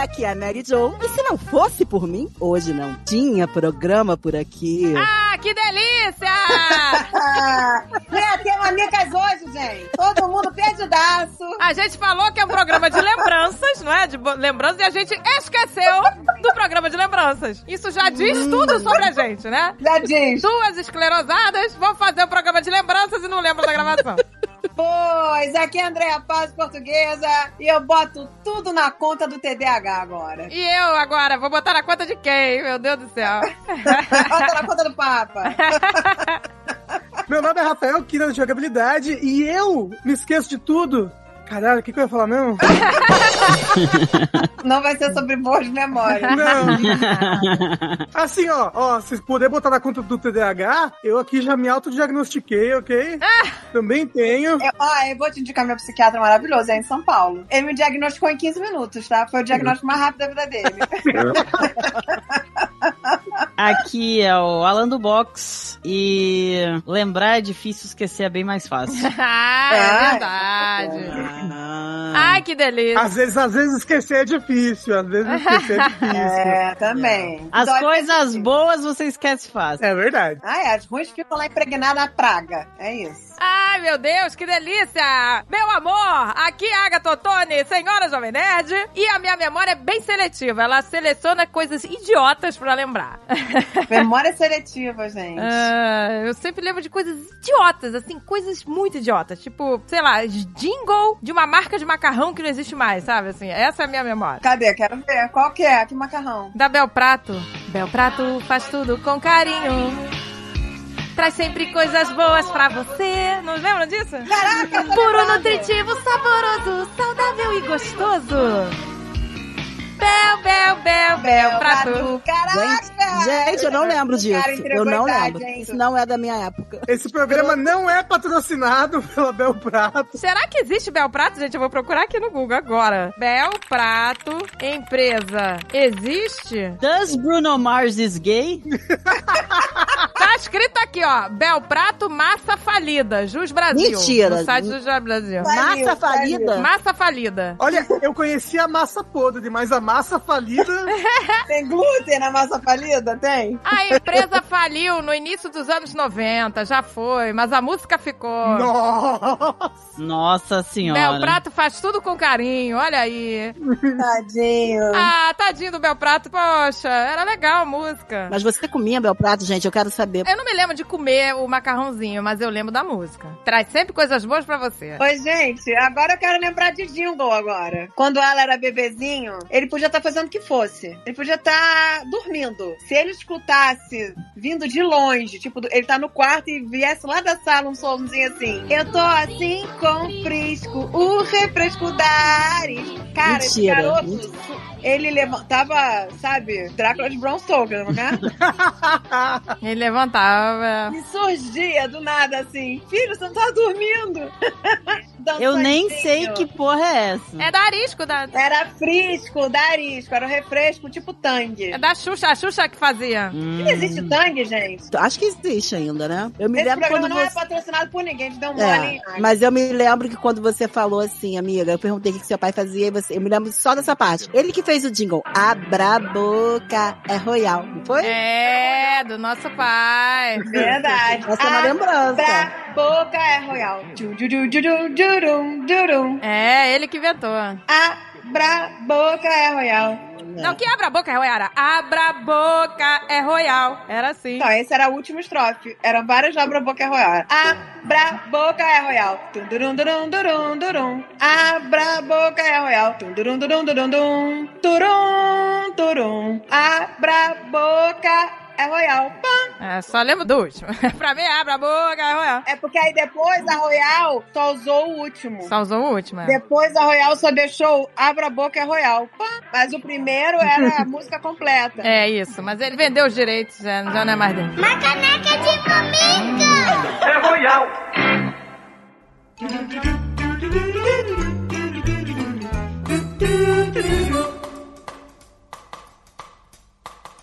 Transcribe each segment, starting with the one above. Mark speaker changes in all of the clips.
Speaker 1: aqui é a Mary Jo. E se não fosse por mim, hoje não tinha programa por aqui.
Speaker 2: Ah, que delícia!
Speaker 3: é, temos amigas hoje, gente. Todo mundo perdidaço.
Speaker 2: A gente falou que é um programa de lembranças, não é? De lembranças e a gente esqueceu do programa de lembranças. Isso já
Speaker 3: Hum.
Speaker 2: diz tudo sobre a gente, né?
Speaker 3: Já diz.
Speaker 2: Duas esclerosadas vão fazer o um programa de lembranças e não lembram da gravação.
Speaker 3: Pois, aqui é Andréa Paz, portuguesa, e eu boto tudo na conta do TDAH agora.
Speaker 2: E eu agora? Vou botar na conta de quem? Meu Deus do céu.
Speaker 3: Bota na conta do Papa.
Speaker 4: Meu nome é Rafael Kina de Jogabilidade e eu me esqueço de tudo. Caralho, o que, que eu ia falar mesmo?
Speaker 3: Não vai ser sobre boas memórias.
Speaker 4: Não. Assim, ó, ó, se poder botar na conta do TDAH, eu aqui já me autodiagnostiquei, ok? Ah. Também tenho.
Speaker 3: Eu, ó, eu vou te indicar meu psiquiatra maravilhoso, é em São Paulo. Ele me diagnosticou em 15 minutos, tá? Foi o diagnóstico mais rápido da vida dele.
Speaker 5: Aqui é o Alan do Box e lembrar é difícil, esquecer é bem mais fácil.
Speaker 2: ah, é, é verdade. Ah. Ai, que delícia.
Speaker 4: Às vezes, às vezes esquecer é difícil, às vezes esquecer é difícil.
Speaker 3: É, também.
Speaker 5: As Dói coisas boas você esquece fácil.
Speaker 4: É verdade.
Speaker 3: Ah, é, as ruins ficam lá impregnadas na praga. É isso.
Speaker 2: Ai, meu Deus, que delícia! Meu amor, aqui é a Agatha Ottoni, senhora Jovem Nerd, e a minha memória é bem seletiva. Ela seleciona coisas idiotas pra lembrar.
Speaker 3: Memória seletiva, gente.
Speaker 5: Ah.
Speaker 2: Uh, eu sempre lembro de coisas idiotas, assim, coisas muito idiotas. Tipo, sei lá, jingle de uma marca de macarrão que não existe mais, sabe? Assim, essa é a minha memória.
Speaker 3: Cadê? Quero ver. Qual que é? Que macarrão?
Speaker 2: Da Bel Prato. Bel Prato faz tudo com carinho traz sempre coisas boas pra você. Não lembram disso?
Speaker 3: Caraca!
Speaker 2: Puro, um nutritivo, saboroso, saudável e gostoso. Bel, bel, bel, bel, prato. prato.
Speaker 3: Caraca!
Speaker 1: Gente, eu não lembro disso. Cara, eu não lembro. Hein? Isso não é da minha época.
Speaker 4: Esse programa não é patrocinado pela Bel Prato.
Speaker 2: Será que existe Bel Prato? Gente, eu vou procurar aqui no Google agora. Bel Prato, empresa. Existe?
Speaker 5: Does Bruno Mars is gay?
Speaker 2: tá escrito aqui, ó. Bel Prato, massa falida. Jus Brasil.
Speaker 1: Mentira.
Speaker 2: No site do Jus Brasil.
Speaker 1: Valeu, massa falida? Valeu.
Speaker 2: Massa falida.
Speaker 4: Olha, eu conheci a massa podre, mas a massa massa falida.
Speaker 3: tem glúten na massa falida? Tem?
Speaker 2: A empresa faliu no início dos anos 90, já foi, mas a música ficou.
Speaker 4: Nossa!
Speaker 5: Nossa senhora.
Speaker 2: Bel Prato faz tudo com carinho, olha aí.
Speaker 3: Tadinho.
Speaker 2: Ah, tadinho do Bel Prato, poxa, era legal a música.
Speaker 1: Mas você comia Bel Prato, gente? Eu quero saber.
Speaker 2: Eu não me lembro de comer o macarrãozinho, mas eu lembro da música. Traz sempre coisas boas pra você.
Speaker 3: Oi, gente, agora eu quero lembrar de Jingle agora. Quando ela era bebezinho, ele podia podia estar fazendo o que fosse. Ele podia estar dormindo. Se ele escutasse vindo de longe, tipo, ele tá no quarto e viesse lá da sala um somzinho assim. Eu tô assim com frisco, o refresco da Ares. Cara, Mentira. esse garoto, Mentira. ele levantava, sabe, Drácula de Brown Stoker, né?
Speaker 2: ele levantava.
Speaker 3: E surgia do nada assim: Filho, você não tá dormindo.
Speaker 5: Eu nem sei que porra é essa.
Speaker 2: É da Arisco, da.
Speaker 3: Era frisco, da arisco, era um refresco tipo tangue.
Speaker 2: É da Xuxa, a Xuxa que fazia.
Speaker 3: Hum. Existe tangue, gente?
Speaker 1: Acho que existe ainda, né?
Speaker 3: Eu me Esse lembro programa quando não você... é patrocinado por ninguém, te deu um é, mole,
Speaker 1: Mas eu me lembro que quando você falou assim, amiga, eu perguntei o que seu pai fazia e você... Eu me lembro só dessa parte. Ele que fez o jingle. Abra boca, é royal, não foi?
Speaker 2: É, do nosso pai.
Speaker 3: Verdade.
Speaker 1: Essa é uma lembrança.
Speaker 3: Abra boca, é royal. Du, du, du, du,
Speaker 2: É, ele que inventou.
Speaker 3: A Abra Ah, boca é royal.
Speaker 2: Não, que abra boca é royal. Era abra boca é royal. Era assim.
Speaker 3: Então, esse era a última estrofe. Eram várias abra boca é royal. Abra boca é royal. Tundurum, durum, durum, durum. Abra boca é royal. Tundurum, durum, durum, durum. Turum, turum. Abra boca é Royal. Pã.
Speaker 2: É, só lembro do último. pra mim, abre a boca, é Royal.
Speaker 3: É porque aí depois a Royal só usou o último.
Speaker 2: Só usou o último, é.
Speaker 3: Depois a Royal só deixou Abra a Boca, é Royal. Pã. Mas o primeiro era a música completa.
Speaker 2: É isso, mas ele vendeu os direitos, já, já não é mais dele.
Speaker 6: Uma caneca de formiga! É Royal!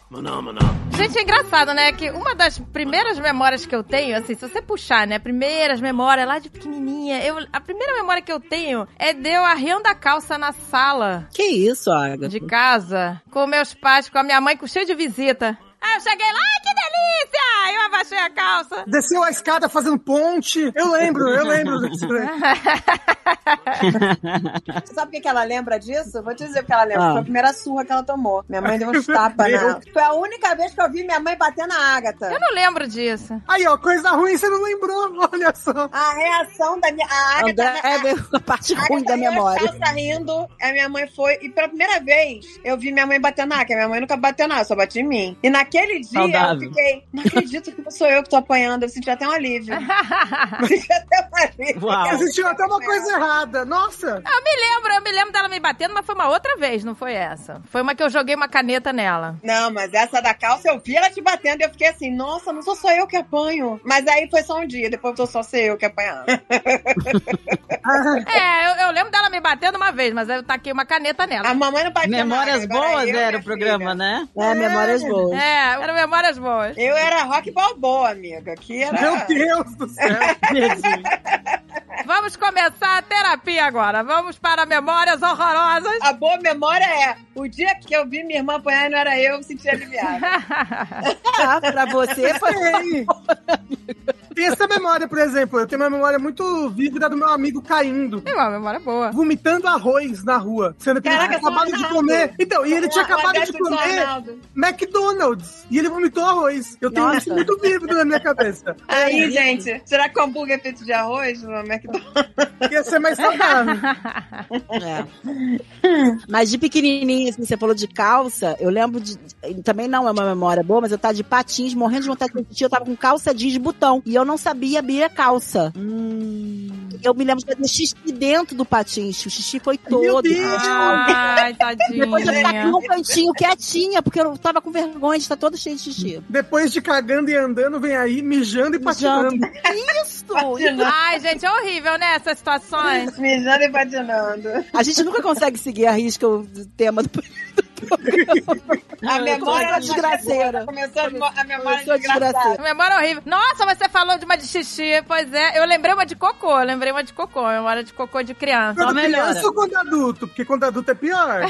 Speaker 2: Maná, maná. Gente, é engraçado, né? Que uma das primeiras memórias que eu tenho, assim, se você puxar, né? Primeiras memórias lá de pequenininha. Eu, a primeira memória que eu tenho é de eu arreando a calça na sala
Speaker 1: Que isso, Agatha?
Speaker 2: de casa, com meus pais, com a minha mãe, com cheio de visita. Aí eu cheguei lá, ai, que delícia! Eu abaixei a calça.
Speaker 4: Desceu a escada fazendo ponte. Eu lembro, eu lembro. disso daí.
Speaker 3: Sabe por que que ela lembra disso? Vou te dizer o que ela lembra.
Speaker 1: Ah.
Speaker 3: Foi a primeira surra que ela tomou. Minha mãe deu uns tapas na... Foi a única vez que eu vi minha mãe bater na Ágata.
Speaker 2: Eu não lembro disso.
Speaker 4: Aí, ó, coisa ruim você não lembrou, olha só.
Speaker 3: A reação da minha... A Ágata...
Speaker 1: André é meio a parte
Speaker 3: A
Speaker 1: ruim da
Speaker 3: Agatha
Speaker 1: memória.
Speaker 3: Calça rindo, a minha mãe foi. E pela primeira vez eu vi minha mãe bater na que a minha mãe nunca bateu na, só batia em mim. E naquele dia
Speaker 5: Saudável.
Speaker 3: eu fiquei, não acredito que não sou eu que tô apanhando, eu senti até um alívio. senti até um alívio.
Speaker 5: Uau.
Speaker 4: Existiu até uma coisa errada. Nossa,
Speaker 2: Eu me lembro, eu me lembro dela me batendo, mas foi uma outra vez, não foi essa. Foi uma que eu joguei uma caneta nela.
Speaker 3: Não, mas essa da calça eu vi ela te batendo e eu fiquei assim, nossa, não sou só eu que apanho. Mas aí foi só um dia, depois eu só ser eu que apanhava.
Speaker 2: É, eu, eu lembro dela me batendo uma vez, mas eu taquei uma caneta nela.
Speaker 3: A mamãe não bateu
Speaker 5: Memórias
Speaker 3: na Agatha, agora
Speaker 5: boas
Speaker 3: eu,
Speaker 5: era
Speaker 3: minha
Speaker 5: o programa,
Speaker 3: filha.
Speaker 5: né?
Speaker 1: É, memórias boas.
Speaker 2: É, eram memórias boas.
Speaker 3: Eu era rock balboa, amiga. Que era.
Speaker 4: meu Deus do céu.
Speaker 2: Vamos começar a terapia agora. Vamos para memórias horrorosas.
Speaker 3: A boa memória é o dia que eu vi minha irmã apanhar e não era eu, eu me senti aliviada.
Speaker 1: Ah, pra você foi.
Speaker 4: Tem. Tem essa memória, por exemplo. Eu tenho uma memória muito vívida do meu amigo caindo.
Speaker 2: É uma memória boa.
Speaker 4: Vomitando arroz na rua. Sendo que
Speaker 3: Caraca,
Speaker 4: ele tinha acabado de
Speaker 3: Ronaldo.
Speaker 4: comer. Então, e ele tinha
Speaker 3: Uma- uma
Speaker 4: acabado de
Speaker 3: dessas do
Speaker 4: comer
Speaker 3: Ronaldo.
Speaker 4: McDonald's. E ele vomitou arroz. Eu tenho isso muito vívido na minha cabeça.
Speaker 3: Aí, gente, será que o hambúrguer é feito de arroz É no McDonald's?
Speaker 4: Ia ser mais saudável.
Speaker 1: É. Mas de pequenininha, assim, você falou de calça, eu lembro de. Também não é uma memória boa, mas eu tava de patins, morrendo de vontade de vestir, eu tava com calça jeans botão. E eu não sabia abrir a calça. Eu me lembro de fazer xixi dentro do patins. O xixi foi todo.
Speaker 4: Deus!
Speaker 1: nas calças.
Speaker 2: Ai,
Speaker 1: Depois eu tava
Speaker 2: tadinha.
Speaker 1: no cantinho quietinha, porque eu tava com vergonha de estar toda cheia de xixi.
Speaker 4: Depois de cagando e andando, vem aí mijando e patinando.
Speaker 1: Mijando. Isso!
Speaker 2: Ai, gente, é horrível, né? Essas situações.
Speaker 3: Mijando e patinando.
Speaker 1: A gente nunca consegue seguir a risca o tema do
Speaker 3: A memória
Speaker 1: começou a
Speaker 3: da
Speaker 1: desgraceira.
Speaker 3: Começou a mo- a memória
Speaker 1: Começou a
Speaker 3: desgraçada.
Speaker 1: desgraceira.
Speaker 2: Memória é horrível. Nossa, você falou de uma de xixi. Pois é, eu lembrei uma de cocô. Eu lembrei uma de cocô. Memória de cocô de criança.
Speaker 4: Quando
Speaker 5: Só melhora.
Speaker 4: criança ou quando adulto? Porque quando adulto é pior.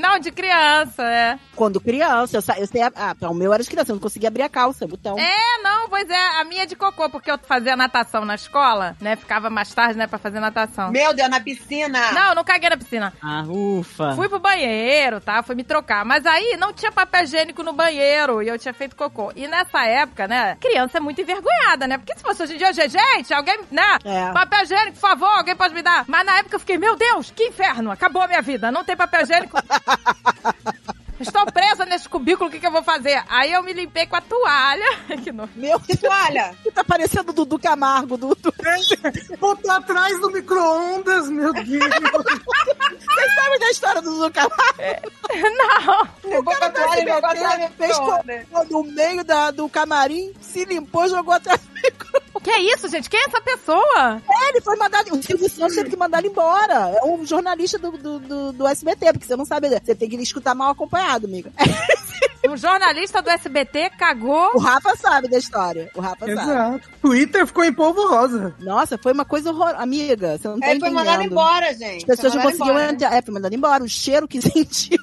Speaker 2: Não, de criança, é.
Speaker 1: Quando criança, eu, sa... eu sei. Ah, o meu era de criança, eu não conseguia abrir a calça, botão.
Speaker 2: É, não, pois é. A minha é de cocô, porque eu fazia natação na escola, né? Ficava mais tarde, né, pra fazer natação.
Speaker 3: Meu Deus, na piscina.
Speaker 2: Não, não caguei na piscina.
Speaker 5: Ah, ufa.
Speaker 2: Fui pro banheiro, tá? Fui me trocar. Mas aí não tinha papel higiênico no banheiro e eu tinha feito cocô. E nessa época, né? Criança é muito envergonhada, né? Porque se fosse hoje em dia, hoje, é, gente, alguém, né?
Speaker 1: É.
Speaker 2: Papel higiênico, por favor, alguém pode me dar. Mas na época eu fiquei, meu Deus, que inferno, acabou a minha vida, não tem papel higiênico. Estou presa nesse cubículo, o que, que eu vou fazer? Aí eu me limpei com a toalha. que nojo.
Speaker 1: Meu
Speaker 3: Que toalha.
Speaker 1: Tá parecendo o Dudu Camargo, do, do...
Speaker 4: Botou atrás do micro-ondas, meu Deus.
Speaker 1: Vocês sabem da história do Dudu Camargo?
Speaker 2: Não!
Speaker 3: Pegou com a toalha e
Speaker 1: SBT
Speaker 3: jogou atrás da
Speaker 1: fez
Speaker 3: piscina.
Speaker 1: Ficou No meio da, do camarim, se limpou, jogou atrás do micro.
Speaker 2: Que é isso, gente? Quem é essa pessoa?
Speaker 1: Ele foi mandado. O Silvio Santos teve que mandar ele embora. É um jornalista do, do, do, do SBT, porque você não sabe. né? Você tem que escutar mal acompanhado, amiga. É,
Speaker 2: Um jornalista do SBT cagou.
Speaker 1: O Rafa sabe da história. O Rafa sabe.
Speaker 4: Exato. Twitter ficou em polvo rosa.
Speaker 1: Nossa, foi uma coisa horrorosa. Amiga, você não tá
Speaker 3: Aí É, foi
Speaker 1: entendendo.
Speaker 3: mandado embora, gente.
Speaker 1: As pessoas
Speaker 3: Foi
Speaker 1: não
Speaker 3: mandado
Speaker 1: conseguiam
Speaker 3: embora. né?
Speaker 1: entrar. É, foi mandado embora. O cheiro que sentiu.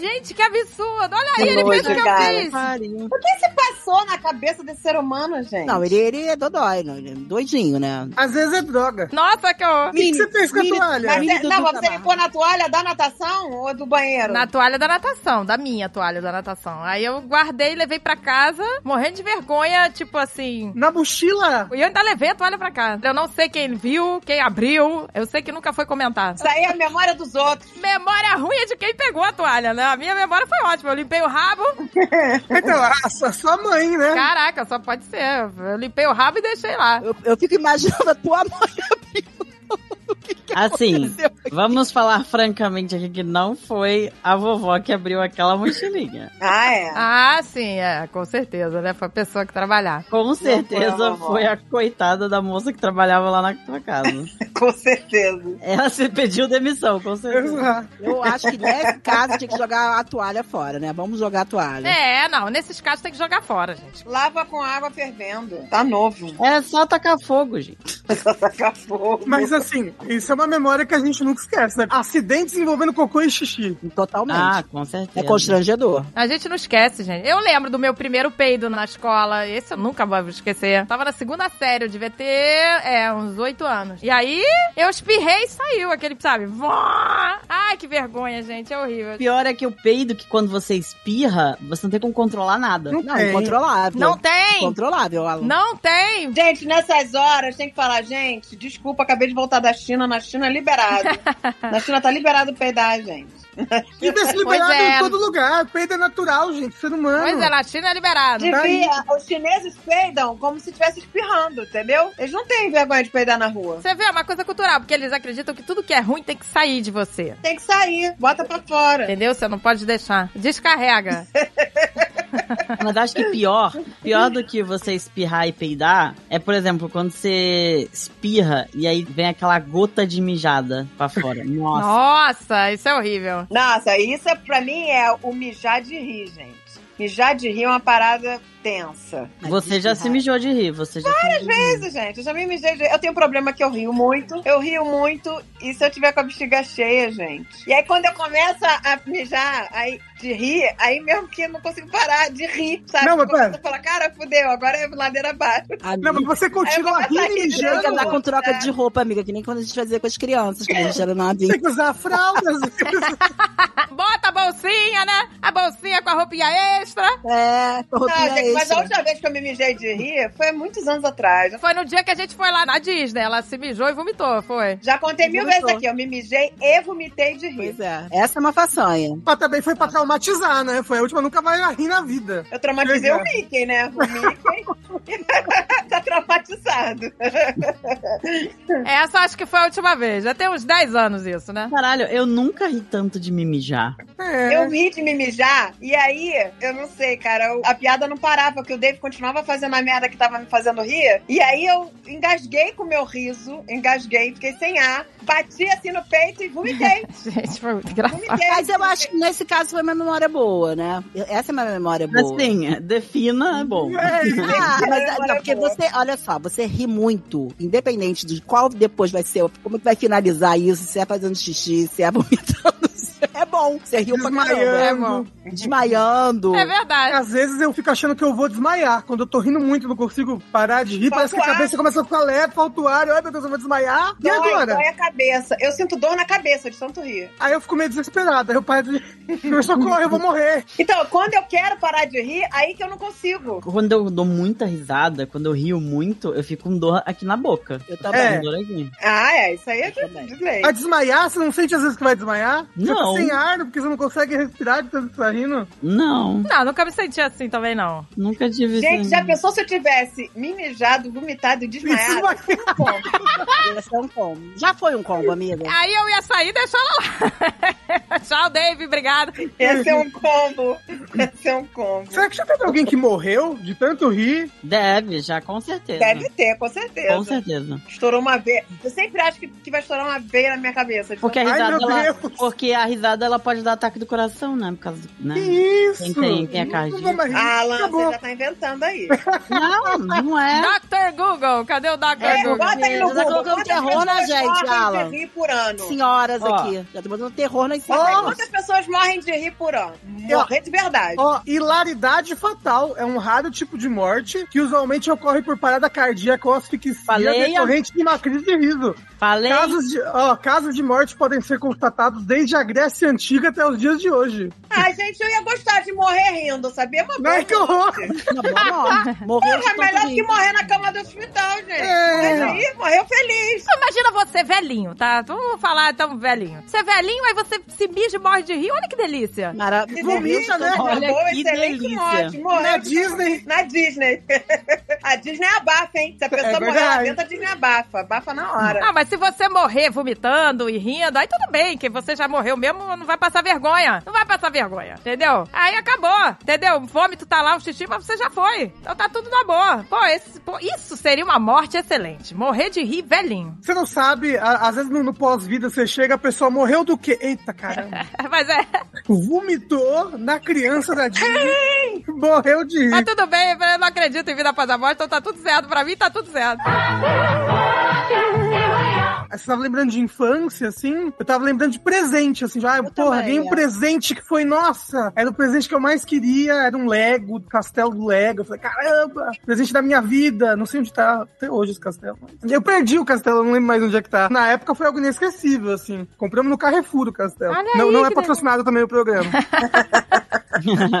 Speaker 2: Gente, que absurdo! Olha aí, ele fez o que
Speaker 3: cara.
Speaker 2: eu fiz!
Speaker 5: Pariu.
Speaker 3: O que se passou na cabeça desse ser humano, gente?
Speaker 1: Não, ele, ele é dodói, não, ele é doidinho, né?
Speaker 4: Às vezes é droga.
Speaker 2: Nossa, que eu...
Speaker 4: O que, que você fez com a
Speaker 1: mini-
Speaker 4: toalha?
Speaker 3: Mas, é,
Speaker 1: Menino
Speaker 3: não,
Speaker 1: do
Speaker 3: você
Speaker 1: trabalho.
Speaker 3: limpou na toalha da natação ou do banheiro?
Speaker 2: Na toalha da natação, da minha toalha da natação. Aí eu guardei, levei pra casa, morrendo de vergonha, tipo assim.
Speaker 4: Na mochila?
Speaker 2: E eu ainda levei a toalha pra casa. Eu não sei quem viu, quem abriu. Eu sei que nunca foi comentado.
Speaker 3: Isso aí é a memória dos outros.
Speaker 2: Memória ruim é de quem pegou a toalha, né? A minha memória foi ótima. Eu limpei o rabo.
Speaker 4: Então, a sua, sua mãe, né?
Speaker 2: Caraca, só pode ser. Eu limpei o rabo e deixei lá.
Speaker 1: Eu, eu fico imaginando a tua mãe
Speaker 5: Assim,
Speaker 1: aconteceu.
Speaker 5: Vamos falar francamente aqui que não foi a vovó que abriu aquela mochilinha.
Speaker 3: Ah, é.
Speaker 2: Ah, sim, é, com certeza, né? Foi a pessoa que trabalhar.
Speaker 5: Com certeza
Speaker 3: vovó.
Speaker 5: foi a coitada da moça que trabalhava lá na tua casa.
Speaker 3: Com certeza.
Speaker 5: Ela se pediu demissão, com certeza.
Speaker 4: Exato.
Speaker 1: Eu acho que nesse caso tinha que jogar a toalha fora, né? Vamos jogar a toalha.
Speaker 2: É, não, nesses casos tem que jogar fora, gente.
Speaker 3: Lava com água fervendo. Tá novo.
Speaker 5: Era É só tacar fogo, gente.
Speaker 3: Só
Speaker 1: Tá
Speaker 3: tacar fogo.
Speaker 4: Mas assim, isso é uma memória que a gente nunca esquece, né? Acidentes envolvendo cocô e xixi.
Speaker 1: Totalmente.
Speaker 5: Ah, com
Speaker 1: é
Speaker 5: certeza.
Speaker 1: constrangedor.
Speaker 2: A gente não esquece, gente. Eu lembro do meu primeiro peido na escola. Esse eu nunca vou esquecer. Tava na segunda série, eu devia ter, é, uns oito anos. E aí, eu espirrei e saiu aquele, sabe? Vó! Ai, que vergonha, gente. É horrível.
Speaker 5: O pior é que o peido que quando você espirra, você não tem como controlar nada.
Speaker 4: Não,
Speaker 1: Não,
Speaker 4: tem.
Speaker 1: incontrolável.
Speaker 2: Não tem!
Speaker 1: Incontrolável, Alan.
Speaker 2: Não tem!
Speaker 3: Gente, nessas horas tem que falar, gente, desculpa, acabei de voltar da China, na China é liberado. na China tá liberado peidar, gente.
Speaker 4: E desse liberado
Speaker 2: Pois é.
Speaker 4: em todo lugar. Peido é natural, gente. Ser humano.
Speaker 2: Pois é, na China é liberado.
Speaker 4: tá aí.
Speaker 3: Devia, os chineses peidam como se estivesse espirrando, entendeu? Eles não têm vergonha de peidar na rua.
Speaker 2: Você vê, é uma coisa cultural, porque eles acreditam que tudo que é ruim tem que sair de você.
Speaker 3: Tem que sair, bota pra fora.
Speaker 2: Entendeu? Você não pode deixar. Descarrega.
Speaker 5: Mas acho que pior, pior do que você espirrar e peidar, é, por exemplo, quando você espirra e aí vem aquela gota de mijada pra fora. Nossa.
Speaker 2: Nossa, isso é horrível.
Speaker 3: Nossa, isso é- pra mim é o mijar de rir, gente. Mijar de rir é uma parada tensa.
Speaker 5: Você já se mijou de rir, você já se mijou de rir.
Speaker 3: É Isso, gente, eu já me mijei de... Eu tenho um problema que eu rio muito. Eu rio muito e se eu tiver com a bexiga cheia, gente. E aí quando eu começo a mijar, aí de rir, aí mesmo que eu não consigo parar de rir, sabe?
Speaker 4: Não, mas
Speaker 3: Eu começo
Speaker 4: pera.
Speaker 3: a falar, cara, fudeu, agora é ladeira abaixo.
Speaker 4: Não, mas você continua
Speaker 3: Aí eu vou passar
Speaker 4: rindo e
Speaker 3: aqui,
Speaker 1: Tem que
Speaker 4: mijando.
Speaker 1: andar com troca de roupa, amiga, que nem quando a gente fazia com as crianças, quando a gente era novinho.
Speaker 4: Tem que usar fraldas.
Speaker 2: Ah, Bota a bolsinha, né? A bolsinha com a roupinha extra.
Speaker 1: É, com
Speaker 3: Não,
Speaker 1: roupinha
Speaker 3: gente, mas a
Speaker 1: extra.
Speaker 3: última vez que tipo. eu me mijei de rir foi há muitos anos atrás.
Speaker 2: Foi no dia que a gente foi lá na Disney. Ela se mijou e vomitou, foi.
Speaker 3: Já contei mil vezes
Speaker 1: Vomitou.
Speaker 3: aqui, eu me mijei e vomitei de rir.
Speaker 1: Pois é. Essa é uma façanha.
Speaker 4: Mas também foi pra traumatizar, né? Foi a última, nunca vai rir na vida.
Speaker 3: Eu traumatizei
Speaker 4: Legal.
Speaker 3: o Mickey, né? O Mickey tá traumatizado.
Speaker 2: Essa acho que foi a última vez. Já tem uns 10 anos isso, né?
Speaker 5: Caralho, eu nunca ri tanto de me mijar.
Speaker 4: É.
Speaker 3: Eu ri de me mijar, e aí, eu não sei, cara, eu- a piada não parava, porque o Dave continuava fazendo a merda que tava me fazendo rir, e aí eu engasguei com o meu riso, engasguei, fiquei sem ar, bati assim no peito e vomitei,
Speaker 2: Gente, foi muito engraçado.
Speaker 3: vomitei.
Speaker 1: Mas eu acho que nesse caso foi uma memória boa, né? Essa é uma memória boa.
Speaker 5: Assim, defina é bom.
Speaker 4: É,
Speaker 1: Ah, mas é-
Speaker 3: Memória
Speaker 1: não, porque
Speaker 3: boa.
Speaker 1: você, olha só, você ri muito, independente de qual depois vai ser, como é que vai finalizar isso, se é fazendo xixi, se é vomitando, se é bom. Você riu pra caramba. é
Speaker 4: desmaiando.
Speaker 1: Desmaiando.
Speaker 2: É verdade.
Speaker 4: Às vezes eu fico achando que eu vou desmaiar. Quando eu tô rindo muito, não consigo parar de rir.
Speaker 3: Falta
Speaker 4: Parece que a
Speaker 3: ar.
Speaker 4: cabeça começa a ficar leve, falta o ar. Ai, meu Deus, eu vou desmaiar. E
Speaker 3: Dói,
Speaker 4: agora?
Speaker 3: dói a cabeça. Eu sinto dor na cabeça de tanto rir.
Speaker 4: Aí eu fico meio desesperado. Aí eu paro de... Eu socorro, eu vou morrer.
Speaker 3: Então, quando eu quero parar de rir, aí que eu não consigo.
Speaker 5: Quando eu dou muita risada, quando eu rio muito, eu fico com dor aqui na boca.
Speaker 1: Eu
Speaker 5: Tá
Speaker 1: também.
Speaker 5: com dor aqui.
Speaker 3: Ah, é, isso aí é de,
Speaker 1: Também.
Speaker 3: de lei.
Speaker 4: Vai desmaiar? Você não sente às vezes que vai desmaiar? Você
Speaker 5: Não.
Speaker 4: tá sem ar, porque você não consegue respirar de tanto que tá rindo.
Speaker 5: Não,
Speaker 2: Não, nunca me senti assim também, não.
Speaker 5: nunca tive assim.
Speaker 3: Gente,
Speaker 5: isso.
Speaker 3: já pensou se eu tivesse me mijado, vomitado e
Speaker 4: E
Speaker 3: desmaiado?
Speaker 4: desmaiar.
Speaker 1: Ia ser um combo. Já foi um combo, amiga.
Speaker 2: Aí eu ia sair e deixar ela lá. Tchau, Dave, obrigado.
Speaker 3: Ia ser um combo. Ia ser um combo.
Speaker 4: Será que já teve alguém que morreu de tanto rir?
Speaker 5: Deve, já, com certeza.
Speaker 3: Deve ter, com
Speaker 5: Com
Speaker 3: certeza.
Speaker 5: certeza.
Speaker 3: Estourou uma veia. Eu sempre acho que, que vai estourar uma veia na minha cabeça. Tipo, de
Speaker 5: Porque a
Speaker 4: Ai,
Speaker 5: É risada,
Speaker 4: meu
Speaker 5: ela,
Speaker 4: Deus.
Speaker 5: porque a risada ela pode dar ataque do coração, né? Por causa do, né?
Speaker 4: Que isso?
Speaker 5: Quem tem- quem é
Speaker 4: Não
Speaker 5: cardíaco?
Speaker 4: vou mais
Speaker 3: tanto-
Speaker 4: rir.
Speaker 3: Ah, Alan,
Speaker 4: Acabou.
Speaker 3: você já tá inventando aí.
Speaker 5: Não, não é.
Speaker 2: Dr. Google, cadê o Dr.
Speaker 3: É,
Speaker 2: Google?
Speaker 3: bota aí no
Speaker 1: Você tá
Speaker 3: Google.
Speaker 1: colocando
Speaker 3: Quantas
Speaker 1: terror na
Speaker 3: pessoas
Speaker 1: gente,
Speaker 3: morrem
Speaker 1: Alan.
Speaker 3: de rir por ano?
Speaker 1: Senhoras
Speaker 5: Ó.
Speaker 1: aqui. Já tô botando terror nas
Speaker 3: Bota aí
Speaker 1: senhoras.
Speaker 3: Quantas pessoas morrem de rir por ano?
Speaker 4: Ó.
Speaker 3: Morrer de verdade.
Speaker 4: Ó, hilaridade fatal é um raro tipo de morte que usualmente ocorre por parada cardíaca ou asfixia
Speaker 5: Falei,
Speaker 4: decorrente de uma crise de riso.
Speaker 5: Falei.
Speaker 4: Casos de, ó, casos de morte podem ser constatados desde a Grécia Antiga até os dias de hoje. Né?
Speaker 3: Ai, gente, eu ia gostar de morrer rindo, sabia? É Uma boa
Speaker 4: Ai, que horror!
Speaker 1: Uma boa morte. Morreu
Speaker 3: Porra,
Speaker 1: de tanto
Speaker 3: é melhor que
Speaker 1: rir.
Speaker 3: morrer na cama do hospital, gente.
Speaker 4: É.
Speaker 3: Mas aí, morreu feliz.
Speaker 2: Imagina você velhinho, tá? Vamos falar então velhinho. Você é velhinho, aí você se mija e morre de rir. Olha que delícia.
Speaker 1: Mara-
Speaker 3: Que
Speaker 1: morreu de
Speaker 3: delícia,
Speaker 1: tanto
Speaker 3: né?
Speaker 5: Olha
Speaker 3: Uma boa,
Speaker 5: que
Speaker 4: é
Speaker 3: excelente
Speaker 5: delícia.
Speaker 3: morte. Morreu
Speaker 4: Na
Speaker 3: de-
Speaker 4: Disney.
Speaker 3: Na Disney. A Disney abafa, hein? Se a pessoa
Speaker 4: É
Speaker 3: morrer lá
Speaker 4: verdade.
Speaker 3: dentro, a Disney abafa. Abafa na hora.
Speaker 2: Ah, mas se você morrer vomitando e rindo, aí tudo bem, que você já morreu mesmo, não vai passar vergonha. Não vai passar vergonha, entendeu? Aí acabou, entendeu? O vômito tá lá, o xixi, mas você já foi. Então tá tudo na boa. Pô, esse- pô, isso seria uma morte excelente. Morrer de rir velhinho.
Speaker 4: Você não sabe, a- às vezes no, no pós-vida você chega, a pessoa morreu do quê? Eita, caramba.
Speaker 2: Mas é,
Speaker 4: Vomitou na criança da Disney. morreu de
Speaker 2: mas
Speaker 4: rir.
Speaker 2: tudo bem, eu não acredito em vida após a morte, então tá tudo certo. Pra mim tá tudo certo.
Speaker 4: Você tava lembrando de infância, assim? Eu tava lembrando de presente, assim. Ah, porra,
Speaker 3: também,
Speaker 4: ganhei um
Speaker 3: é.
Speaker 4: presente que foi, nossa! Era o presente que eu mais queria, era um Lego, do castelo do Lego. Eu falei, caramba, presente da minha vida. Não sei onde tá até hoje esse castelo. Eu perdi o castelo, eu não lembro mais onde é que tá. Na época foi algo inesquecível, assim. Compramos no Carrefour o castelo.
Speaker 2: Olha
Speaker 4: Não,
Speaker 2: aí,
Speaker 4: não é
Speaker 2: que
Speaker 4: patrocinado também o programa.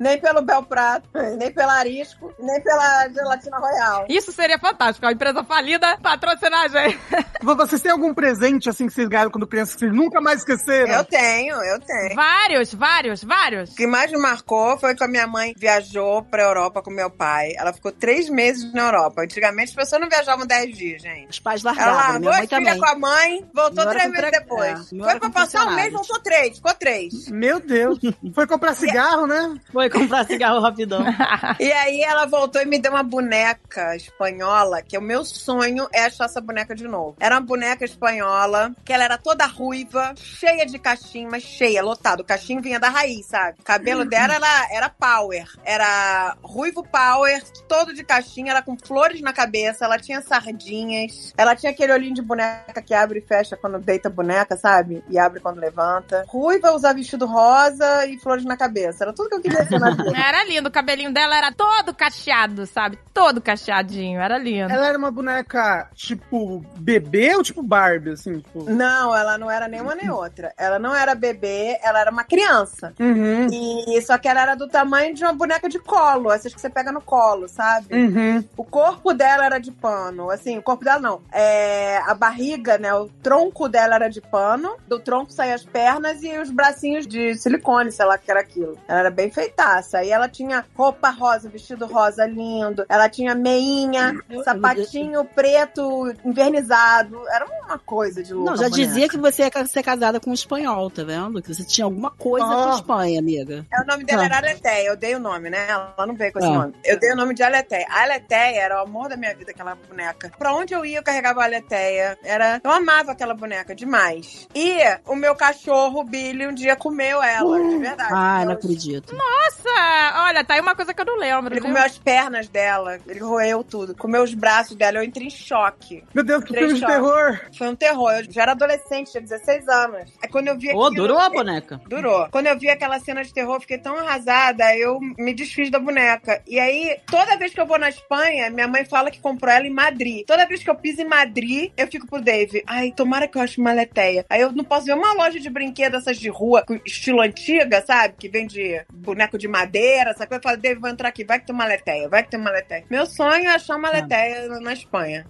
Speaker 3: Nem pelo Bel Prato, nem pelo Arisco, nem pela Gelatina Royal.
Speaker 2: Isso seria fantástico. A empresa falida patrocinar a gente.
Speaker 4: Vocês têm algum presente, assim, que vocês ganharam quando criança que vocês nunca mais esqueceram?
Speaker 3: Eu tenho, eu tenho.
Speaker 2: Vários, vários, vários.
Speaker 3: O que mais me marcou foi que a minha mãe viajou pra Europa com meu pai. Ela ficou três meses na Europa. Antigamente as pessoas não viajavam dez dias, gente.
Speaker 1: Os pais
Speaker 3: Ela
Speaker 1: largavam,
Speaker 3: largou
Speaker 1: minha mãe
Speaker 3: as filhas
Speaker 1: também.
Speaker 3: com a mãe, voltou
Speaker 1: Não era
Speaker 3: três
Speaker 1: com tra-
Speaker 3: meses
Speaker 1: é,
Speaker 3: depois.
Speaker 1: não
Speaker 3: foi
Speaker 1: era
Speaker 3: pra
Speaker 1: com
Speaker 3: passar um mês,
Speaker 1: funcionários.
Speaker 3: voltou três, ficou três.
Speaker 4: Meu Deus. Foi comprar cigarro, né?
Speaker 5: Foi comprar cigarro rapidão.
Speaker 3: e aí ela voltou e me deu uma boneca espanhola, que o meu sonho é achar essa boneca de novo. Era uma boneca espanhola, que ela era toda ruiva, cheia de cachimbo, mas cheia, lotado. O cachimbo vinha da raiz, sabe? O cabelo dela era, era power. Era ruivo power, todo de cachimbo, era com flores na cabeça, ela tinha sardinhas, ela tinha aquele olhinho de boneca que abre e fecha quando deita a boneca, sabe? E abre quando levanta. Ruiva, usar vestido rosa e flores na cabeça. Era tudo que eu queria ser na vida.
Speaker 2: Era lindo, o cabelinho dela era todo cacheado, sabe? Todo cacheadinho, era lindo.
Speaker 4: Ela era uma boneca, tipo, bebê ou tipo Barbie, assim? Tipo...
Speaker 3: Não, ela não era nenhuma nem outra. Ela não era bebê, ela era uma criança.
Speaker 4: Uhum.
Speaker 3: E só que ela era do tamanho de uma boneca de colo, essas que você pega no colo, sabe?
Speaker 1: Hum.
Speaker 4: Uhum.
Speaker 3: O corpo dela era de pano, assim, o corpo dela não. É, a barriga, né? O tronco dela era de pano, do tronco saíam as pernas e os bracinhos de silicone, sei lá o que era aquilo. Ela era bem feitaça. E ela tinha roupa rosa, vestido rosa lindo, ela tinha meinha, sapatinho preto invernizado. Era uma coisa de louca.
Speaker 1: Não, já
Speaker 3: a boneca.
Speaker 1: dizia que você ia ca- ser casada com um espanhol, tá vendo? Que você tinha alguma coisa com
Speaker 4: Ah.
Speaker 1: a Espanha, amiga.
Speaker 3: É, o nome dela
Speaker 1: Ah.
Speaker 3: era Aleteia, eu dei o nome, né? Ela não veio com esse
Speaker 1: Ah.
Speaker 3: nome. Eu dei o nome de Aleteia. A Aleteia era o amor da minha vida, aquela boneca. Pra onde eu ia, eu carregava a Aleteia. Era... Eu amava aquela boneca demais. E o meu cachorro, o Billy, um dia comeu ela, de verdade.
Speaker 1: Ah, não
Speaker 3: Eu-
Speaker 1: acredito.
Speaker 2: Nossa, olha, tá aí uma coisa que eu não lembro.
Speaker 3: Ele
Speaker 2: viu?
Speaker 3: comeu as pernas dela, ele roeu tudo. Comeu os braços dela, eu entrei em choque.
Speaker 4: Meu Deus, que
Speaker 3: Três
Speaker 4: filme de
Speaker 3: choques.
Speaker 4: terror.
Speaker 3: Foi um terror. Eu já era adolescente, tinha 16 anos. Aí quando eu vi
Speaker 5: Ô,
Speaker 3: aquilo,
Speaker 5: durou a boneca.
Speaker 3: Durou. Quando eu vi aquela cena de terror, eu fiquei tão arrasada, eu me desfiz da boneca. E aí, toda vez que eu vou na Espanha, minha mãe fala que comprou ela em Madrid. Toda vez que eu piso em Madrid, eu fico pro Dave. Ai, tomara que eu ache uma leteia. Aí eu não posso ver uma loja de brinquedo, essas de rua, com estilo antiga, sabe? Que vende boneco de madeira, essa coisa. Eu falo, Dave, vou entrar aqui, vai que tem uma leteia, vai que tem uma leteia. Meu sonho é achar uma
Speaker 1: Ah.
Speaker 3: leteia na Espanha.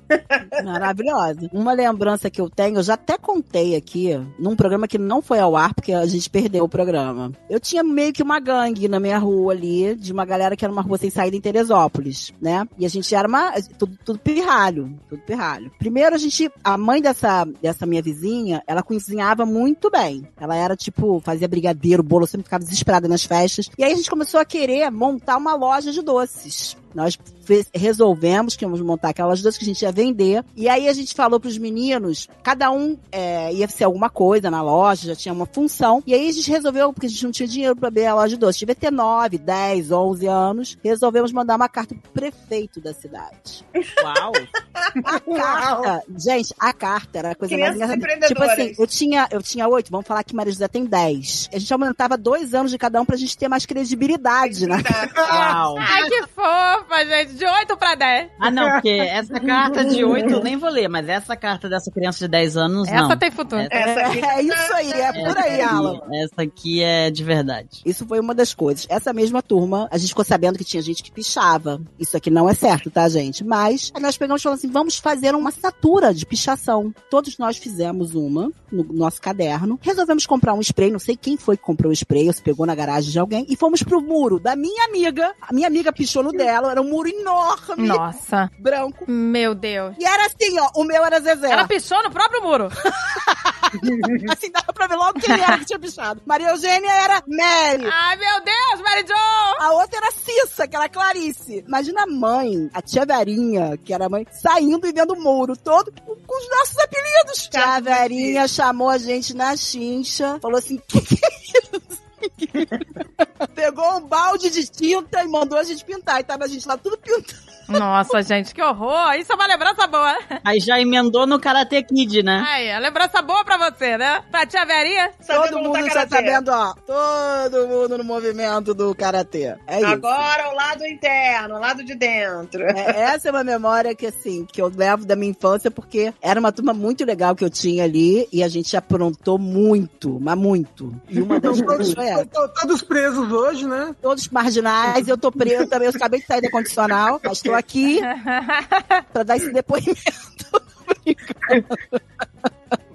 Speaker 1: Maravilhosa. Uma lembrança que eu tenho, eu já até contei aqui, num programa que não foi ao ar, porque a gente perdeu o programa. Eu tinha meio que uma gangue na minha rua ali, de uma galera que era uma rua sem saída em Teresópolis, né? E a gente era uma. Tudo, tudo pirralho. Tudo pirralho. Primeiro, a gente. A mãe dessa, dessa minha vizinha, ela cozinhava muito bem. Ela era tipo, fazia brigadeiro, bolo, eu sempre ficava desesperada nas festas. E aí a gente começou a querer montar uma loja de doces. Nós fe- resolvemos que íamos montar aquelas doces que a gente ia vender. E aí a gente falou pros meninos, cada um é, ia ser alguma coisa na loja, já tinha uma função. E aí a gente resolveu, porque a gente não tinha dinheiro pra abrir a loja de doces. Devia ter 9, 10, 11 anos. Resolvemos mandar uma carta pro prefeito da cidade.
Speaker 5: Uau.
Speaker 1: A carta, gente, a carta era a coisa mais
Speaker 3: Crianças
Speaker 1: engraçada. Tipo
Speaker 3: empreendedoras.
Speaker 1: assim, eu tinha, eu tinha oito, vamos falar que Maria José tem dez. A gente aumentava dois anos de cada um pra gente ter mais credibilidade, né?
Speaker 3: Tá,
Speaker 5: Uau.
Speaker 2: Ai, que fofa, gente. De 8 pra 10.
Speaker 5: Ah, não, porque essa carta de 8 eu nem vou ler, mas essa carta dessa criança de 10 anos,
Speaker 2: Essa tá
Speaker 5: não.
Speaker 2: tem futuro.
Speaker 5: Essa-
Speaker 1: É, é isso aí, é por aí,
Speaker 5: Essa aqui-
Speaker 1: Alan.
Speaker 5: Essa aqui é de verdade.
Speaker 1: Isso foi uma das coisas. Essa mesma turma, a gente ficou sabendo que tinha gente que pichava. Isso aqui não é certo, tá, gente? Mas aí nós pegamos e falamos assim: vamos fazer uma assinatura de pichação. Todos nós fizemos uma no nosso caderno. Resolvemos comprar um spray, não sei quem foi que comprou o spray, ou se pegou na garagem de alguém, e fomos pro muro da minha amiga. A minha amiga pichou no dela, era um muro enorme,
Speaker 2: Nossa,
Speaker 1: branco.
Speaker 2: meu Deus.
Speaker 1: E era assim, ó, o meu era Zezé.
Speaker 2: Ela pichou no próprio muro.
Speaker 1: Assim, dava pra ver logo quem era que tinha pichado. Maria Eugênia era Mary.
Speaker 2: Ai, meu Deus, Mary Jo!
Speaker 1: A outra era a Cissa, que era a Clarice. Imagina a mãe, a tia Verinha, que era a mãe, saindo e vendo o muro todo com, com os nossos apelidos. Tia Verinha chamou a gente na chincha, falou assim, que que é isso? Pegou um balde de tinta e mandou a gente pintar. E tava a gente lá tudo pintando.
Speaker 2: Nossa, gente, que horror. Isso é uma lembrança boa.
Speaker 5: Aí já emendou no Karate Kid, né?
Speaker 2: Aí, a lembrança boa pra você, né? Pra tia Verinha.
Speaker 3: Sabendo
Speaker 1: todo
Speaker 3: lutar
Speaker 1: mundo já
Speaker 3: karatê.
Speaker 1: sabendo, ó. Todo mundo no movimento do karatê. É isso.
Speaker 3: Agora o lado interno, o lado de dentro.
Speaker 1: É, essa é uma memória que, assim, que eu levo da minha infância, porque era uma turma muito legal que eu tinha ali e a gente aprontou muito, mas muito. E uma das coisas foi essa.
Speaker 4: Estão todos presos hoje, né?
Speaker 1: Todos marginais, eu tô preso também, eu acabei de sair da condicional, mas estou aqui pra dar esse depoimento.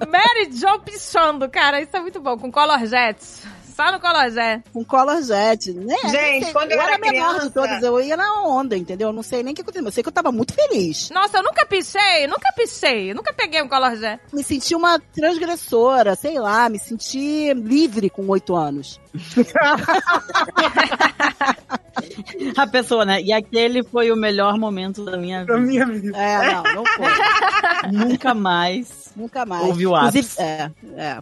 Speaker 2: Mary Jo pichando, cara. Isso é muito bom. Com Color Jets. Só no Color Jet.
Speaker 1: Com Color Jet, né? Não
Speaker 3: Gente,
Speaker 1: sei,
Speaker 3: quando eu
Speaker 1: era a
Speaker 3: era
Speaker 1: menor de
Speaker 3: criança-
Speaker 1: todas, eu ia na onda, entendeu? Eu não sei nem o que aconteceu, mas eu sei que eu tava muito feliz.
Speaker 2: Nossa, eu nunca pichei, nunca pichei. Nunca peguei um Color Jet.
Speaker 1: Me senti uma transgressora, sei lá, me senti livre com oito anos.
Speaker 5: A pessoa, né? E aquele foi o melhor momento da minha
Speaker 4: Pra
Speaker 5: vida.
Speaker 4: minha vida.
Speaker 1: É, não, não foi.
Speaker 5: Nunca mais.
Speaker 1: Nunca mais.
Speaker 5: Houve o ápice.
Speaker 1: Inclusive, é, é.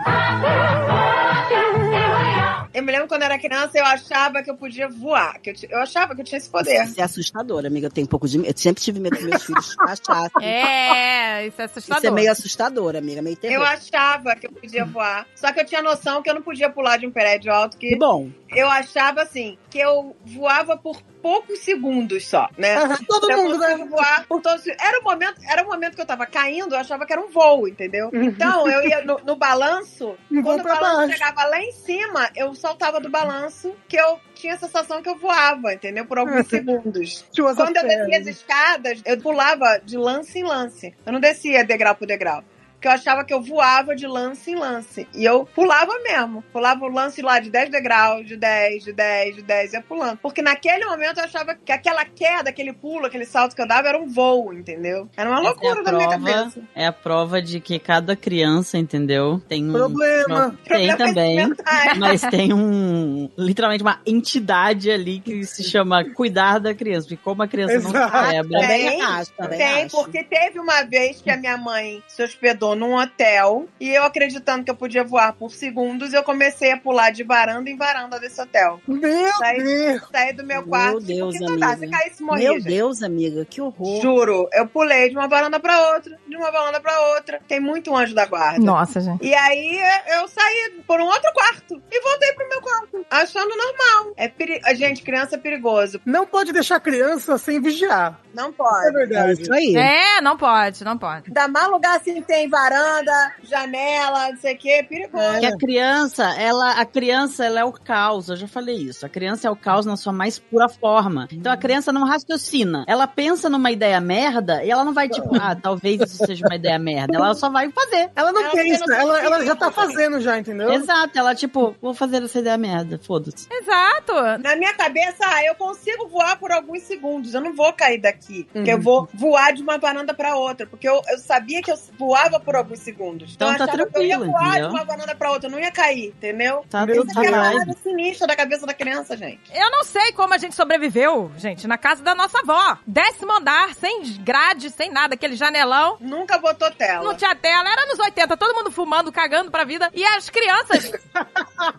Speaker 3: Eu me lembro quando eu era criança, eu achava que eu podia voar. Que eu, ti- eu achava que eu tinha esse poder.
Speaker 1: Isso é assustador, amiga. Eu tenho um pouco de medo. Eu sempre tive medo que meus filhos achassem.
Speaker 2: É, isso é assustador.
Speaker 1: Isso é meio assustador, amiga. Meio
Speaker 3: Eu
Speaker 1: terror.
Speaker 3: achava que eu podia voar. Só que eu tinha noção que eu não podia pular de um prédio alto.
Speaker 1: Que
Speaker 3: Que
Speaker 1: bom.
Speaker 3: eu achava, assim, que eu voava por poucos segundos só, né?
Speaker 4: Aham, Todo
Speaker 3: Eu
Speaker 4: mundo, né?
Speaker 3: consigo voar por todos. Era o momento, era o momento que eu tava caindo, eu achava que era um voo, entendeu? Então, eu ia no, no balanço,
Speaker 4: Não vou
Speaker 3: quando o
Speaker 4: Uhum. pra
Speaker 3: balanço
Speaker 4: baixo.
Speaker 3: chegava lá em cima, eu saltava do balanço, que eu tinha a sensação que eu voava, entendeu? Por alguns segundos.
Speaker 4: Tio, essa
Speaker 3: Quando eu
Speaker 4: perna.
Speaker 3: descia as
Speaker 5: né?
Speaker 3: escadas, eu pulava de lance em lance. Eu não descia degrau por degrau. Porque eu achava que eu voava de lance em lance. E eu pulava mesmo. Pulava o lance lá de 10 degraus, de 10, de 10, de 10, ia pulando. Porque naquele momento eu achava que aquela queda, aquele pulo, aquele salto que eu dava era um voo, entendeu? Era uma
Speaker 5: Essa é a
Speaker 3: loucura na minha
Speaker 5: prova.
Speaker 3: cabeça.
Speaker 5: É a prova de que cada criança, entendeu? Tem
Speaker 4: Hum,
Speaker 5: um.
Speaker 4: Problema.
Speaker 5: Tem
Speaker 3: Problemas
Speaker 5: também.
Speaker 3: mentais.
Speaker 5: Mas tem um. Literalmente uma entidade ali que se chama cuidar da criança. Porque como a criança não
Speaker 4: Exato.
Speaker 5: se quebra.
Speaker 1: Ah,
Speaker 3: É.
Speaker 1: Também
Speaker 3: Tem,
Speaker 1: acho, também
Speaker 3: Tem,
Speaker 1: acho.
Speaker 3: porque teve uma vez que a minha mãe se hospedou num hotel e eu acreditando que eu podia voar por segundos, eu comecei a pular de varanda em varanda desse hotel.
Speaker 4: Meu
Speaker 3: Saí,
Speaker 4: Deus.
Speaker 3: saí do meu
Speaker 1: Meu
Speaker 3: quarto
Speaker 1: Deus,
Speaker 3: tipo, que andar.
Speaker 1: amiga.
Speaker 3: Se caísse, morria.
Speaker 1: Meu
Speaker 3: gente.
Speaker 1: Deus, amiga, que horror.
Speaker 3: Juro, eu pulei de uma varanda pra outra, de uma varanda pra outra. Tem muito anjo da guarda.
Speaker 2: Nossa, gente.
Speaker 3: E aí eu saí por um outro quarto e voltei pro meu quarto, achando normal. É peri... Gente, criança é perigoso.
Speaker 4: Não pode deixar a criança sem vigiar.
Speaker 3: Não
Speaker 4: É
Speaker 3: pode.
Speaker 1: É
Speaker 4: verdade.
Speaker 1: isso aí.
Speaker 2: É, não pode, não pode.
Speaker 3: Ainda mais lugar assim tem varanda, janela, não sei o que, é perigoso.
Speaker 5: Que a criança, ela, a criança, ela é o caos. Eu já falei isso. A criança é o caos na sua mais pura forma. Então a criança não raciocina. Ela pensa numa ideia merda e ela não vai tipo, ah, talvez isso seja uma ideia merda. Ela só vai fazer.
Speaker 4: Ela não
Speaker 3: Ela
Speaker 4: pensa,
Speaker 3: não
Speaker 4: ela,
Speaker 3: tem
Speaker 4: ela
Speaker 3: filho,
Speaker 4: já tá
Speaker 3: não tem.
Speaker 4: fazendo já, entendeu?
Speaker 5: Exato. Ela tipo, vou fazer essa ideia merda. Foda-se.
Speaker 2: Exato.
Speaker 3: Na minha cabeça, ah, eu consigo voar por alguns segundos. Eu não vou cair daqui. Porque
Speaker 5: Uhum.
Speaker 3: eu vou voar de uma varanda pra outra. Porque eu, eu sabia que eu voava por alguns segundos.
Speaker 5: Então
Speaker 3: eu
Speaker 5: tá
Speaker 3: achava que eu ia
Speaker 5: tranquilo,
Speaker 3: voar
Speaker 5: entendeu?
Speaker 3: de uma varanda pra outra. Eu não ia cair, entendeu?
Speaker 5: Tá,
Speaker 4: Meu
Speaker 5: tá
Speaker 3: Isso é uma
Speaker 5: live.
Speaker 3: parada sinistra da cabeça da criança, gente.
Speaker 2: Eu não sei como a gente sobreviveu, gente, na casa da nossa avó. Décimo andar, sem grade, sem nada, aquele janelão.
Speaker 3: Nunca botou tela.
Speaker 2: Não tinha tela, era nos 80, todo mundo fumando, cagando pra vida. E as crianças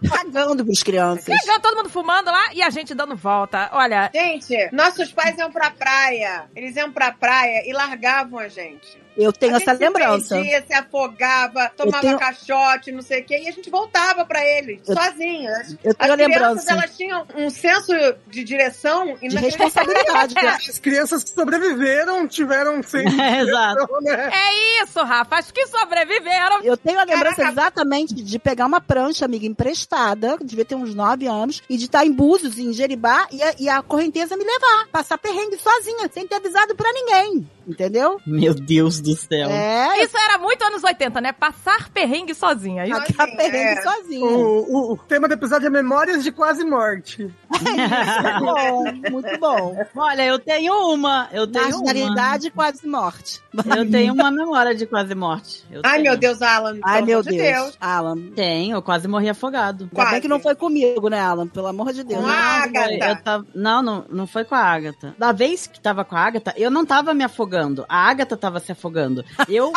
Speaker 1: Cagando pros crianças.
Speaker 2: cagando, todo mundo fumando lá e a gente dando volta. Olha,
Speaker 3: Gente, nossos pais iam pra praia. Eles iam pra praia e largavam a gente.
Speaker 1: Eu tenho
Speaker 3: A gente
Speaker 1: essa
Speaker 3: se
Speaker 1: lembrança.
Speaker 3: perdia morria, se afogava, tomava
Speaker 1: tenho-
Speaker 3: caixote, não sei o quê, e a gente voltava pra eles, sozinhas.
Speaker 1: Eu
Speaker 3: As
Speaker 1: tenho
Speaker 3: crianças,
Speaker 1: lembrança
Speaker 3: elas tinham um senso de direção
Speaker 1: de
Speaker 3: inacreditável.
Speaker 1: responsabilidade. né?
Speaker 4: É As crianças que sobreviveram tiveram sempre.
Speaker 5: Exato.
Speaker 4: né?
Speaker 2: É isso, Rafa. Acho que sobreviveram.
Speaker 1: Eu tenho a lembrança
Speaker 3: Caraca.
Speaker 1: exatamente de pegar uma prancha, amiga, emprestada, que devia ter uns 9 anos, e de estar em Búzios, em Jeribá, e a, e a correnteza me levar, passar perrengue sozinha, sem ter avisado pra ninguém. Entendeu?
Speaker 5: Meu Deus do céu.
Speaker 1: É,
Speaker 2: Isso era muito anos 80, né? Passar perrengue sozinha. Isso.
Speaker 1: passar
Speaker 3: Sozinha,
Speaker 1: perrengue
Speaker 3: é.
Speaker 1: sozinha.
Speaker 4: Hum. O, o- o tema do episódio é Memórias de Quase Morte.
Speaker 1: Muito bom, muito bom.
Speaker 5: Olha, eu tenho uma. Eu tenho uma.
Speaker 1: Marginalidade quase morte.
Speaker 5: Eu tenho uma memória de quase morte. Eu
Speaker 3: Ai,
Speaker 5: tenho.
Speaker 3: meu Deus, Alan.
Speaker 1: Ai,
Speaker 3: pelo
Speaker 1: meu
Speaker 3: amor de
Speaker 1: Deus. Alan, ainda
Speaker 5: Tenho, eu quase morri afogado.
Speaker 1: bem
Speaker 3: Quase.
Speaker 1: que não foi comigo, né, Alan? Pelo amor de Deus.
Speaker 3: Com
Speaker 5: Não,
Speaker 1: né?
Speaker 3: a
Speaker 5: foi-
Speaker 3: Agatha.
Speaker 5: eu tava- não, não, não foi com a Agatha. Da vez que tava com a Agatha, eu não tava me afogando. A Agatha tava se afogando. Eu,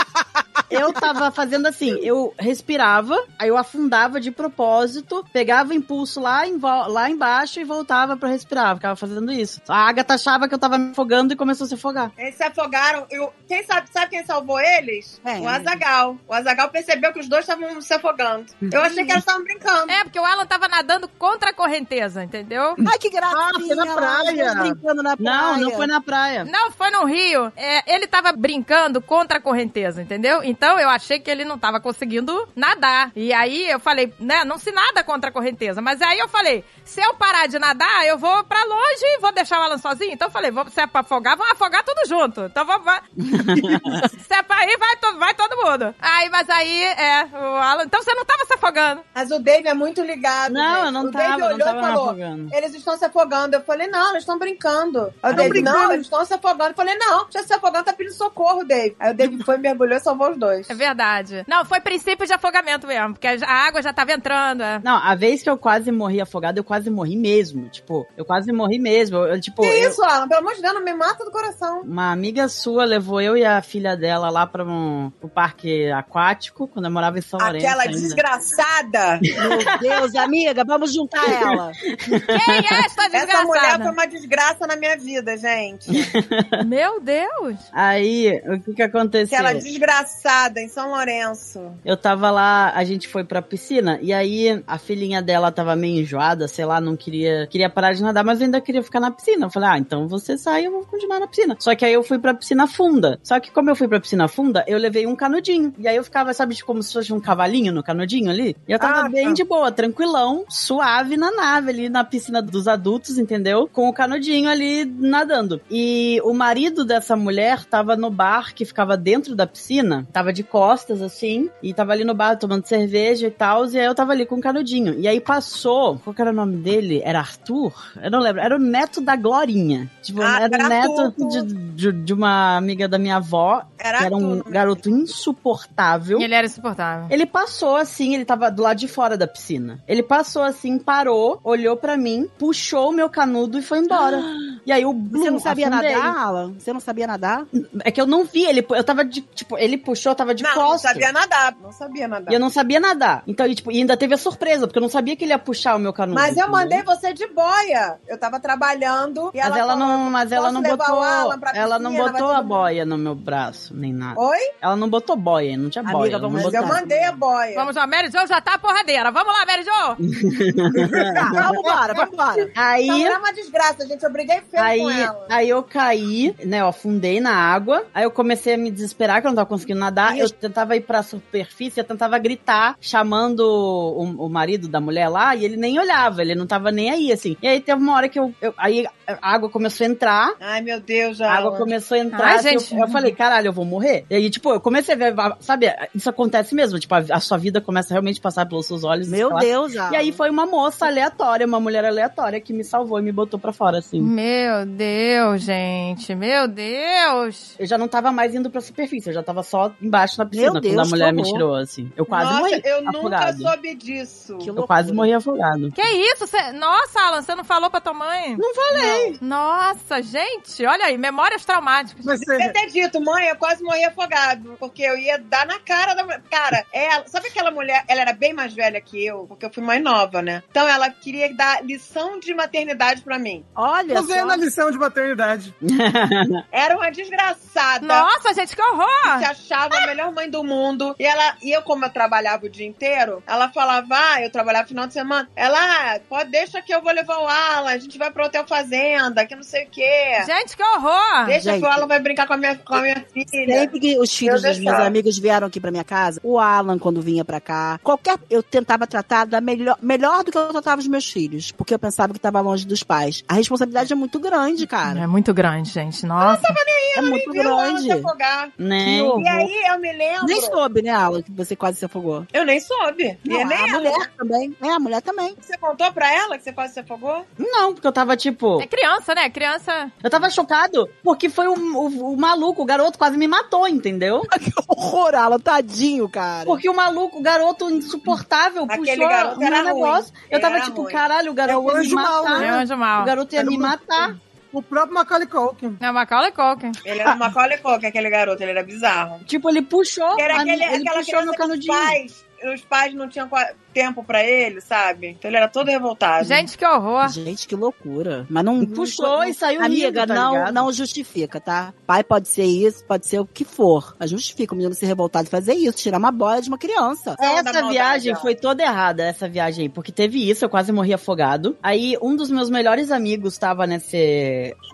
Speaker 5: eu tava fazendo assim, eu respirava, aí eu afundava de propósito, pegava o impulso lá, em, vo- lá embaixo e voltava pra respirar. Ficava fazendo isso. A Agatha achava que eu tava me afogando e começou a se afogar.
Speaker 3: Eles se afogaram. Eu- quem sabe, sabe quem salvou eles?
Speaker 1: É.
Speaker 3: O Azagal. O Azagal percebeu que os dois estavam se afogando. Eu achei que eles estavam brincando.
Speaker 2: É, porque o Alan tava nadando contra a correnteza, entendeu?
Speaker 1: Ai, que gracinha.
Speaker 4: Ah, foi na
Speaker 1: Alan,
Speaker 4: praia.
Speaker 1: os dois brincando na praia.
Speaker 5: Não, não foi na praia.
Speaker 2: Não, foi no Rio. É, ele tava brincando contra a correnteza, entendeu? Então eu achei que ele não tava conseguindo nadar. E aí eu falei, né, não se nada contra a correnteza. Mas aí eu falei, se eu parar de nadar, eu vou pra longe e vou deixar o Alan sozinho. Então eu falei, vamos, se é pra afogar, vamos afogar tudo junto. Então vamos. vai- se é pra ir, vai, to- vai todo mundo. Aí, mas aí, é, o Alan. Então você não tava se afogando.
Speaker 3: Mas o Dave é muito ligado.
Speaker 5: Não,
Speaker 3: gente.
Speaker 5: eu
Speaker 3: o
Speaker 5: não
Speaker 3: Dave
Speaker 5: tava, não
Speaker 3: olhou
Speaker 5: tava
Speaker 3: e
Speaker 5: me
Speaker 3: falou.
Speaker 5: afogando.
Speaker 3: Eles estão se afogando. Eu falei, não, eles estão brincando. Aí o
Speaker 4: Tão
Speaker 3: Dave,
Speaker 4: brincando.
Speaker 3: não, eles estão se afogando. Eu falei, não, já se afogando, tá pedindo socorro, Dave. Aí o Dave foi, mergulhou e salvou os dois.
Speaker 2: É verdade. Não, foi princípio de afogamento mesmo, porque a água já tava entrando. É.
Speaker 5: Não, a vez que eu quase morri afogada, eu quase morri mesmo. Tipo, eu quase morri mesmo. Eu, eu, tipo,
Speaker 3: Que
Speaker 5: eu-
Speaker 3: isso, Alan? Pelo amor de Deus, não me mata do coração.
Speaker 5: Uma amiga sua levou eu e a filha dela lá para um pro parque aquático, quando eu morava em São Lourenço.
Speaker 3: Aquela
Speaker 5: ainda.
Speaker 3: desgraçada.
Speaker 1: Meu Deus, amiga, vamos juntar ela.
Speaker 2: Quem é esta desgraçada?
Speaker 3: Essa mulher foi uma desgraça na minha vida, gente.
Speaker 2: Meu Deus!
Speaker 5: Aí, o que que aconteceu?
Speaker 3: Aquela desgraçada em São Lourenço.
Speaker 5: Eu tava lá, a gente foi pra piscina, e aí a filhinha dela tava meio enjoada, sei lá, não queria, queria parar de nadar, mas ainda queria ficar na piscina. Eu falei, ah, então você sai, eu vou continuar na piscina. Só que aí eu fui pra piscina funda. Só que como eu fui pra piscina funda, eu levei um canudinho. E aí eu ficava, sabe, tipo, como se fosse um cavalinho no canudinho ali? E eu tava
Speaker 4: Ah,
Speaker 5: bem
Speaker 4: tá.
Speaker 5: de boa, tranquilão, suave na nave ali, na piscina dos adultos, entendeu? Com o canudinho ali nadando. E o marido dessa mulher tava no bar que ficava dentro da piscina, tava de costas assim, e tava ali no bar tomando cerveja e tal, e aí eu tava ali com o canudinho. E aí passou, qual que era o nome dele? Era Arthur? Eu não lembro, era o neto da Glorinha. Tipo,
Speaker 3: Ah,
Speaker 5: era o neto
Speaker 3: gratuito.
Speaker 5: de, de, de uma amiga da minha avó,
Speaker 3: Era,
Speaker 5: que era um
Speaker 3: tudo. né?
Speaker 5: garoto insuportável.
Speaker 2: Ele era insuportável.
Speaker 5: Ele passou assim, ele tava do lado de fora da piscina. Ele passou assim, parou, olhou pra mim, puxou o meu canudo e foi embora. E aí o
Speaker 1: Você não sabia
Speaker 5: Hum, afundei.
Speaker 1: nadar, Alan? Você não sabia nadar?
Speaker 5: É que eu não vi, ele eu tava de, tipo, ele puxou, eu tava de
Speaker 3: não, não
Speaker 5: costas.
Speaker 3: sabia nadar. Não sabia
Speaker 5: E
Speaker 3: nadar.
Speaker 5: eu não sabia nadar. Então, e, tipo, e ainda teve a surpresa, porque eu não sabia que ele ia puxar o meu canudo.
Speaker 3: Mas eu
Speaker 5: entendeu?
Speaker 3: mandei você de boia. Eu tava trabalhando e
Speaker 5: Mas
Speaker 3: ela,
Speaker 5: ela, não, mas ela
Speaker 3: "Posso
Speaker 5: não
Speaker 3: levar
Speaker 5: botou,
Speaker 3: o Alan pra
Speaker 5: ela não
Speaker 3: piscina, vai
Speaker 5: botou
Speaker 3: todo
Speaker 5: a
Speaker 3: mundo."
Speaker 5: boia no meu braço, nem nada.
Speaker 3: Oi?
Speaker 5: Ela não botou boia, não tinha
Speaker 1: Amiga,
Speaker 5: boia. ela não
Speaker 1: vamos
Speaker 3: Mas
Speaker 5: botou.
Speaker 3: eu mandei a boia.
Speaker 2: Vamos lá, Mary Jo já tá porradeira. Vamos lá, Mary Jo!
Speaker 1: Tá, vamos embora, vamos embora.
Speaker 5: Aí
Speaker 3: Então era uma desgraça, gente. Eu briguei feio
Speaker 5: Aí,
Speaker 3: com ela.
Speaker 5: aí eu caí, né? Eu afundei na água. Aí eu comecei a me desesperar, que eu não tava conseguindo nadar. Eu tentava ir pra superfície, eu tentava gritar, chamando o, o marido da mulher lá, e ele nem olhava, ele não tava nem aí, assim. E aí teve uma hora que eu. eu- aí a água começou a entrar.
Speaker 3: Ai, meu Deus,
Speaker 5: A água
Speaker 3: Alan.
Speaker 5: começou a entrar.
Speaker 2: Ai,
Speaker 5: assim,
Speaker 2: gente.
Speaker 5: Eu, eu falei, caralho, eu vou morrer. E aí, tipo, eu comecei a ver. Sabe, isso acontece mesmo. Tipo, a, a sua vida começa a realmente passar pelos seus olhos.
Speaker 1: Meu
Speaker 5: sei lá.
Speaker 1: Deus, Alan.
Speaker 5: E aí foi uma moça aleatória, uma mulher aleatória que me salvou e me botou pra fora, assim.
Speaker 2: Meu Deus, gente. Meu Deus.
Speaker 5: Eu já não tava mais indo pra superfície, eu já tava só embaixo na piscina
Speaker 1: Meu
Speaker 5: quando a
Speaker 1: Deus,
Speaker 5: mulher
Speaker 1: que
Speaker 5: me
Speaker 1: horror.
Speaker 5: tirou, assim. Eu quase
Speaker 3: Nossa,
Speaker 5: morri.
Speaker 3: eu nunca
Speaker 5: afogado.
Speaker 3: soube disso.
Speaker 1: Que
Speaker 5: Eu quase
Speaker 1: loucura.
Speaker 5: morri afogado.
Speaker 2: Que isso? Cê- Nossa, Alan, você não falou pra tua mãe?
Speaker 5: Não falei.
Speaker 2: Nossa, gente, olha aí, memórias traumáticas.
Speaker 4: Mas
Speaker 3: Devia
Speaker 4: você.
Speaker 3: ter dito, mãe, eu quase morri afogado. Porque eu ia dar na cara da mulher. Cara, ela. Sabe aquela mulher? Ela era bem mais velha que eu, porque eu fui mãe nova, né? Então ela queria dar lição de maternidade pra mim.
Speaker 1: Olha
Speaker 4: Você
Speaker 1: só.
Speaker 4: uma lição de maternidade.
Speaker 3: Era uma
Speaker 5: tá.
Speaker 3: desgraçada.
Speaker 2: Nossa, gente, que horror!
Speaker 3: Se achava a melhor mãe do mundo. E ela, e eu, como eu trabalhava o dia inteiro, ela falava, ah, eu trabalhava final de semana. Ela, ah, pode deixa que eu vou levar o Alan, a gente vai pro Hotel Fazenda, que não sei o
Speaker 5: É.
Speaker 3: quê.
Speaker 2: Gente, que horror!
Speaker 3: Deixa
Speaker 1: Gente.
Speaker 3: que o Alan vai brincar com a minha, com a minha filha.
Speaker 1: Sempre que os filhos dos meus
Speaker 3: deixava.
Speaker 1: amigos vieram aqui pra minha casa, o Alan, quando vinha pra cá, qualquer. Eu tentava tratar da melhor, melhor do que eu tratava os meus filhos, porque eu pensava que tava longe dos pais. A responsabilidade é muito grande, cara.
Speaker 2: É muito grande, gente. Nossa.
Speaker 1: É muito
Speaker 3: Viu o Alan se
Speaker 1: grande.
Speaker 3: afogar.
Speaker 5: Né?
Speaker 1: Que horror.
Speaker 3: E aí eu me lembro.
Speaker 1: Nem soube, né, Alan, que você quase se afogou.
Speaker 3: Eu nem soube.
Speaker 1: Não,
Speaker 3: e é
Speaker 1: a
Speaker 3: nem ela.
Speaker 1: mulher também. É, a mulher também.
Speaker 3: Você contou pra ela que você quase se afogou?
Speaker 5: Não, porque eu tava tipo.
Speaker 2: É criança, né? Criança.
Speaker 5: Eu tava chocado porque foi o, o- o maluco, o garoto quase me matou, entendeu? É
Speaker 1: Que horror, Alan, tadinho, cara.
Speaker 5: Porque o maluco, o garoto insuportável,
Speaker 3: Aquele
Speaker 5: puxou
Speaker 3: garoto
Speaker 5: o
Speaker 3: era
Speaker 5: meu negócio.
Speaker 3: ruim.
Speaker 5: Eu tava
Speaker 3: Era
Speaker 5: tipo,
Speaker 3: ruim.
Speaker 5: caralho, o garoto
Speaker 4: É o
Speaker 5: ia me
Speaker 4: anjo mau,
Speaker 5: matar.
Speaker 4: né?
Speaker 2: É um anjo mal.
Speaker 5: O garoto ia
Speaker 4: Era
Speaker 5: me
Speaker 4: o-
Speaker 5: matar.
Speaker 4: O próprio Macaulay Culkin.
Speaker 2: É o Macaulay Culkin.
Speaker 3: Ele era
Speaker 5: Ah.
Speaker 3: uma colecoca, aquele garoto, ele era bizarro.
Speaker 5: Tipo, ele puxou.
Speaker 3: Era
Speaker 5: a
Speaker 3: aquele,
Speaker 5: minha- ele
Speaker 3: aquela
Speaker 5: puxou
Speaker 3: criança
Speaker 5: meu
Speaker 3: que os
Speaker 5: canudinho.
Speaker 3: pais, os pais não tinham qua- tempo pra ele, sabe? Então ele era todo revoltado.
Speaker 2: Gente, que horror.
Speaker 1: Gente, que loucura. Mas não.
Speaker 5: Puxou e saiu
Speaker 1: Amiga,
Speaker 5: rindo, tá
Speaker 1: não,
Speaker 5: ligado?
Speaker 1: não justifica, tá? Pai pode ser isso, pode ser o que for. Mas justifica o menino se revoltar de fazer isso, tirar uma bola de uma criança.
Speaker 3: Não, da
Speaker 5: É, Essa
Speaker 3: maldade,
Speaker 5: viagem
Speaker 3: ó.
Speaker 5: foi toda errada, essa viagem aí, porque teve isso, eu quase morri afogado. Aí um dos meus melhores amigos tava
Speaker 3: Isso
Speaker 5: nesse.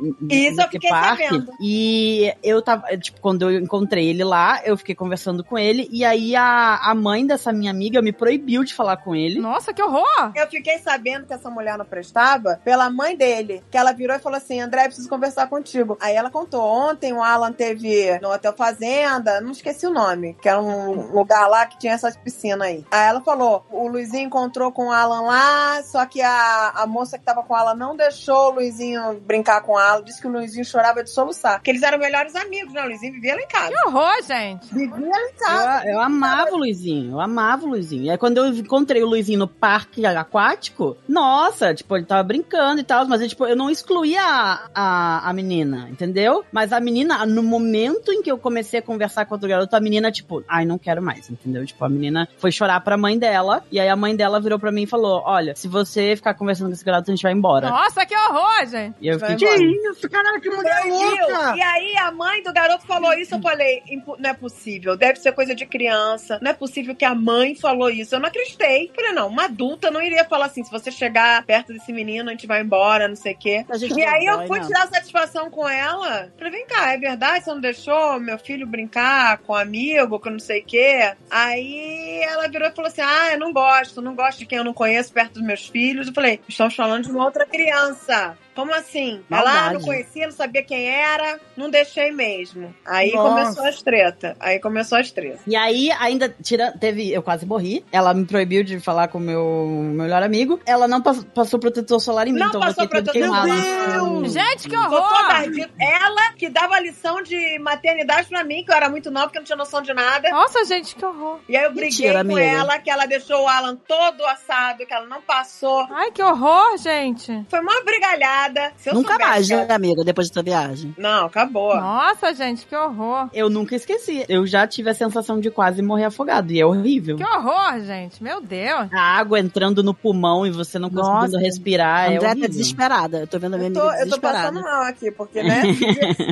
Speaker 3: eu
Speaker 5: nesse
Speaker 3: fiquei sabendo.
Speaker 5: E eu tava, tipo, quando eu encontrei ele lá, eu fiquei conversando com ele, e aí a, a mãe dessa minha amiga me proibiu de falar com ele.
Speaker 2: Nossa, que horror.
Speaker 3: Eu fiquei sabendo que essa mulher não prestava pela mãe dele, que ela virou e falou assim: André, preciso conversar contigo. Aí ela contou: ontem o Alan teve no Hotel Fazenda, não esqueci o nome, que era um lugar lá que tinha essas piscinas aí. Aí ela falou: o Luizinho encontrou com o Alan lá, só que a, a moça que tava com o Alan não deixou o Luizinho brincar com o Alan, disse que o Luizinho chorava de soluçar. Porque eles eram melhores amigos, né? O Luizinho vivia lá em casa.
Speaker 2: Que horror, gente.
Speaker 3: Vivia lá em casa.
Speaker 5: Eu, eu amava o Luizinho, eu amava o Luizinho. E aí, quando eu encontrei o Luizinho no parque aquático, nossa, tipo, ele tava brincando e tal, mas eu, tipo, eu não excluía a, a, a menina, entendeu? Mas a menina, no momento em que eu comecei a conversar com outro garoto, a menina, tipo, ai, não quero mais, entendeu? Tipo, a menina foi chorar pra mãe dela, e aí a mãe dela virou pra mim e falou: Olha, se você ficar conversando com esse garoto, a gente vai embora.
Speaker 2: Nossa, que horror, gente.
Speaker 5: E eu
Speaker 3: Vai
Speaker 5: fiquei,
Speaker 4: Que
Speaker 5: tipo,
Speaker 4: isso, caralho, que mulher é
Speaker 3: Proibiu.
Speaker 4: louca!
Speaker 3: E aí a mãe do garoto falou isso, eu falei, "Impo- não é possível, deve ser coisa de criança, não é possível que a mãe falou isso. Eu não acreditei. Falei, não, uma adulta não iria falar assim, se você chegar perto desse menino, a gente vai embora, não sei o quê.
Speaker 1: A gente
Speaker 3: E
Speaker 1: não
Speaker 3: aí eu
Speaker 1: dói,
Speaker 3: fui
Speaker 1: não.
Speaker 3: tirar satisfação com ela. Falei, vem cá, é verdade? Você não deixou meu filho brincar com um amigo, com não sei o quê? Aí ela virou e falou assim, ah, eu não gosto, não gosto de quem eu não conheço perto dos meus filhos. Eu falei, estamos falando de uma outra criança. Como assim? Ela ah, não
Speaker 5: Maldade.
Speaker 3: conhecia, não sabia quem era, não deixei mesmo. Aí
Speaker 4: Nossa.
Speaker 3: começou as treta. Aí começou as treta.
Speaker 5: E aí, ainda tira, teve. Eu quase morri. Ela me proibiu de falar com o meu melhor amigo. Ela não pass- passou protetor solar em mim,
Speaker 3: Não
Speaker 5: então
Speaker 3: passou
Speaker 5: eu fiquei todo
Speaker 3: protetor-
Speaker 5: queimado.
Speaker 4: Meu Deus!
Speaker 2: Gente, que
Speaker 3: Ficou toda
Speaker 2: horror.
Speaker 3: ardida. Ela que dava lição de maternidade pra mim, que eu era muito nova, porque eu não tinha noção de nada.
Speaker 2: Nossa, gente, que horror.
Speaker 3: E aí eu briguei
Speaker 1: Mentira,
Speaker 3: com
Speaker 1: amiga.
Speaker 3: ela, que ela deixou o Alan todo assado, que ela não passou.
Speaker 2: Ai, que horror, gente.
Speaker 3: Foi uma brigalhada. Se eu
Speaker 1: Nunca
Speaker 3: soubesse
Speaker 1: mais,
Speaker 3: que ela-
Speaker 1: né, amiga, depois dessa viagem.
Speaker 3: Não, acabou.
Speaker 2: Nossa, gente, que horror.
Speaker 5: Eu nunca esqueci. Eu já tive a sensação de quase morrer afogado. E é horrível.
Speaker 2: Que horror, gente. Meu Deus.
Speaker 5: A água entrando no pulmão e você não
Speaker 1: Nossa.
Speaker 5: conseguindo respirar.
Speaker 1: a
Speaker 5: é
Speaker 1: André tá
Speaker 5: horrível.
Speaker 1: desesperada. Eu tô vendo a minha
Speaker 3: Eu tô,
Speaker 1: amiga
Speaker 3: eu tô passando
Speaker 1: desesperada.
Speaker 3: mal aqui, porque, né?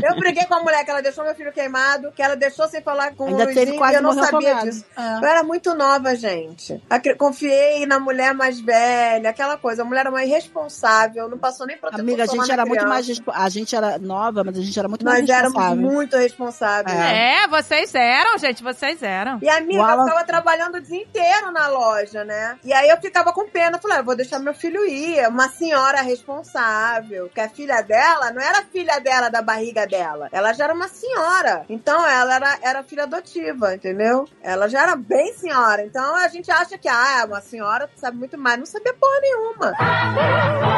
Speaker 3: eu briguei com a mulher que ela deixou meu filho queimado, que ela deixou sem falar com o
Speaker 1: Ainda
Speaker 3: Luizinho,
Speaker 1: teve
Speaker 3: e
Speaker 1: quase
Speaker 3: assim, eu não
Speaker 1: morreu
Speaker 3: sabia
Speaker 1: afogado.
Speaker 3: disso. Eu era muito nova, gente. Acre- Confiei na mulher mais velha, aquela coisa. A mulher era uma irresponsável, não passou nem proteção.
Speaker 1: Amiga, a gente
Speaker 3: solar na
Speaker 1: era muito
Speaker 3: criança.
Speaker 1: mais. respo- A gente era nova, mas a gente era muito mais
Speaker 3: Nós éramos
Speaker 1: responsável.
Speaker 3: muito responsáveis.
Speaker 1: É.
Speaker 2: É, vocês eram, gente. Vocês eram.
Speaker 3: E a amiga
Speaker 1: O Alan-
Speaker 3: ficava trabalhando o dia inteiro na loja, né? E aí eu ficava com pena, falei, ah, vou deixar meu filho ir. É Uma senhora responsável. Porque a filha dela não era filha dela da barriga dela. Ela já era uma senhora. Então ela era, era filha adotiva, entendeu? Ela já era bem senhora. Então a gente acha que, ah, é uma senhora sabe muito mais. Não sabia porra nenhuma.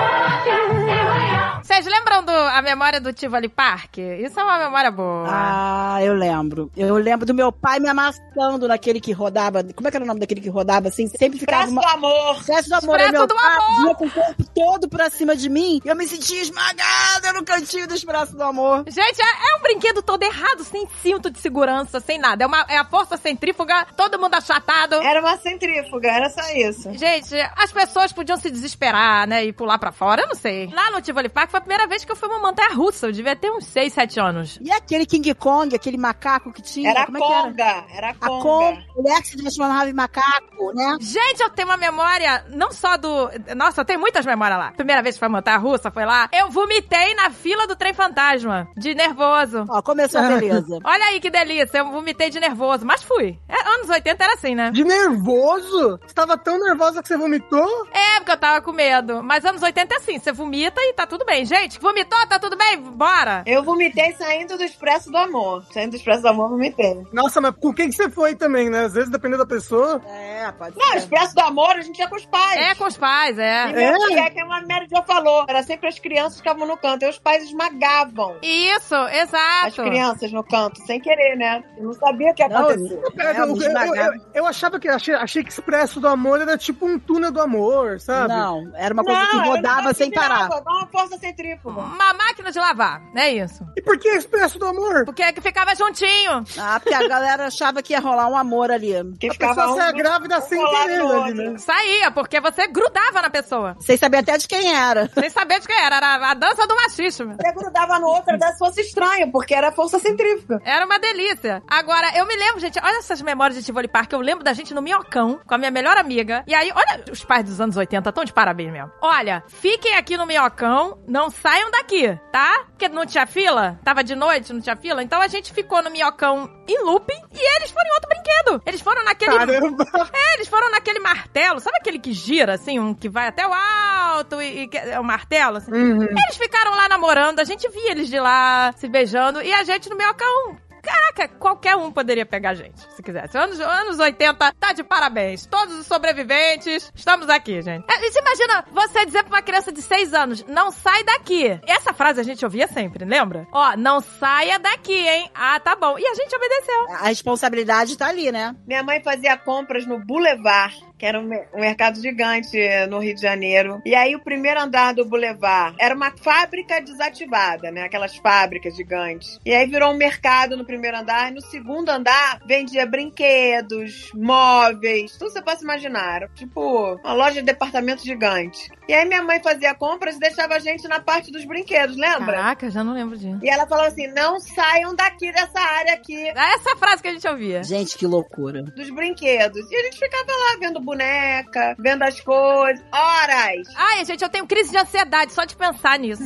Speaker 2: Vocês lembram do, a memória do Tivoli Park? Isso é uma memória boa.
Speaker 1: Ah, eu lembro. Eu lembro do meu pai me amassando naquele que rodava. Como é que era o nome daquele que rodava assim? Sempre ficava
Speaker 3: Expresso
Speaker 1: uma.
Speaker 3: do amor.
Speaker 1: Expresso do amor,
Speaker 2: Expresso
Speaker 1: é meu
Speaker 2: do
Speaker 1: pai vinha com o corpo todo pra cima de mim. E eu me sentia esmagada no cantinho do Expresso do Amor.
Speaker 2: Gente, é, é um brinquedo todo errado, sem cinto de segurança, sem nada. É, uma, é a força centrífuga, todo mundo achatado.
Speaker 3: Era uma centrífuga, era só isso.
Speaker 2: Gente, as pessoas podiam se desesperar, né? E pular pra fora, eu não sei. Lá no Tivoli Park foi a primeira vez que eu fui uma montanha russa. Eu devia ter uns 6, 7 anos.
Speaker 1: E aquele King Kong, aquele macaco que tinha?
Speaker 3: Era a
Speaker 1: Como é que era?
Speaker 3: conga, era a
Speaker 1: A
Speaker 3: conga.
Speaker 1: Kong, mulher que se transformava em macaco, né?
Speaker 2: Gente, eu tenho uma memória, não só do. Nossa, eu tenho muitas memórias lá. Primeira vez que foi montar a russa, foi lá. Eu vomitei na fila do trem fantasma, de nervoso.
Speaker 1: Ó, começou a beleza.
Speaker 2: Olha aí que delícia, eu vomitei de nervoso, mas fui. É, anos 80 era assim, né?
Speaker 4: De nervoso? Você tava tão nervosa que você vomitou?
Speaker 2: É, porque eu tava com medo. Mas anos 80 é assim, você vomita e tá tudo bem. Gente, vomitou, tá tudo bem? Bora!
Speaker 3: Eu vomitei saindo do Expresso do Amor. Saindo do Expresso do Amor, eu vomitei.
Speaker 4: Nossa, mas com quem que você foi também, né? Às vezes, dependendo da pessoa.
Speaker 1: É, pode
Speaker 3: Não, Ah, o
Speaker 1: ser.
Speaker 3: Expresso do Amor a gente ia com os pais.
Speaker 2: É, com os pais, é.
Speaker 3: Primeiro que é que uma Mary já falou. Era sempre as crianças que ficavam no canto. E os pais esmagavam
Speaker 2: Isso,
Speaker 3: as
Speaker 2: exato.
Speaker 3: crianças no canto, sem querer, né? Eu não sabia o que ia
Speaker 1: Não,
Speaker 3: acontecer.
Speaker 4: É,
Speaker 1: É,
Speaker 4: eu,
Speaker 1: me
Speaker 4: eu- eu-
Speaker 1: esmagava.
Speaker 4: eu- eu achava que achei, achei que Expresso do Amor era tipo um túnel do amor, sabe?
Speaker 1: Não, era uma coisa
Speaker 3: Não,
Speaker 1: que
Speaker 3: era um
Speaker 1: rodava
Speaker 3: negócio
Speaker 1: sem
Speaker 3: que
Speaker 1: parar.
Speaker 3: virava, dava uma força centrífuga.
Speaker 2: Uma máquina de lavar, é isso.
Speaker 4: E por que Expresso do Amor?
Speaker 2: Porque é que ficava juntinho.
Speaker 1: Ah, porque a galera achava que ia rolar um amor ali.
Speaker 3: Que um,
Speaker 4: A pessoa saia grávida sem
Speaker 3: colado
Speaker 4: querer
Speaker 3: no
Speaker 4: ali, né?
Speaker 2: Saía, porque você grudava na pessoa.
Speaker 1: Vocês sabiam até de quem era.
Speaker 2: Sem saber de quem era. Era a dança do machismo.
Speaker 3: Você grudava no outro, era se fosse estranho, porque era força centrífuga.
Speaker 2: Era uma delícia. Agora, eu me lembro, gente, olha essas memórias de Tivoli Park. Eu lembro da gente no Minhocão, com a minha melhor amiga. E aí, olha, os pais dos anos 80 estão de parabéns mesmo. Olha, fiquem aqui no Minhocão, não saiam daqui, tá? Porque não tinha fila, tava de noite, não tinha fila. Então a gente ficou no Minhocão em looping e eles foram em outro brinquedo. Eles foram naquele...
Speaker 4: Caramba!
Speaker 2: É, eles foram naquele martelo, sabe aquele que gira, assim, um que vai até o alto e, e que- é o martelo, assim?
Speaker 4: Uhum.
Speaker 2: Eles ficaram lá namorando, a gente via eles de lá se beijando e a gente no meio acão. Caraca, qualquer um poderia pegar a gente, se quisesse. Anos, anos 80, tá de parabéns. Todos os sobreviventes, estamos aqui, gente. É, e você imagina você dizer pra uma criança de 6 anos, não sai daqui. Essa frase a gente ouvia sempre, lembra? Ó, não saia daqui, hein? Ah, tá bom. E a gente obedeceu.
Speaker 1: A responsabilidade tá ali, né?
Speaker 3: Minha mãe fazia compras no Boulevard, que era um mer- um mercado gigante eh, no Rio de Janeiro. E aí o primeiro andar do Boulevard era uma fábrica desativada, né? Aquelas fábricas gigantes. E aí virou um mercado no primeiro andar. E no segundo andar vendia brinquedos, móveis, tudo que você possa imaginar. Era Tipo, uma loja de departamento gigante. E aí minha mãe fazia compras e deixava a gente na parte dos brinquedos, lembra?
Speaker 2: Caraca, já não lembro disso.
Speaker 3: E ela falava assim: não saiam daqui dessa área aqui
Speaker 2: Era É Essa frase que a gente ouvia.
Speaker 1: Gente, que loucura.
Speaker 3: dos brinquedos. E a gente ficava lá vendo boneca, vendo as coisas, horas.
Speaker 2: Ai, gente, eu tenho crise de ansiedade só de pensar nisso.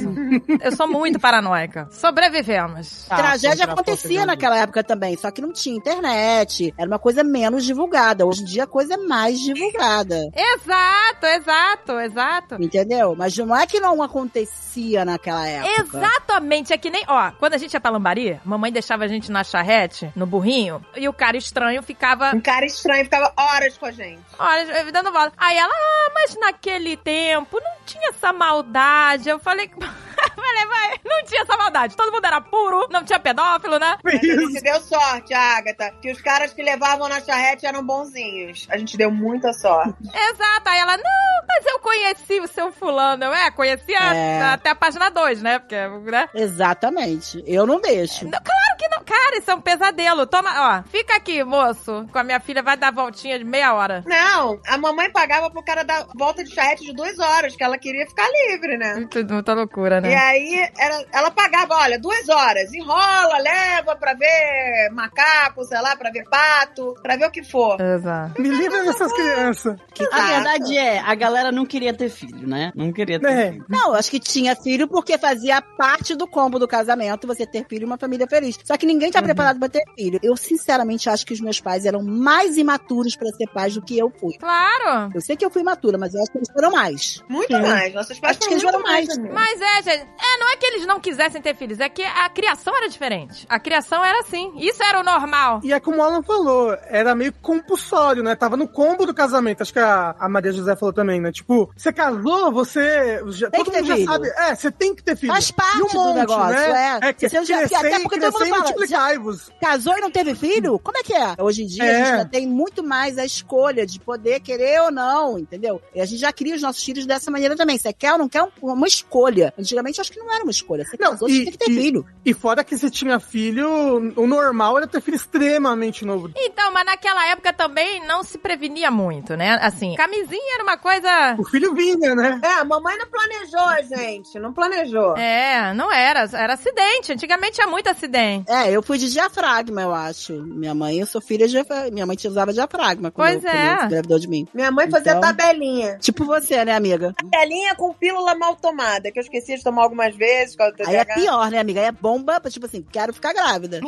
Speaker 2: Eu sou muito paranoica. Sobrevivemos.
Speaker 5: Tá,
Speaker 1: Tragédia
Speaker 5: tirar foto
Speaker 1: acontecia
Speaker 5: da
Speaker 1: naquela época também, só que não tinha internet. Era uma coisa menos divulgada. Hoje em dia a coisa é mais divulgada.
Speaker 2: Exato, exato, exato.
Speaker 1: Entendeu? Mas não é que não acontecia naquela época.
Speaker 2: Exatamente, é que nem, ó, quando a gente ia pra Lambari, mamãe deixava a gente na charrete, no burrinho, e o cara estranho ficava,
Speaker 3: Um cara estranho ficava horas com a gente.
Speaker 2: olha, dando bola. Aí ela, ah, mas naquele tempo não tinha essa maldade. Eu falei, falei, vai, não tinha essa maldade. Todo mundo era puro, não tinha pedófilo, né?
Speaker 3: Mas a gente deu sorte, Agatha, que os caras que levavam na charrete eram bonzinhos. A gente deu muita sorte.
Speaker 2: Exato. Aí ela, não, mas eu conheci o seu fulano. Eu, é, conhecia
Speaker 1: É.
Speaker 2: até a página 2, né? Porque, né?
Speaker 1: Exatamente. Eu não deixo.
Speaker 2: Não, claro que não. Cara, isso é um pesadelo. Toma, ó, fica aqui, moço. Com a minha filha, vai dar voltinha de meia hora.
Speaker 3: Não, a mamãe pagava pro cara dar volta de charrete de duas horas, que ela queria ficar livre, né?
Speaker 2: Muito- Muita loucura,
Speaker 3: E
Speaker 1: É.
Speaker 2: né?
Speaker 3: aí, era- ela pagava, olha, duas horas, enrola, leva pra ver macaco, sei lá, pra ver pato, pra ver o que for.
Speaker 2: Exato.
Speaker 4: Me livra dessas crianças.
Speaker 1: Que
Speaker 5: A
Speaker 1: tá.
Speaker 5: verdade é, a galera não queria ter filho, né? Não queria ter
Speaker 4: É.
Speaker 5: filho.
Speaker 1: Não, acho que tinha filho porque fazia parte do combo do casamento você ter filho e uma família feliz. Só que ninguém tá preparado pra ter filho. Eu sinceramente acho que os meus pais eram mais imaturos pra ser pais do que eu fui.
Speaker 2: Claro.
Speaker 1: Eu sei que eu fui imatura, mas eu acho que eles foram mais.
Speaker 3: Muito mais. Nossos pais
Speaker 1: Acho que eles
Speaker 3: foram
Speaker 1: foram
Speaker 3: muito mais.
Speaker 1: mais. né?
Speaker 3: amigos.
Speaker 2: Mas é, gente. É, não é que eles não quisessem ter filhos, é que a criação era diferente. A criação era assim. Isso era o normal.
Speaker 4: E é como o Alan falou, era meio compulsório, né? Tava no combo do casamento. Acho que a, a Maria José falou também, né? Tipo, você casou, você. Já,
Speaker 1: Tem que
Speaker 4: todo
Speaker 1: ter
Speaker 4: mundo já
Speaker 1: filho.
Speaker 4: sabe. É, você tem que ter filho.
Speaker 1: Faz parte
Speaker 4: E um
Speaker 1: do
Speaker 4: monte,
Speaker 1: negócio,
Speaker 4: né?
Speaker 1: é.
Speaker 4: É que
Speaker 1: Você já-
Speaker 4: crescer
Speaker 1: até
Speaker 4: e
Speaker 1: porque todo
Speaker 4: crescer
Speaker 1: mundo
Speaker 4: e multiplicai-vos.
Speaker 1: Casou e não teve filho? Como é que é? Hoje em dia
Speaker 4: É.
Speaker 1: a gente já tem muito mais a escolha de poder querer ou não, entendeu? E a gente já cria os nossos filhos dessa maneira também. Você quer ou não quer um- uma escolha. Antigamente acho que não era uma escolha. Você
Speaker 4: Não,
Speaker 1: casou,
Speaker 4: e-
Speaker 1: você tem que ter
Speaker 4: e-
Speaker 1: filho.
Speaker 4: E fora que se tinha filho, o normal era ter filho extremamente novo.
Speaker 2: Então, mas naquela época também não se prevenia muito, né? Assim, camisinha era uma coisa.
Speaker 4: O filho vinha, né?
Speaker 3: É, a mamãe não planejou, gente. Não planejou.
Speaker 2: É, não era. Era acidente. Antigamente tinha muito acidente.
Speaker 1: É, eu fui de diafragma, eu acho. Minha mãe, eu sou filha de Minha mãe te usava diafragma quando,
Speaker 2: Pois
Speaker 1: eu, quando
Speaker 2: é.
Speaker 1: eu engravidou de mim.
Speaker 3: Minha mãe fazia
Speaker 1: Então-
Speaker 3: tabelinha.
Speaker 1: Tipo você, né, amiga?
Speaker 3: Tabelinha com pílula mal tomada, que eu esqueci de tomar algumas vezes. por causa do
Speaker 1: Aí é
Speaker 3: TDAH.
Speaker 1: pior, né, amiga? Aí é bomba, tipo assim, quero ficar grávida.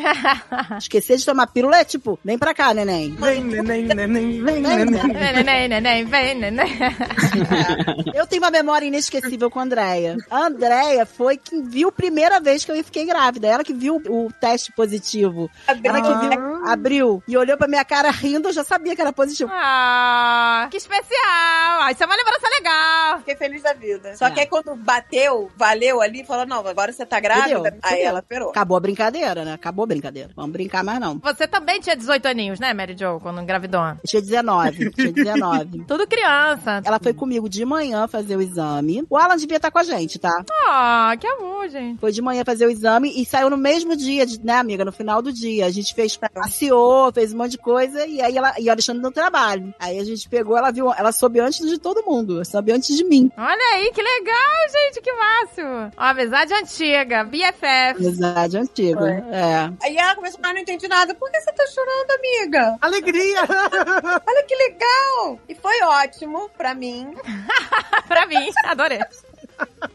Speaker 1: Esquecer de tomar pílula é tipo, vem pra cá, neném.
Speaker 4: Vem, neném, neném, vem,
Speaker 1: Vem, né?
Speaker 4: neném.
Speaker 1: neném.
Speaker 2: Vem, neném, neném, vem, neném.
Speaker 1: Eu tenho uma memória inesquecível com a Andréia. A Andréia foi quem viu a primeira vez que eu fiquei grávida. Ela que viu o teste positivo. Ela
Speaker 3: Tabelinha.
Speaker 1: que viu, abriu e olhou pra minha cara rindo, eu já sabia que era positivo.
Speaker 2: Ah, que especial! Ah, isso é uma lembrança legal!
Speaker 3: Fiquei feliz da vida. Só
Speaker 1: É.
Speaker 3: que aí quando bateu, valeu ali, falou: não, agora você tá grávida.
Speaker 1: Fudeu,
Speaker 3: Aí
Speaker 1: fudeu.
Speaker 3: ela perou.
Speaker 1: Acabou a brincadeira, né? Acabou a brincadeira. Vamos brincar mais não.
Speaker 2: Você também tinha 18 aninhos, né, Mary Jo, quando engravidou?
Speaker 1: Tinha 19, tinha 19.
Speaker 2: Tudo criança.
Speaker 1: Ela foi comigo de manhã fazer o exame. O Alan devia estar com a gente, tá?
Speaker 2: Ah, que amor, gente.
Speaker 1: Foi de manhã fazer o exame e saiu no mesmo dia, de- né, amiga? No final do dia. A gente fez, passeou, fez um monte de coisa e aí ela e ela deixando no trabalho. Aí a gente pegou, ela viu, ela soube antes de todo mundo, ela soube antes de mim.
Speaker 2: Olha aí, que legal, gente, que máximo. Ó, amizade antiga, BFF.
Speaker 1: Amizade antiga. É.
Speaker 3: Aí ela começou, mas não entendi nada. Por que você tá chorando, amiga?
Speaker 4: Alegria!
Speaker 3: Olha que legal! E foi ótimo pra mim,
Speaker 2: pra mim, adorei.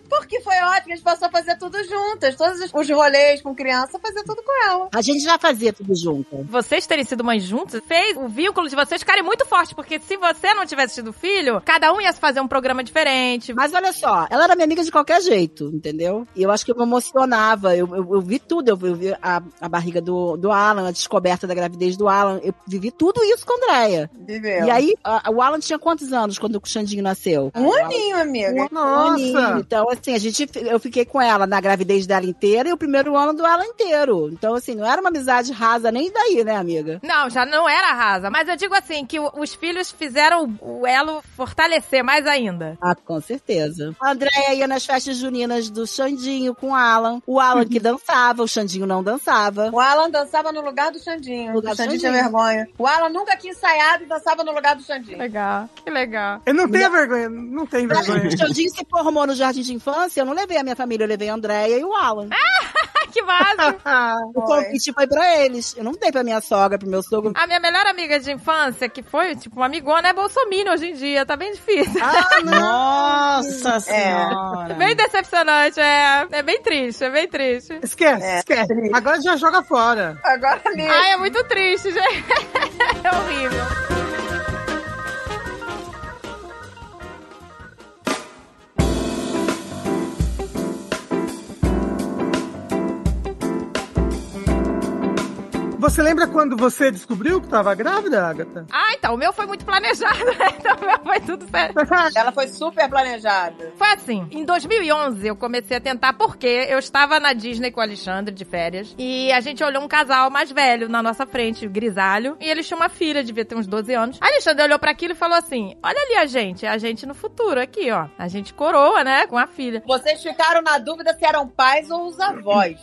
Speaker 3: porque foi ótimo. A gente passou a fazer tudo juntas. Todos os- os rolês com criança, fazer tudo com ela.
Speaker 1: A gente já fazia tudo junto.
Speaker 2: Vocês terem sido mães juntas fez o vínculo de vocês ficarem muito forte, porque se você não tivesse tido filho, cada um ia fazer um programa diferente.
Speaker 1: Mas olha só, ela era minha amiga de qualquer jeito, entendeu? E eu acho que eu me emocionava. Eu, eu, eu vi tudo. Eu, eu vi a, a barriga do, do Alan, a descoberta da gravidez do Alan. Eu vivi tudo isso com a Andrea.
Speaker 3: Viveu.
Speaker 1: E aí, a- o Alan tinha quantos anos quando o Xandinho nasceu?
Speaker 3: Um aninho, amiga.
Speaker 4: Nossa!
Speaker 1: Então, assim, a gente, eu fiquei com ela na gravidez dela inteira e o primeiro ano do Alan inteiro. Então, assim, não era uma amizade rasa nem daí, né, amiga?
Speaker 2: Não, já não era rasa. Mas eu digo assim, que o- os filhos fizeram o elo fortalecer mais ainda.
Speaker 1: Ah, com certeza. A Andréia ia nas festas juninas do Xandinho com o Alan. O Alan que dançava, o Xandinho não dançava.
Speaker 3: O Alan dançava no lugar do Xandinho.
Speaker 1: No lugar
Speaker 3: o
Speaker 1: do
Speaker 3: Xandinho tinha
Speaker 1: Xandinho.
Speaker 3: vergonha. O Alan nunca tinha ensaiado e dançava no lugar do Xandinho.
Speaker 2: Legal, que legal.
Speaker 4: Eu não tenho vergonha, não tenho vergonha.
Speaker 1: O Xandinho se formou no jardim de infância, eu não levei a minha família, eu levei a Andréia e o Alan.
Speaker 2: Ai, que base!
Speaker 3: Ah,
Speaker 1: o convite foi pra eles. Eu não dei pra minha sogra, pro meu sogro.
Speaker 2: A minha melhor amiga de infância, que foi, tipo, uma amigona, é Bolsonaro hoje em dia. Tá bem difícil.
Speaker 5: Nossa
Speaker 1: É.
Speaker 5: senhora.
Speaker 2: Bem decepcionante, é. É bem triste, é bem triste.
Speaker 4: Esquece,
Speaker 3: É,
Speaker 4: esquece. Agora já joga fora.
Speaker 3: Agora ali.
Speaker 2: Ai, é muito triste, gente. É horrível.
Speaker 4: Você lembra quando você descobriu que tava grávida, Agatha?
Speaker 2: Ah, então, o meu foi muito planejado, né? Então, o meu foi tudo certo.
Speaker 3: Ela foi super planejada.
Speaker 2: Foi assim, em 2011 eu comecei a tentar porque eu estava na Disney com o Alexandre de férias e a gente olhou um casal mais velho na nossa frente, grisalho, e eles tinham uma filha, devia ter uns 12 anos. Aí Alexandre olhou pra aquilo e falou assim: "Olha ali a gente, a gente no futuro aqui, ó. A gente coroa, né, com a filha".
Speaker 3: Vocês ficaram na dúvida se eram pais ou os avós.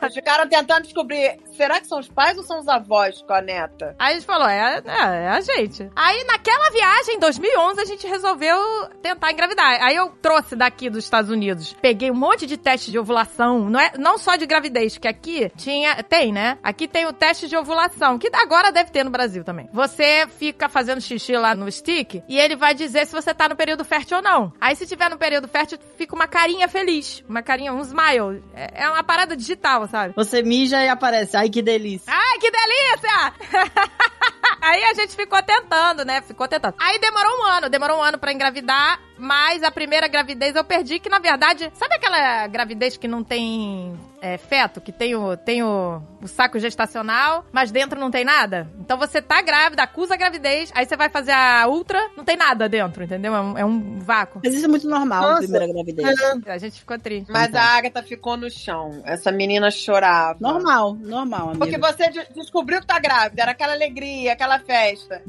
Speaker 3: Vocês ficaram tentando descobrir, será que são os pais ou são os avós com a neta?
Speaker 2: Aí a gente falou, é, é, é a gente. Aí naquela viagem, em 2011, a gente resolveu tentar engravidar. Aí eu trouxe daqui dos Estados Unidos. Peguei um monte de teste de ovulação, não, é, não só de gravidez, que aqui tinha, tem, né? Aqui tem o teste de ovulação, que agora deve ter no Brasil também. Você fica fazendo xixi lá no stick e ele vai dizer se você tá no período fértil ou não. Aí se tiver no período fértil, fica uma carinha feliz, uma carinha, um smile. É, é uma parada digital, sabe?
Speaker 5: Você mija e aparece. Ai, que delícia.
Speaker 2: Ai, que delícia! Aí a gente ficou tentando, né? Ficou tentando. Aí demorou um ano, demorou um ano pra engravidar, mas a primeira gravidez eu perdi, que na verdade, sabe aquela gravidez que não tem é, feto, que tem, o, tem o, o saco gestacional, mas dentro não tem nada. Então você tá grávida, acusa a gravidez, aí você vai fazer a ultra, não tem nada dentro, entendeu? É um, é um vácuo.
Speaker 1: Mas isso é muito normal na
Speaker 4: Nossa.
Speaker 1: primeira gravidez.
Speaker 2: A gente ficou triste.
Speaker 3: Mas
Speaker 1: Então.
Speaker 3: a Agatha ficou no chão. Essa menina chorava.
Speaker 1: Normal, normal, amiga.
Speaker 3: Porque você de- descobriu que tá grávida, era aquela alegria, aquela festa.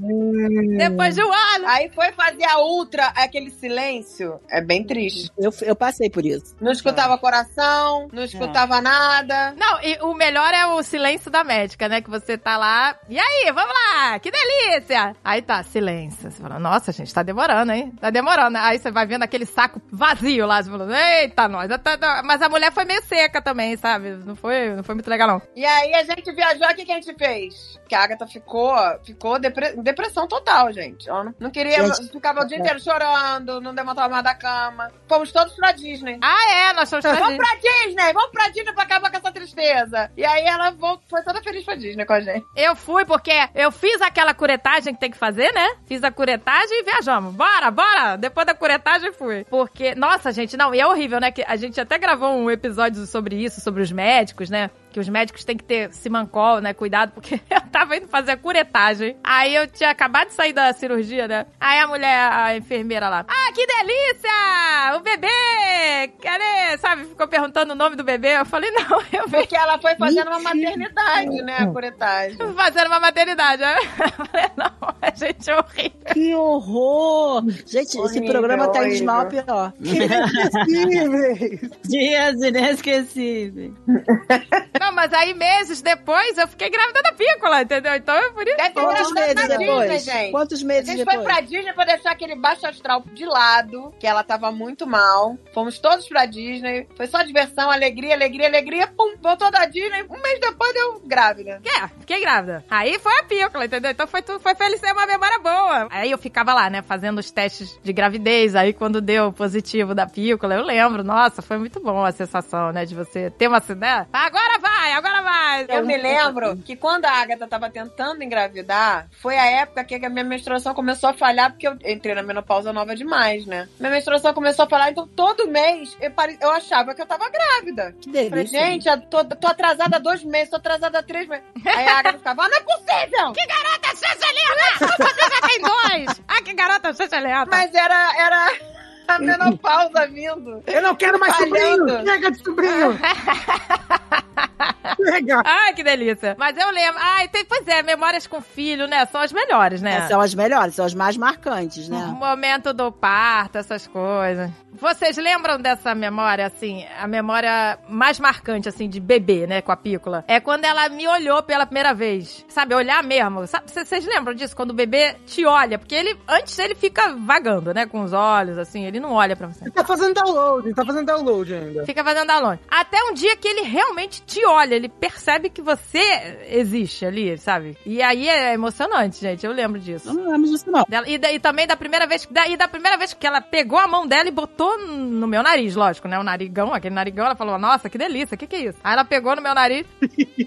Speaker 2: Depois de um ano.
Speaker 3: Aí foi fazer a ultra, aquele silêncio. É bem triste.
Speaker 1: Eu, eu passei por isso.
Speaker 3: Não escutava coração, não escutava nada.
Speaker 2: Não, e o melhor é o silêncio da médica, né? Que você tá lá. E aí, vamos lá! Que delícia! Aí tá, silêncio. Você fala, nossa, gente, tá demorando, hein? Tá demorando. Aí você vai vendo aquele saco vazio lá, você falando, eita, nós. tá- tá- Mas a mulher foi meio seca também, sabe? Não foi, não foi muito legal, não.
Speaker 3: E aí a gente viajou, o que, que a gente fez? Que a Agatha ficou, ficou depre- depressão total, gente. Ela não, não queria,
Speaker 1: Gente. é.
Speaker 3: ficava o dia inteiro chorando, não levantava mais da cama. Fomos todos pra Disney.
Speaker 2: Ah, é, nós fomos pra
Speaker 3: Vamos
Speaker 2: Disney.
Speaker 3: pra Disney, vamos pra Disney pra acabar com essa tristeza. E aí ela voltou, foi toda feliz pra Disney com a gente.
Speaker 2: Eu fui porque eu fiz aquela curetagem que tem que fazer, né? Fiz a curetagem e viajamos. Bora, bora! Depois da curetagem fui. Porque, nossa, gente, não, e é horrível, né? Que a gente até gravou um episódio sobre isso, sobre os médicos, né? Que os médicos têm que ter simancol, né? Cuidado, porque eu tava indo fazer a curetagem. Aí eu tinha acabado de sair da cirurgia, né? Aí a mulher, a enfermeira lá. Ah, que delícia! O bebê! Cadê? Sabe? Ficou perguntando o nome do bebê. Eu falei, não, eu vim
Speaker 3: Porque ela foi fazendo uma maternidade, né? A curetagem.
Speaker 2: fazendo uma maternidade. né? Eu falei, não, a gente é horrível.
Speaker 1: Que horror! Gente, esse
Speaker 3: Horrível,
Speaker 1: programa tá indo de
Speaker 3: horrível.
Speaker 1: mal a pior.
Speaker 4: Inesquecíveis.
Speaker 5: Dias inesquecíveis.
Speaker 2: Não, mas aí meses depois eu fiquei grávida da pícola, entendeu? Então eu por isso.
Speaker 3: Deve ter
Speaker 1: Quantos
Speaker 3: engravidado
Speaker 1: meses
Speaker 3: tá na Disney,
Speaker 1: depois?
Speaker 3: gente.
Speaker 1: Quantos
Speaker 3: A
Speaker 1: meses
Speaker 3: gente foi pra
Speaker 1: depois?
Speaker 3: Disney pra deixar aquele baixo astral de lado, que ela tava muito mal. Fomos todos pra Disney. Foi só diversão, alegria, alegria, alegria. Pum, voltou da Disney. Um mês depois deu grávida.
Speaker 2: É, fiquei grávida. Aí foi a pícola, entendeu? Então foi tudo, foi feliz, é uma memória boa. Aí eu ficava lá, né, fazendo os testes de gravidez. Aí quando deu positivo da pícola, eu lembro, nossa, foi muito bom a sensação, né, de você ter uma, né? Agora vai, agora vai.
Speaker 3: Eu me lembro que quando a Agatha tava tentando engravidar, foi a época que a minha menstruação começou a falhar, porque eu entrei na menopausa nova demais, né? Minha menstruação começou a falhar, então todo mês eu, pare- eu achava que eu tava grávida.
Speaker 1: Que
Speaker 3: Eu Falei,
Speaker 1: delícia.
Speaker 3: gente, eu tô, tô atrasada há dois meses, tô atrasada há três meses. Aí a Agatha ficava, ah, não é possível!
Speaker 2: Garota chanceleta! Você já tem dois! Ah, que garota chanceleta!
Speaker 3: Mas era, era a menopausa vindo.
Speaker 4: Eu não quero mais
Speaker 3: Falhando.
Speaker 4: sobrinho. Chega de sobrinho. Chega.
Speaker 2: Ai, que delícia. Mas eu lembro. Ai, tem, pois é, memórias com filho, né? São as melhores, né?
Speaker 1: É, São as melhores, são as mais marcantes,
Speaker 2: O
Speaker 1: né?
Speaker 2: momento do parto, essas coisas. Vocês lembram dessa memória, assim, a memória mais marcante, assim, de bebê, né, com a pícola? É quando ela me olhou pela primeira vez. Sabe, olhar mesmo. Sabe, cê- vocês lembram disso? Quando o bebê te olha, porque ele, antes ele fica vagando, né, com os olhos, assim, ele não olha pra você.
Speaker 4: Ele tá fazendo download, ele tá fazendo download ainda.
Speaker 2: Fica fazendo download. Até um dia que ele realmente te olha, ele percebe que você existe ali, sabe? E aí é emocionante, gente. Eu lembro
Speaker 1: Eu
Speaker 2: disso.
Speaker 1: não lembro disso, não.
Speaker 2: Dela- e, da- e também da primeira vez da, e da primeira vez que ela pegou a mão dela e botou no meu nariz, lógico, né? O narigão, aquele narigão, ela falou, nossa, que delícia, que que é isso? Aí ela pegou no meu nariz,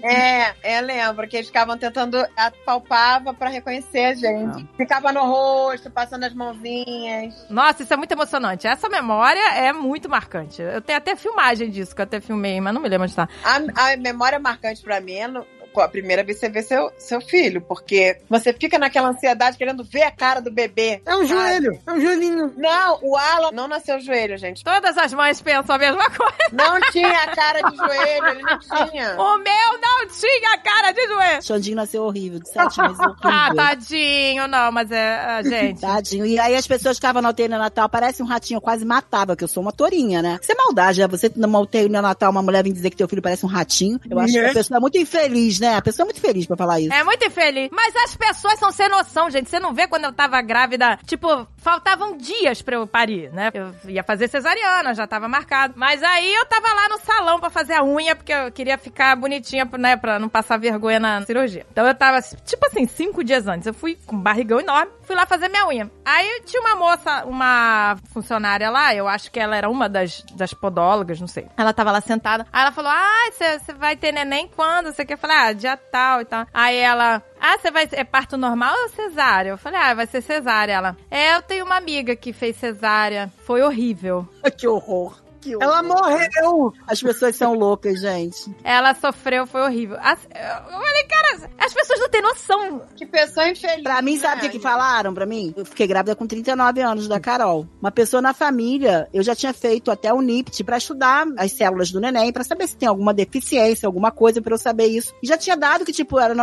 Speaker 3: É, é, lembro que eles ficavam tentando, apalpava pra reconhecer a gente. Ficava no rosto, passando as mãozinhas.
Speaker 2: nossa, isso é muito emocionante. Essa memória é muito marcante. Eu tenho até filmagem disso, que eu até filmei, mas não me lembro onde tá.
Speaker 3: A, a memória marcante pra mim é no- com a primeira vez que você vê seu, seu filho, porque você fica naquela ansiedade querendo ver a cara do bebê.
Speaker 4: É um joelho, é um joelhinho.
Speaker 3: Não, o Alan não nasceu joelho, gente.
Speaker 2: Todas as mães pensam a mesma coisa.
Speaker 3: Não tinha a cara de joelho, ele não tinha.
Speaker 2: O meu não tinha cara de doer.
Speaker 1: Xandinho nasceu horrível, de sete meses
Speaker 2: Ah,
Speaker 3: tá,
Speaker 1: horrível.
Speaker 2: tadinho, não, mas é, ah, gente.
Speaker 1: Tadinho. E aí as pessoas ficavam na UTI Natal, parece um ratinho, eu quase matava, que eu sou uma tourinha, né? Isso é maldade, né? Você numa UTI Natal, uma mulher vem dizer que teu filho parece um ratinho. Eu acho que
Speaker 4: Né?
Speaker 1: a pessoa é muito infeliz, né? A pessoa é muito feliz pra falar isso.
Speaker 2: É muito infeliz. Mas as pessoas são sem noção, gente. Você não vê quando eu tava grávida. Tipo, faltavam dias pra eu parir, né? Eu ia fazer cesariana, já tava marcado. Mas aí eu tava lá no salão pra fazer a unha, porque eu queria ficar bonitinha, né? Pra não passar vergonha na cirurgia. Então eu tava, tipo assim, cinco dias antes. Eu fui com um barrigão enorme, fui lá fazer minha unha. Aí tinha uma moça, uma funcionária lá, eu acho que ela era uma das, das podólogas, não sei. Ela tava lá sentada. Aí ela falou: Ah, você vai ter neném quando? Você quer falar? Ah, dia tal e tal. Aí ela. Ah, você vai. É parto normal ou cesárea? Eu falei, ah, vai ser cesárea. Ela. É, eu tenho uma amiga que fez cesárea. Foi horrível.
Speaker 1: Que horror. que horror.
Speaker 4: Ela morreu!
Speaker 1: As pessoas são loucas, gente.
Speaker 2: Ela sofreu, foi horrível. As- eu falei, cara, as pessoas não têm noção.
Speaker 3: Que pessoa infeliz.
Speaker 1: Pra mim, sabe o
Speaker 3: né?
Speaker 1: que, é que falaram pra mim? Eu fiquei grávida com 39 anos da Carol. Uma pessoa na família, eu já tinha feito até o NIPT pra estudar as células do neném, pra saber se tem alguma deficiência, alguma coisa, pra eu saber isso. E já tinha dado que, tipo, era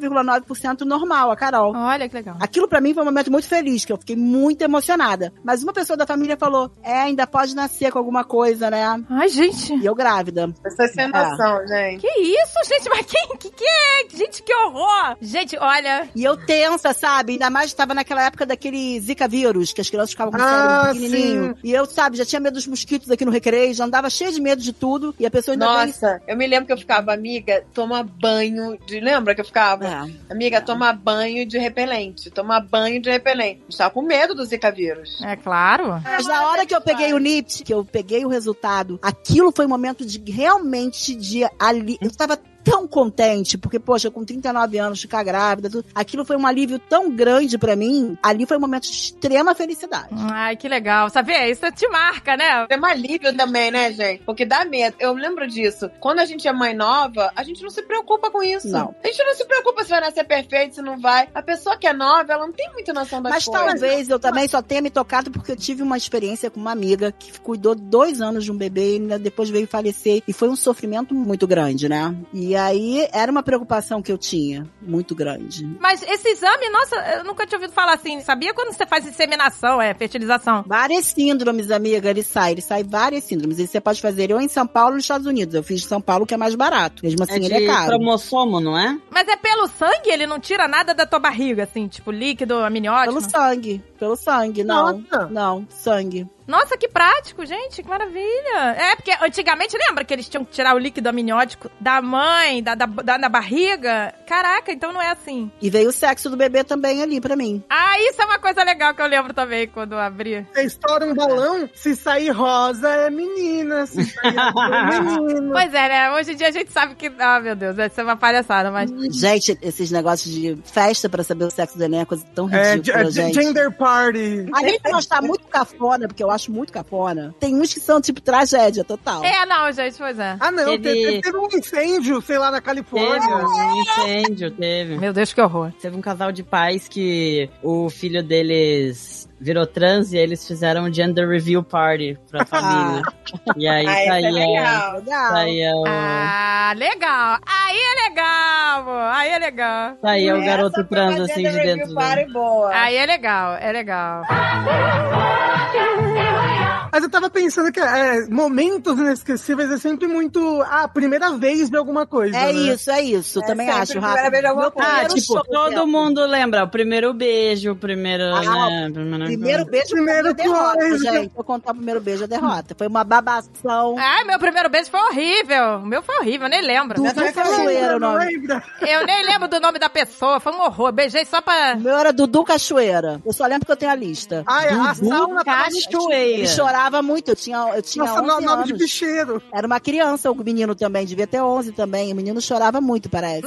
Speaker 1: 99,9% normal a Carol.
Speaker 2: Olha que legal.
Speaker 1: Aquilo pra mim foi um momento muito feliz, que eu fiquei muito emocionada. Mas uma pessoa da família falou: "É, ainda pode nascer com alguma coisa, né?"
Speaker 2: Ai, gente.
Speaker 1: E eu grávida.
Speaker 3: Pessoa sem noção, gente.
Speaker 2: Que isso, gente? Mas quem que, que é? Gente, que horror! Gente, olha.
Speaker 1: E eu tensa, sabe? Ainda mais tava naquela época daquele Zika vírus, que as crianças ficavam com o
Speaker 4: Ah,
Speaker 1: cérebro pequenininho. E eu, sabe, já tinha medo dos mosquitos aqui no recreio, já andava cheia de medo de tudo. E a pessoa ainda tem-
Speaker 3: Nossa, eu me lembro que eu ficava, amiga, toma banho de. Lembra que eu ficava?
Speaker 1: É.
Speaker 3: Amiga, toma banho de repelente. Toma banho de repelente. A gente tava com medo do Zika vírus.
Speaker 2: É claro.
Speaker 1: Mas na hora que eu peguei o NIPT, que eu peguei o resultado, aquilo foi um momento de realmente de ali. Eu tava tão contente, porque, poxa, com 39 anos, ficar grávida, tudo, aquilo foi um alívio tão grande pra mim. Ali foi um momento de extrema felicidade.
Speaker 2: Ai, que legal. Sabia? Isso te marca, né?
Speaker 3: É um alívio também, né, gente? Porque dá medo. Eu lembro disso. Quando a gente é mãe nova, a gente não se preocupa com isso.
Speaker 1: Não.
Speaker 3: A gente não se preocupa se vai nascer perfeito, se não vai. A pessoa que é nova, ela não tem muita noção das
Speaker 1: Mas
Speaker 3: coisas.
Speaker 1: talvez eu também só tenha me tocado porque eu tive uma experiência com uma amiga que cuidou dois anos de um bebê e ainda depois veio falecer. E foi um sofrimento muito grande, né? E aí era uma preocupação que eu tinha, muito grande.
Speaker 2: Mas esse exame, nossa, eu nunca tinha ouvido falar assim. Sabia quando você faz inseminação, é, fertilização?
Speaker 1: Várias síndromes, amiga, ele sai, ele sai várias síndromes. E você pode fazer ou em São Paulo ou nos Estados Unidos. Eu fiz em São Paulo, que é mais barato. Mesmo assim,
Speaker 5: é de
Speaker 1: ele é caro.
Speaker 5: cromossomo, não é?
Speaker 2: Mas é pelo sangue? Ele não tira nada da tua barriga, assim, tipo líquido, amniótico?
Speaker 1: Pelo sangue, pelo sangue, não.
Speaker 4: Nossa.
Speaker 1: Não, sangue.
Speaker 2: Nossa, que prático, gente, que maravilha. É, porque antigamente, lembra que eles tinham que tirar o líquido amniótico da mãe, da, da, da, da barriga? Caraca, então não é assim.
Speaker 1: E veio o sexo do bebê também ali pra mim.
Speaker 2: Ah, isso é uma coisa legal que eu lembro também quando eu abri.
Speaker 4: Você estoura um balão, se sair rosa é menina, se sair azul é menino.
Speaker 2: Pois é, né? Hoje em dia a gente sabe que. Ah, meu Deus, isso é uma palhaçada, mas.
Speaker 3: Uhum.
Speaker 1: Gente, esses negócios de festa pra saber o sexo do Enem é coisa tão
Speaker 4: É, ge-
Speaker 1: ridícula,
Speaker 4: é, ge-
Speaker 1: gente.
Speaker 4: gender party.
Speaker 1: Além de eu achar muito cafona, porque eu acho muito cafona, tem uns que são, tipo, tragédia total.
Speaker 2: É, não, gente, pois é.
Speaker 4: Ah, não,
Speaker 5: Teve-
Speaker 4: te- te- teve, um incêndio, sei lá, na
Speaker 5: Teve
Speaker 4: Califórnia.
Speaker 5: um incêndio, teve.
Speaker 2: Meu Deus, que horror.
Speaker 5: Teve um casal de pais que o filho deles virou trans e eles fizeram um gender review party pra família. E aí
Speaker 3: Ah, essa é
Speaker 5: saía,
Speaker 3: legal.
Speaker 1: Legal.
Speaker 5: saía,
Speaker 4: É.
Speaker 5: o-
Speaker 2: Ah, legal. Aí é legal, amor. Aí é legal.
Speaker 5: saía o
Speaker 3: Essa
Speaker 5: garoto
Speaker 3: foi
Speaker 5: trans
Speaker 3: uma
Speaker 5: assim de
Speaker 3: gender
Speaker 5: dentro.
Speaker 3: review
Speaker 5: do-
Speaker 3: party boa.
Speaker 2: Aí é legal, é legal.
Speaker 4: Mas eu tava pensando que é, momentos inesquecíveis é sempre muito ah, a primeira vez de alguma coisa.
Speaker 1: É
Speaker 4: né?
Speaker 1: isso, é isso.
Speaker 3: É
Speaker 1: também
Speaker 3: sempre
Speaker 1: acho,
Speaker 3: a primeira
Speaker 1: Rafa.
Speaker 3: vez de alguma
Speaker 1: Meu
Speaker 3: coisa.
Speaker 5: Ah,
Speaker 1: primeiro
Speaker 5: tipo,
Speaker 1: show,
Speaker 5: todo
Speaker 1: Beto.
Speaker 5: mundo lembra. O primeiro beijo, o primeiro.
Speaker 1: Ah,
Speaker 5: né, primeiro-
Speaker 1: Primeiro beijo
Speaker 4: Primeiro
Speaker 1: primeiro derrota,
Speaker 4: coisa.
Speaker 1: gente. Vou contar o primeiro beijo a derrota. Foi uma babação.
Speaker 2: Ai, meu primeiro beijo foi horrível. O meu foi horrível, eu nem lembro.
Speaker 1: Tudo
Speaker 4: Mas
Speaker 1: foi
Speaker 4: não
Speaker 1: zoeira
Speaker 4: lembra,
Speaker 1: o
Speaker 4: não
Speaker 1: nome.
Speaker 4: lembra.
Speaker 2: Eu nem lembro do nome da pessoa, foi um horror. Beijei só pra.
Speaker 1: O meu era Dudu Cachoeira. Eu só lembro que eu tenho a lista.
Speaker 4: Ai, a
Speaker 5: Dudu
Speaker 4: sauna tava no
Speaker 1: Ele
Speaker 5: Cachoeira.
Speaker 1: chorava muito. Eu tinha, eu tinha
Speaker 4: Nossa,
Speaker 1: 11
Speaker 4: no- nome de
Speaker 1: anos.
Speaker 4: bicheiro.
Speaker 1: Era uma criança, o menino também. Devia ter 11 também. O menino chorava muito, parece.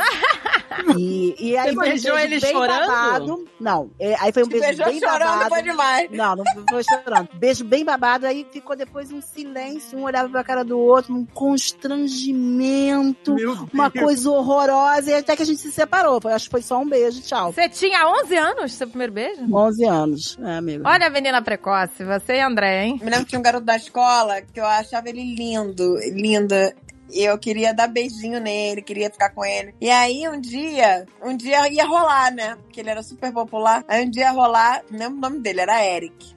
Speaker 1: E, e aí
Speaker 5: Você
Speaker 1: foi um
Speaker 5: beijou
Speaker 1: beijo
Speaker 5: ele
Speaker 1: bem
Speaker 5: chorando?
Speaker 1: babado. Não, é, aí foi um
Speaker 3: Te
Speaker 1: beijo
Speaker 3: beijou
Speaker 1: bem
Speaker 3: chorando,
Speaker 1: babado.
Speaker 3: foi demais.
Speaker 1: Não, não foi chorando. Beijo bem babado, aí ficou depois um silêncio, um olhava pra cara do outro, um constrangimento,
Speaker 4: Meu Deus.
Speaker 1: uma coisa horrorosa, e até que a gente se separou. Foi- acho que foi só um beijo, tchau.
Speaker 2: Você tinha 11 anos, seu primeiro beijo?
Speaker 1: 11 anos, é, amigo.
Speaker 2: Olha a menina precoce, você e André, hein?
Speaker 3: Me lembro que tinha um garoto da escola que eu achava ele lindo, linda. E eu queria dar beijinho nele, queria ficar com ele. E aí um dia, um dia ia rolar, né? Porque ele era super popular. Aí um dia ia rolar, não lembro o nome dele, era Eric.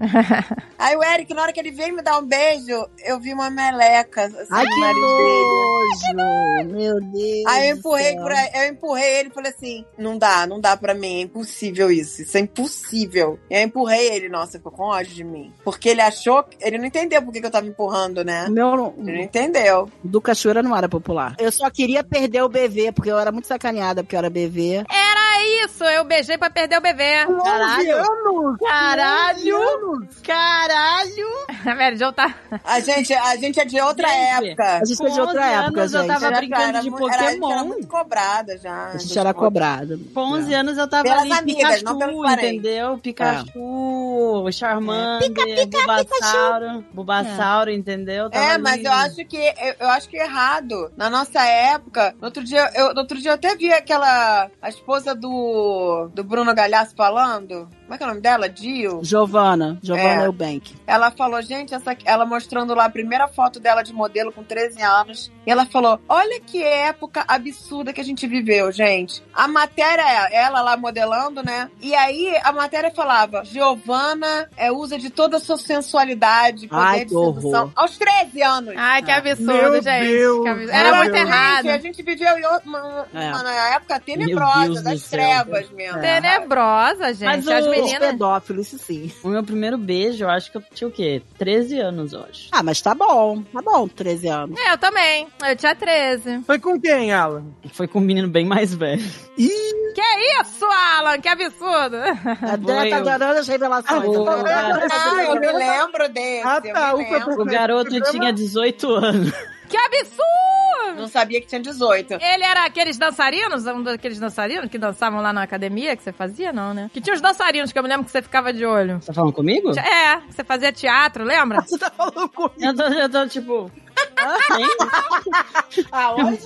Speaker 3: aí o Eric, na hora que ele veio me dar um beijo, eu vi uma meleca assim,
Speaker 1: Ai,
Speaker 3: no
Speaker 1: que
Speaker 3: nariz dele.
Speaker 1: nojo! Meu Deus.
Speaker 3: Aí eu
Speaker 1: do
Speaker 3: empurrei,
Speaker 1: céu.
Speaker 3: por aí- eu empurrei ele e falei assim: não dá, não dá pra mim, é impossível isso, isso é impossível. E aí eu empurrei ele, nossa, ficou com ódio de mim. Porque ele achou, que- ele não entendeu por que, que eu tava empurrando, né?
Speaker 1: O meu
Speaker 3: Ele não entendeu.
Speaker 1: do cachoeira não era popular. Eu só queria perder o BV, porque eu era muito sacaneada, porque eu era BV.
Speaker 2: É isso, eu beijei pra perder o bebê.
Speaker 4: Com 11
Speaker 5: Caralho.
Speaker 4: anos.
Speaker 5: Caralho!
Speaker 4: 11 anos.
Speaker 5: Caralho!
Speaker 2: A Mary Jo tá.
Speaker 3: A gente, a gente é de outra
Speaker 5: Gente,
Speaker 1: A
Speaker 3: época.
Speaker 1: gente
Speaker 5: Com
Speaker 1: foi de outra
Speaker 5: 11
Speaker 1: época,
Speaker 5: anos eu
Speaker 1: gente.
Speaker 5: tava
Speaker 3: Era-
Speaker 5: brincando
Speaker 3: era
Speaker 5: de
Speaker 3: mu- era- a gente era
Speaker 5: Pokémon.
Speaker 3: muito cobrada já.
Speaker 1: A gente era cobrada.
Speaker 5: Com 11 anos eu tava
Speaker 3: Pelas
Speaker 5: ali,
Speaker 3: amigas, não
Speaker 5: Pikachu,
Speaker 3: pelos parentes. É.
Speaker 5: entendeu? Pikachu, o Charmander, Bulbasauro, Bulbasauro, entendeu? Tava
Speaker 3: É,
Speaker 5: ali.
Speaker 3: mas eu acho que eu, eu acho que é errado. Na nossa época, no outro dia, eu, no outro dia eu até vi aquela a esposa do do Bruno Galhaço falando. Como é que é o nome dela? Dio.
Speaker 1: Giovana, Giovana
Speaker 3: É.
Speaker 1: Eubank.
Speaker 3: Ela falou, gente, essa, ela mostrando lá a primeira foto dela de modelo com 13 anos. E ela falou: Olha que época absurda que a gente viveu, gente. A matéria, é ela lá modelando, né? E aí a matéria falava: Giovana é, usa de toda a sua sensualidade, poder
Speaker 1: Ai,
Speaker 3: de
Speaker 1: que horror.
Speaker 3: sedução. Aos 13 anos.
Speaker 2: Ai, que absurdo,
Speaker 4: Meu
Speaker 2: gente.
Speaker 4: Deus.
Speaker 2: Que absurdo. Ah, Era
Speaker 4: Meu
Speaker 2: muito
Speaker 4: Deus.
Speaker 2: errado.
Speaker 3: Gente, a gente viveu em uma, uma,
Speaker 1: É.
Speaker 3: uma época
Speaker 5: Meu Deus
Speaker 3: tenebrosa,
Speaker 5: do
Speaker 3: das
Speaker 5: céu.
Speaker 3: trevas mesmo.
Speaker 2: Tenebrosa, gente.
Speaker 5: Mas
Speaker 2: As
Speaker 5: o-
Speaker 1: Os
Speaker 2: meninas.
Speaker 1: pedófilos, isso sim.
Speaker 5: O meu primeiro beijo, eu acho que eu tinha o quê? 13 anos, eu acho.
Speaker 1: Ah, mas tá bom, tá bom, 13 anos.
Speaker 2: É, eu também. Eu tinha 13.
Speaker 4: Foi com quem, Alan?
Speaker 5: Foi com um menino bem mais velho.
Speaker 2: Isso, Alan, que absurdo.
Speaker 1: A Dana
Speaker 5: Foi
Speaker 1: tá
Speaker 5: Ah, eu.
Speaker 1: adorando as revelações.
Speaker 5: Ah,
Speaker 1: tá adorando.
Speaker 4: Ah,
Speaker 3: Ah, eu me lembro desse.
Speaker 4: Ah, tá,
Speaker 3: eu me
Speaker 4: o
Speaker 3: lembro.
Speaker 5: O garoto tinha 18 anos.
Speaker 2: Que absurdo!
Speaker 3: Não sabia que tinha 18.
Speaker 2: Ele era aqueles dançarinos, um daqueles dançarinos que dançavam lá na academia que você fazia, não, né? Que tinha os dançarinos que eu me lembro que você ficava de olho.
Speaker 5: Tá falando comigo?
Speaker 2: É, que você fazia teatro, lembra?
Speaker 4: Você tá falando comigo?
Speaker 5: Eu tô, eu tô tipo. Hein?
Speaker 1: Aonde?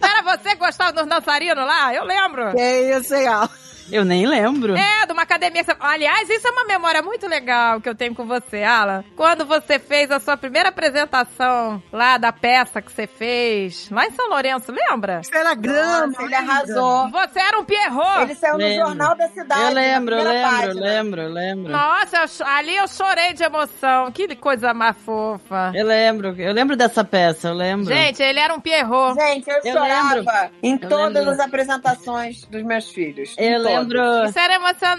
Speaker 2: Não era você que gostava dos dançarinos lá? Eu lembro.
Speaker 1: Que É isso, hein, ó.
Speaker 5: Eu nem lembro.
Speaker 2: É, de uma academia. que você- Aliás, isso é uma memória muito legal que eu tenho com você, Alan. Quando você fez a sua primeira apresentação lá da peça que você fez, lá em São Lourenço, lembra?
Speaker 4: Você era grama.
Speaker 3: Nossa, ele arrasou.
Speaker 2: Você era um Pierrot.
Speaker 3: Ele saiu no
Speaker 5: Lembro.
Speaker 3: jornal da cidade.
Speaker 5: Eu lembro,
Speaker 3: na primeira
Speaker 5: eu
Speaker 3: né?
Speaker 5: lembro, eu
Speaker 3: página.
Speaker 5: lembro, eu lembro.
Speaker 2: Nossa, eu cho- ali eu chorei de emoção. Que coisa mais fofa.
Speaker 5: Eu lembro, eu lembro dessa peça, eu lembro.
Speaker 2: Gente, ele era um Pierrot.
Speaker 3: Gente, eu,
Speaker 5: Eu
Speaker 3: chorava em
Speaker 5: Eu
Speaker 3: todas
Speaker 5: lembro.
Speaker 3: as apresentações dos meus filhos. Em
Speaker 5: eu
Speaker 3: todas.
Speaker 5: lembro.
Speaker 2: Isso era emocionante.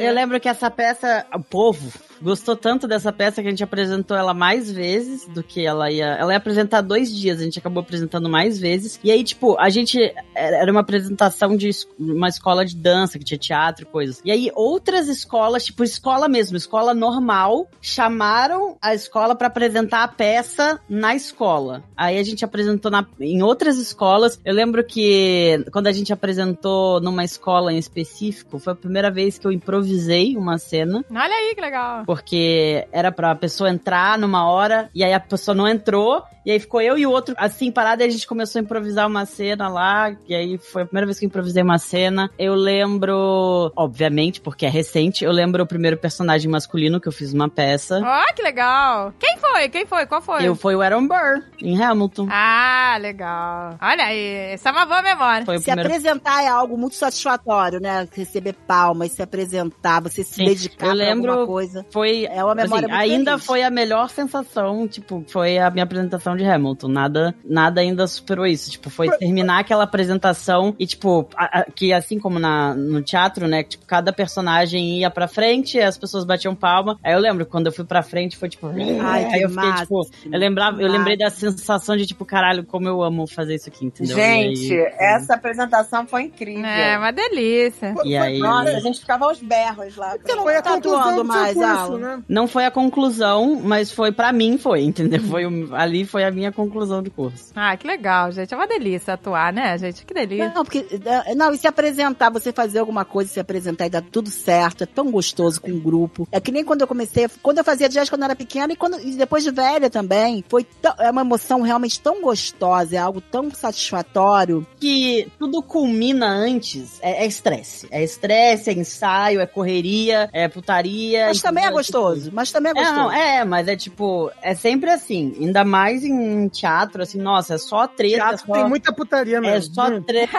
Speaker 5: É. Eu lembro que essa peça, o povo gostou tanto dessa peça que a gente apresentou ela mais vezes do que ela ia. Ela ia apresentar dois dias, a gente acabou apresentando mais vezes. E aí, tipo, a gente. Era era uma apresentação de es- uma escola de dança, que tinha teatro e coisas. E aí, outras escolas, tipo, escola mesmo, escola normal, chamaram a escola pra apresentar a peça na escola. Aí a gente apresentou na- em outras escolas. Eu lembro que quando a gente apresentou numa escola em específico, foi a primeira vez que eu improvisei uma cena.
Speaker 2: Olha aí que legal.
Speaker 5: Porque era pra pessoa entrar numa hora, e aí a pessoa não entrou, e aí ficou eu e o outro assim parado, e a gente começou a improvisar uma cena lá, e aí foi a primeira vez que eu improvisei uma cena. Eu lembro, obviamente, porque é recente, eu lembro o primeiro personagem masculino que eu fiz uma peça.
Speaker 2: Ó, que legal. Quem foi? Quem foi? Qual foi?
Speaker 5: Eu foi o Aaron Burr, em Hamilton.
Speaker 2: Ah, legal. Olha aí, essa é uma boa memória.
Speaker 5: Foi o
Speaker 1: Se
Speaker 5: primeiro.
Speaker 1: apresentar é algo muito satisfatório, né? Receber palmas, se apresentar, você se
Speaker 5: Sim,
Speaker 1: dedicar
Speaker 5: eu
Speaker 1: pra
Speaker 5: lembro-
Speaker 1: alguma coisa.
Speaker 5: Foi
Speaker 1: É uma memória
Speaker 5: Assim,
Speaker 1: muito
Speaker 5: ainda
Speaker 1: feliz.
Speaker 5: foi a melhor sensação, tipo, foi a minha apresentação de Hamilton. Nada, nada ainda superou isso. Tipo, foi terminar aquela apresentação e, tipo, a- a- que assim como na, no teatro, né? que, Tipo, cada personagem ia pra frente, as pessoas batiam palma. Aí eu lembro, quando eu fui pra frente, foi tipo.
Speaker 1: Ai, que
Speaker 5: aí eu fiquei,
Speaker 1: massa.
Speaker 5: tipo. Eu, lembrava, eu lembrei da sensação de, tipo, caralho, como eu amo fazer isso aqui, entendeu? E aí- assim,
Speaker 3: Gente,
Speaker 1: é
Speaker 3: essa apresentação foi incrível.
Speaker 2: É, uma delícia.
Speaker 5: E aí.
Speaker 3: Nossa, a gente ficava aos berros lá.
Speaker 1: Você não
Speaker 4: Foi a
Speaker 1: tá
Speaker 4: conclusão
Speaker 1: atuando
Speaker 4: do seu
Speaker 1: mais,
Speaker 4: curso,
Speaker 1: Alan.
Speaker 4: né?
Speaker 5: Não foi a conclusão, mas foi pra mim, foi, entendeu? Foi o- ali foi a minha conclusão do curso.
Speaker 2: Ah, que legal, gente. É uma delícia atuar, né, gente? Que delícia.
Speaker 1: Não, porque. eh, Não, e se apresentar, você fazer alguma coisa, se apresentar e dar tudo certo, é tão gostoso com o grupo. É que nem quando eu comecei, quando eu fazia jazz quando eu era pequena e, quando, e depois de velha também. Foi tão- é uma emoção realmente tão gostosa, é algo tão satisfatório.
Speaker 5: que tudo culmina antes é é estresse. É estresse, é, ensaio, é correria, é putaria.
Speaker 1: Mas também é
Speaker 5: entendeu?
Speaker 1: gostoso, mas também é
Speaker 5: né, tipo É,
Speaker 1: gostoso.
Speaker 5: não, é, mas é tipo, é sempre assim, ainda mais em teatro, assim, nossa, é só treta, é
Speaker 4: Teatro
Speaker 5: só,
Speaker 4: tem muita putaria, né?
Speaker 5: é só
Speaker 4: Hum.
Speaker 5: treta.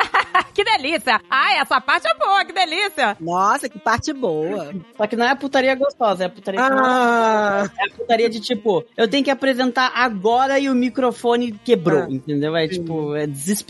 Speaker 2: Que delícia. Ai, essa parte é boa, que delícia.
Speaker 1: Nossa, que parte boa.
Speaker 5: Só que não é putaria gostosa, é putaria,
Speaker 4: Ah,
Speaker 5: é putaria de tipo, eu tenho que apresentar agora e o microfone quebrou,
Speaker 4: Ah.
Speaker 5: entendeu? É tipo, é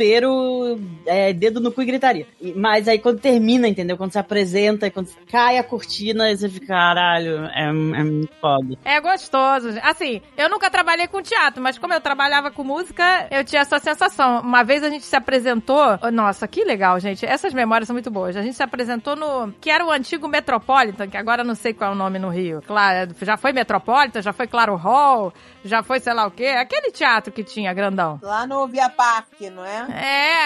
Speaker 5: desespero, é dedo no cu e gritaria. E- Mas aí quando termina, entendeu? Quando você apresenta, e quando cai a cortina, aí você fica, caralho, é, é muito foda.
Speaker 2: É gostoso. Assim, eu nunca trabalhei com teatro, mas como eu trabalhava com música, eu tinha essa sensação. Uma vez a gente se apresentou, oh, nossa, que Que legal, gente. Essas memórias são muito boas. A gente se apresentou no. que era o antigo Metropolitan, que agora eu não sei qual é o nome no Rio. Claro, é, já foi Metropolitan, já foi Claro Hall, já foi sei lá o quê. Aquele teatro que tinha, grandão.
Speaker 3: Lá no Via Parque, não é?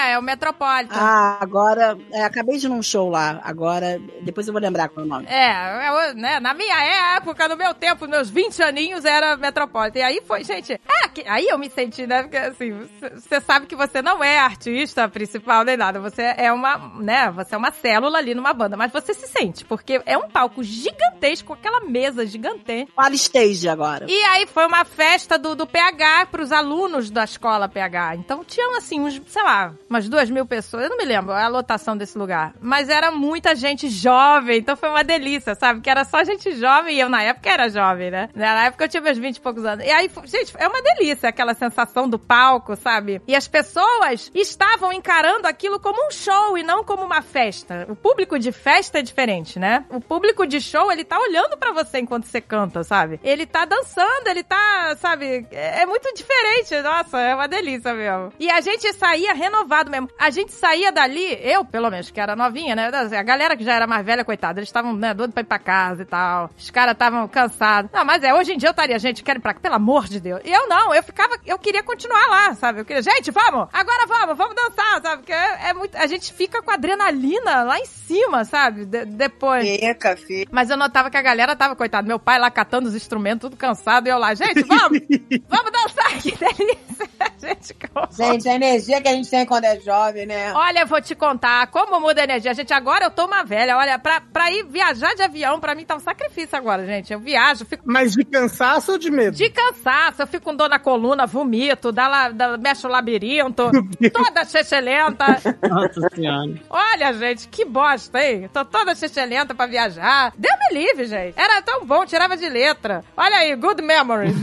Speaker 2: É, é o Metropolitan.
Speaker 1: Ah, agora. é, acabei de ir num show lá. Agora. Depois eu vou lembrar qual é o nome.
Speaker 2: É, é o- né, na minha época, no meu tempo, meus 20 aninhos, era Metropolitan. E aí foi, gente. É, que- aí eu me senti, né? Porque assim, você- você sabe que você não é artista principal nem nada. Você é uma, né? Você é uma célula ali numa banda. Mas você se sente, porque é um palco gigantesco, aquela mesa gigante.
Speaker 1: Fala stage agora.
Speaker 2: E aí foi uma festa do, do PH pros alunos da escola PH. Então tinham assim, uns, sei lá, umas duas mil pessoas. Eu não me lembro a lotação desse lugar. Mas era muita gente jovem, então foi uma delícia, sabe? Que era só gente jovem e eu na época era jovem, né? Na época eu tinha meus 20 e poucos anos. E aí, fo- gente, é uma delícia aquela sensação do palco, sabe? E as pessoas estavam encarando aquilo como um show e não como uma festa. O público de festa é diferente, né? O público de show, ele tá olhando pra você enquanto você canta, sabe? Ele tá dançando, ele tá, sabe? É é muito diferente. Nossa, é uma delícia mesmo. E a gente saía renovado mesmo. A gente saía dali, eu, pelo menos, que era novinha, né? A galera que já era mais velha, coitada, eles estavam, né, doido pra ir pra casa e tal. Os caras estavam cansados. Não, mas é, hoje em dia eu estaria, gente, quero ir pra cá, pelo amor de Deus. E eu não, eu ficava, eu queria continuar lá, sabe? Eu queria, gente, vamos! Agora vamos, vamos dançar, sabe? Porque é, é muito. A gente fica com a adrenalina lá em cima, sabe? De- depois.
Speaker 3: Fica, fica.
Speaker 2: Mas eu notava que a galera tava, coitado, meu pai lá catando os instrumentos, tudo cansado, e eu lá, gente, vamos! vamos dançar! Que delícia! A gente com-
Speaker 3: Gente, a energia que a gente tem quando é jovem, né?
Speaker 2: Olha, eu vou te contar como muda a energia. Gente, agora eu tô uma velha. Olha, pra, pra ir viajar de avião, pra mim tá um sacrifício agora, gente. Eu viajo, fico
Speaker 4: Mas de cansaço ou de medo?
Speaker 2: de cansaço, eu fico com dor na coluna, vomito, dá lá, dá, mexo o labirinto, toda chechelenta.
Speaker 5: Nossa senhora.
Speaker 2: Olha, gente, que bosta, hein? Tô toda chechelenta pra viajar. Deu me livre, gente. Era tão bom, tirava de letra. Olha aí, good memories.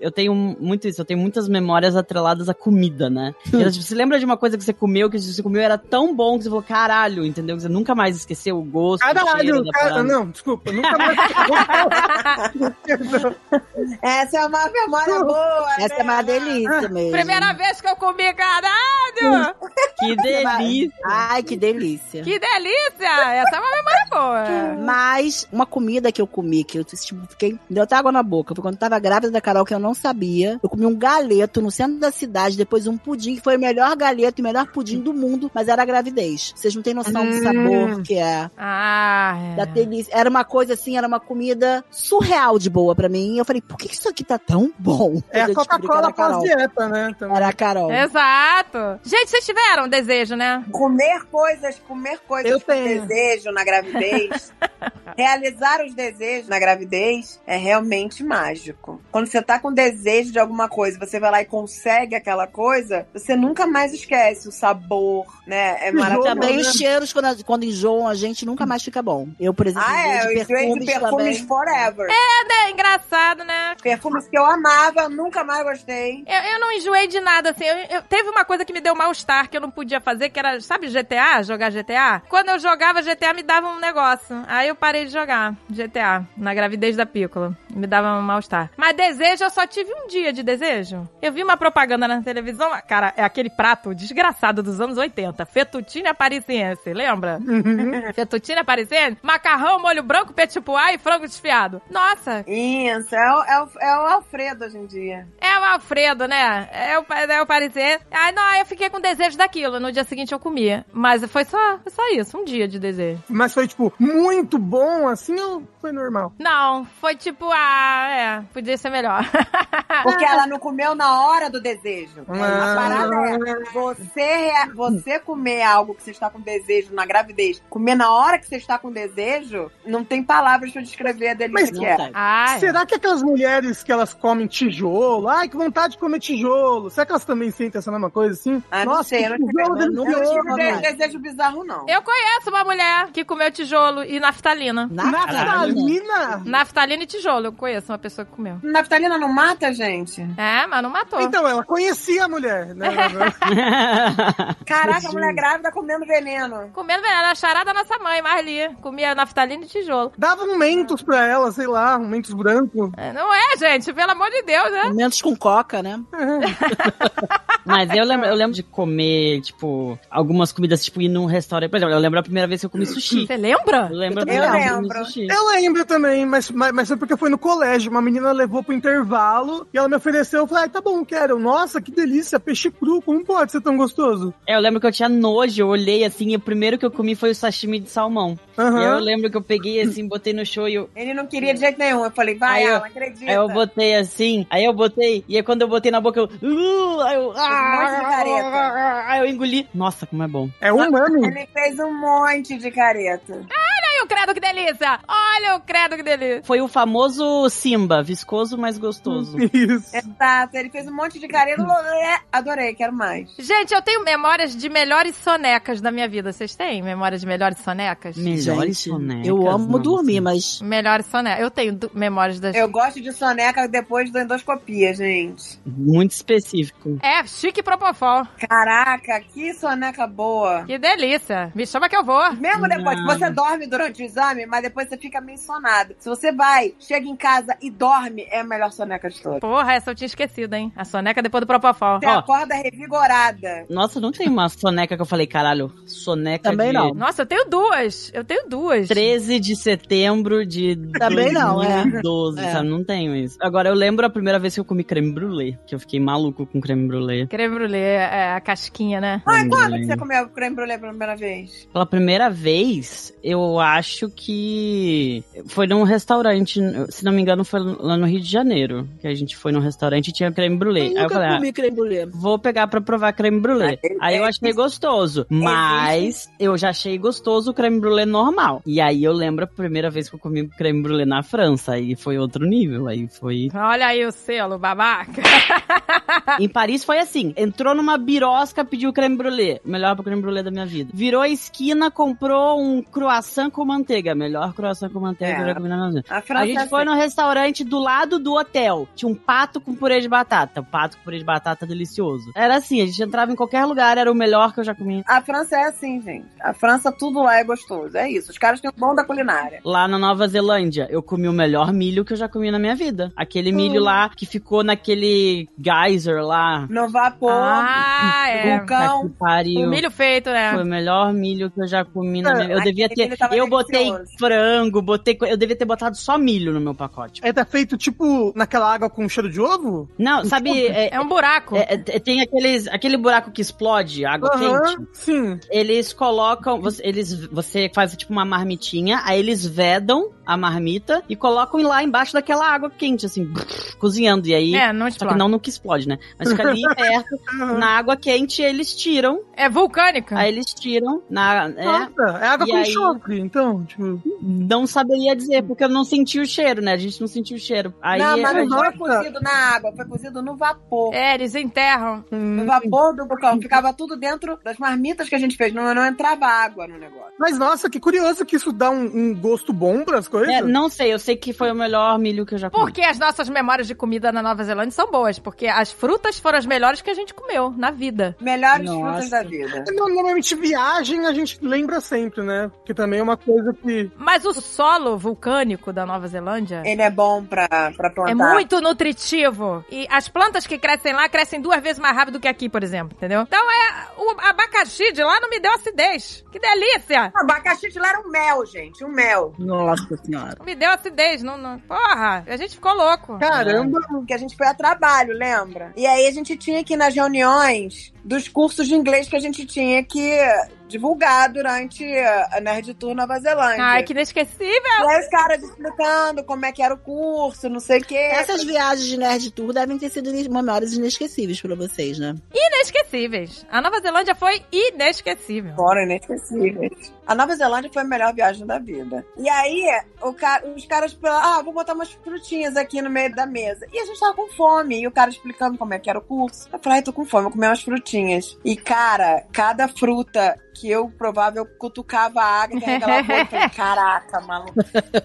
Speaker 5: Eu tenho um, muito isso, eu tenho muitas memórias atreladas à comida, né? Era, tipo, você lembra de uma coisa que você comeu, que você comeu era tão bom que você falou, caralho, entendeu? Que você nunca mais esqueceu o gosto. o cheiro
Speaker 4: Caralho,
Speaker 5: da
Speaker 4: cara,
Speaker 5: parada.
Speaker 4: não, desculpa, nunca mais.
Speaker 3: Essa é uma memória boa. né?
Speaker 1: Essa é uma delícia mesmo.
Speaker 2: Primeira vez que eu comi Ah, caralho!
Speaker 5: Que delícia.
Speaker 1: Ai, que delícia.
Speaker 2: Que delícia! Essa é uma memória boa.
Speaker 1: Mas uma comida que eu comi, que eu tipo, fiquei. Deu até água na boca. Foi quando eu tava grávida da Carol, que eu não sabia. Eu comi um galeto no centro da cidade, depois um pudim, que foi o melhor galeto e o melhor pudim do mundo, mas era a gravidez. Vocês não têm noção
Speaker 3: Hum.
Speaker 1: do sabor que é.
Speaker 2: Ah,
Speaker 1: Da delícia. Era uma coisa assim, era uma comida surreal de boa pra mim. E eu falei, por que que isso aqui tá tão bom?
Speaker 4: É
Speaker 1: Quando
Speaker 4: a
Speaker 1: eu descobri que era
Speaker 4: Coca-Cola
Speaker 1: Carol.
Speaker 4: pós-dieta, né? Também.
Speaker 1: Era a Carol.
Speaker 2: Exato. Gente, vocês tiveram desejo, né?
Speaker 3: Comer coisas, comer coisas
Speaker 1: Eu
Speaker 3: com
Speaker 1: tenho.
Speaker 3: desejo na gravidez. Realizar os desejos na gravidez é realmente mágico. Quando você tá com desejo de alguma coisa, você vai lá e consegue aquela coisa, você nunca mais esquece o sabor, né? É
Speaker 4: jogo,
Speaker 3: maravilhoso.
Speaker 1: Também os cheiros, quando, a- quando enjoam, a gente nunca mais fica bom. Eu, por exemplo,
Speaker 3: Ah,
Speaker 1: enjoei
Speaker 3: é, eu enjoei de perfumes
Speaker 1: também.
Speaker 3: forever.
Speaker 2: É engraçado, né?
Speaker 3: Perfumes que eu amava, nunca mais gostei.
Speaker 2: Eu, eu não enjoei de nada, assim. Eu, eu- teve uma coisa que me deu mal-estar que eu não podia fazer, que era, sabe, GTA? Jogar GTA? Quando eu jogava GTA, me dava um negócio. Aí eu parei de jogar GTA, na gravidez da Pícola. Me dava um mal-estar. Mas desejo, eu só tive um dia de desejo. Eu vi uma propaganda na televisão, cara, é aquele prato desgraçado dos anos 80. Fettuccine parisiense, lembra?
Speaker 4: Uhum.
Speaker 2: Fettuccine parisiense, macarrão, molho branco, petit pois e frango desfiado. Nossa,
Speaker 3: Isso, é o, é o- é o Alfredo hoje em dia.
Speaker 2: é o Alfredo, né? É o, pa- é o parecer. Ai, não, eu fiquei com desejo daquilo. No dia seguinte eu comia. Mas foi só, foi só isso, um dia de desejo.
Speaker 4: Mas foi, tipo, muito bom assim ou foi normal?
Speaker 2: Não, foi tipo, ah, é, podia ser melhor.
Speaker 1: Ah.
Speaker 3: Porque ela não comeu na hora do desejo.
Speaker 4: Ah.
Speaker 3: A É, parada é, você, rea- você comer algo que você está com desejo na gravidez, comer na hora que você está com desejo, não tem palavras pra descrever a delícia
Speaker 4: Mas
Speaker 3: que é.
Speaker 2: Ai.
Speaker 4: Será que aquelas mulheres que elas comem tijolo, ai, que vontade de comer tijolo, será que elas também sentem essa mesma coisa assim?
Speaker 3: Ah, não sei, eu não
Speaker 4: que
Speaker 3: tive, eu
Speaker 4: tijolo
Speaker 3: não tive
Speaker 4: delicioso.
Speaker 3: de- desejo bizarro, não.
Speaker 2: Eu conheço uma mulher que comeu tijolo e naftalina.
Speaker 1: Na,
Speaker 4: Naftalina?
Speaker 2: Naftalina e tijolo eu conheço uma pessoa que comeu.
Speaker 3: Naftalina não mata, gente?
Speaker 2: É, mas não matou.
Speaker 4: Então, ela conhecia a mulher, né?
Speaker 3: Caraca, a mulher grávida comendo veneno.
Speaker 2: Comendo veneno, era a charada da nossa mãe, Marli. Comia naftalina e tijolo.
Speaker 4: Dava um mentos pra ela, sei lá, um mentos branco.
Speaker 2: É, Não é, gente? Pelo amor de Deus, né?
Speaker 1: Menos com coca, né?
Speaker 5: Mas eu lembro, eu lembro de comer, tipo, algumas comidas, tipo, ir num restaurante. Por exemplo, eu lembro a primeira vez que eu comi sushi.
Speaker 2: Você lembra?
Speaker 5: Eu lembro a
Speaker 4: Eu
Speaker 5: primeira vez que eu
Speaker 3: lembro.
Speaker 5: comi sushi.
Speaker 4: Eu lembro também, mas, mas, mas foi porque foi no colégio. Uma menina levou pro intervalo e ela me ofereceu. Eu falei, ah, tá bom, quero. Nossa, que delícia, peixe cru, como pode ser tão gostoso?
Speaker 5: É, Eu lembro que eu tinha nojo, eu olhei assim, e o primeiro que eu comi foi o sashimi de salmão.
Speaker 4: Aham.
Speaker 5: E eu lembro que eu peguei assim, botei no show e eu.
Speaker 3: Ele não queria de jeito nenhum. Eu falei, vai,
Speaker 5: Aí eu-
Speaker 3: Alan, acredita.
Speaker 5: Aí eu botei assim, aí eu botei, e aí quando eu botei na boca, eu. Uh, aí eu.
Speaker 3: monte de careta.
Speaker 5: aí eu engoli. Nossa, como é bom.
Speaker 4: É humano.
Speaker 3: Ele fez um monte de careta.
Speaker 2: Olha o credo que delícia! Olha o credo que delícia!
Speaker 5: Foi o famoso Simba, viscoso, mas
Speaker 4: Hum.
Speaker 5: gostoso.
Speaker 4: Isso.
Speaker 3: Exato, ele fez um monte de careta. É, Adorei, quero mais.
Speaker 2: Gente, eu tenho memórias de melhores sonecas da minha vida. Vocês têm memórias de melhores sonecas?
Speaker 5: Melhores assim.
Speaker 1: Gente,
Speaker 5: sonecas,
Speaker 1: Eu amo
Speaker 5: nossa.
Speaker 1: dormir, mas.
Speaker 2: Melhores sonecas. Eu tenho du- memórias das.
Speaker 3: Eu gosto de soneca depois da endoscopia, gente.
Speaker 5: Muito específico.
Speaker 2: É, chique propofol.
Speaker 3: Caraca, que soneca boa.
Speaker 2: Que delícia. Me chama que eu vou.
Speaker 3: Mesmo depois, que você dorme durante o exame, mas depois você fica meio sonado. Se você vai, chega em casa e dorme, é a melhor soneca de todas.
Speaker 2: Porra, essa eu tinha esquecido, hein? A soneca depois do propofol.
Speaker 3: Você
Speaker 5: Ó.
Speaker 3: acorda revigorada.
Speaker 5: Nossa, não tem uma soneca que eu falei, caralho, soneca
Speaker 1: Também
Speaker 5: de
Speaker 1: não.
Speaker 2: Nossa, eu tenho duas. Eu tenho duas.
Speaker 5: 13 de setembro de
Speaker 1: Também não, é.
Speaker 5: 2012,
Speaker 1: É.
Speaker 5: sabe? Não tenho isso. Agora, eu lembro a primeira vez que eu comi creme brulee, que eu fiquei maluco com creme brulee.
Speaker 2: Creme brulee, é, a casquinha, né?
Speaker 3: Ai,
Speaker 1: Ah,
Speaker 5: Creme
Speaker 3: quando que
Speaker 5: brulee.
Speaker 3: você comeu creme brulee pela primeira vez?
Speaker 5: Pela primeira vez, eu acho que foi num restaurante, se não me engano, foi lá no Rio de Janeiro, que a gente foi num restaurante e tinha creme
Speaker 1: Eu
Speaker 5: brulee. Aí eu falei,
Speaker 1: nunca
Speaker 5: ah,
Speaker 1: comi creme brulee.
Speaker 5: Vou pegar pra provar creme brulee. Aí eu achei gostoso. Mas eu já achei gostoso o creme brulee normal. E aí eu lembro a primeira vez que eu comi creme brulee na França. Aí foi outro nível. Aí foi.
Speaker 2: Olha aí o selo, babaca.
Speaker 5: Em Paris foi assim: entrou numa birosca, pediu creme brulee. Melhor creme brulee da minha vida. Virou a esquina, comprou um croissant com manteiga. Melhor croissant com manteiga
Speaker 3: É.
Speaker 5: que eu já comi na minha vida.
Speaker 3: A França é assim.
Speaker 5: A gente foi num restaurante do lado do hotel. Tinha um pato com purê de batata. Um pato com purê de batata delicioso. Era assim, a gente entrava em qualquer lugar, era o melhor que eu já comi.
Speaker 3: A França é assim, gente. A França, tudo lá é gostoso. É isso. Os caras têm o dom da culinária.
Speaker 5: Lá na Nova Zelândia, eu comi o melhor milho que eu já comi na minha vida. Aquele
Speaker 3: Hum.
Speaker 5: milho lá que ficou naquele geyser lá.
Speaker 3: No vapor,
Speaker 2: ah, é.
Speaker 3: vulcão.
Speaker 5: Puta que pariu.
Speaker 2: O milho feito,
Speaker 5: Foi
Speaker 2: né?
Speaker 5: o melhor milho que eu já comi na minha vida. Eu
Speaker 3: é. aquele
Speaker 5: devia ter.
Speaker 3: milho tava
Speaker 5: Eu botei
Speaker 3: delicioso.
Speaker 5: frango, botei. co- Eu devia ter botado só milho no meu pacote.
Speaker 4: É, tá feito tipo naquela água com cheiro de ovo?
Speaker 5: Não, sabe. é-
Speaker 2: É um buraco.
Speaker 5: é- é- tem aqueles, aquele buraco que explode, água quente.
Speaker 4: Aham, sim.
Speaker 5: Eles colocam, você- eles, você faz tipo uma marmitinha, aí eles vedam a marmita e colocam lá embaixo daquela água quente, assim, cozinhando. E aí,
Speaker 2: É, não
Speaker 5: só que
Speaker 2: explode.
Speaker 5: não no que explode, né? Mas fica ali perto, na água quente, eles tiram,
Speaker 2: É
Speaker 3: Tá.
Speaker 2: vulcânica.
Speaker 5: aí eles tiram, na, é,
Speaker 4: Nossa, é água
Speaker 5: E
Speaker 4: com
Speaker 5: aí?
Speaker 4: enxofre, então, tipo...
Speaker 5: não saberia dizer, porque eu não senti o cheiro, né? A gente não sentiu o cheiro. Aí,
Speaker 3: não, mas não foi
Speaker 4: Nossa.
Speaker 3: cozido na água, foi cozido no vapor.
Speaker 2: É, eles enterram.
Speaker 4: hum.
Speaker 3: No vapor do vulcão. Ficava tudo dentro das marmitas que a gente fez. Não, não entrava água no negócio.
Speaker 4: Mas nossa, que curioso que isso dá um, um gosto bom pras coisas.
Speaker 5: é, não sei, eu sei que foi o melhor milho que eu já comi.
Speaker 2: Porque as nossas memórias de comida na Nova Zelândia são boas, porque as frutas foram as melhores que a gente comeu na vida.
Speaker 3: Melhores
Speaker 5: Nossa.
Speaker 3: frutas da vida.
Speaker 4: Não, É Normalmente viagem a gente lembra sempre, né? Que também é uma coisa que.
Speaker 2: Mas o solo vulcânico da Nova Zelândia
Speaker 3: Ele é bom pra, pra plantar.
Speaker 2: é muito nutritivo. E as plantas que crescem lá crescem duas vezes mais rápido que aqui, por exemplo, entendeu? Então é. O abacaxi de lá não me deu acidez. Que delícia!
Speaker 3: Abacaxi de lá era um mel, gente. Um mel.
Speaker 1: Nossa senhora.
Speaker 2: Me deu acidez, não, não. Porra, a gente ficou louco.
Speaker 4: Caramba!
Speaker 3: que a gente foi a trabalho, lembra? E aí a gente tinha que ir nas reuniões dos cursos de inglês que a gente tinha que divulgar durante a Nerd Tour Nova Zelândia.
Speaker 2: Ai, que é- inesquecível.
Speaker 3: E aí os caras explicando como é que era o curso, não sei o quê.
Speaker 1: Essas viagens de Nerd Tour devem ter sido ines- memórias inesquecíveis pra vocês, né?
Speaker 2: Inesquecíveis. A Nova Zelândia foi inesquecível.
Speaker 3: Foram inesquecíveis. é A Nova Zelândia foi a melhor viagem da vida. E aí, o ca- os caras falaram, ah, vou botar umas frutinhas aqui no meio da mesa. E a gente tava com fome. E o cara explicando como é que era o curso. Eu falei, ai, tô com fome, vou comer umas frutinhas. E, cara, cada fruta que eu, provável, cutucava a Agatha naquela boca. Falei, Caraca, maluco.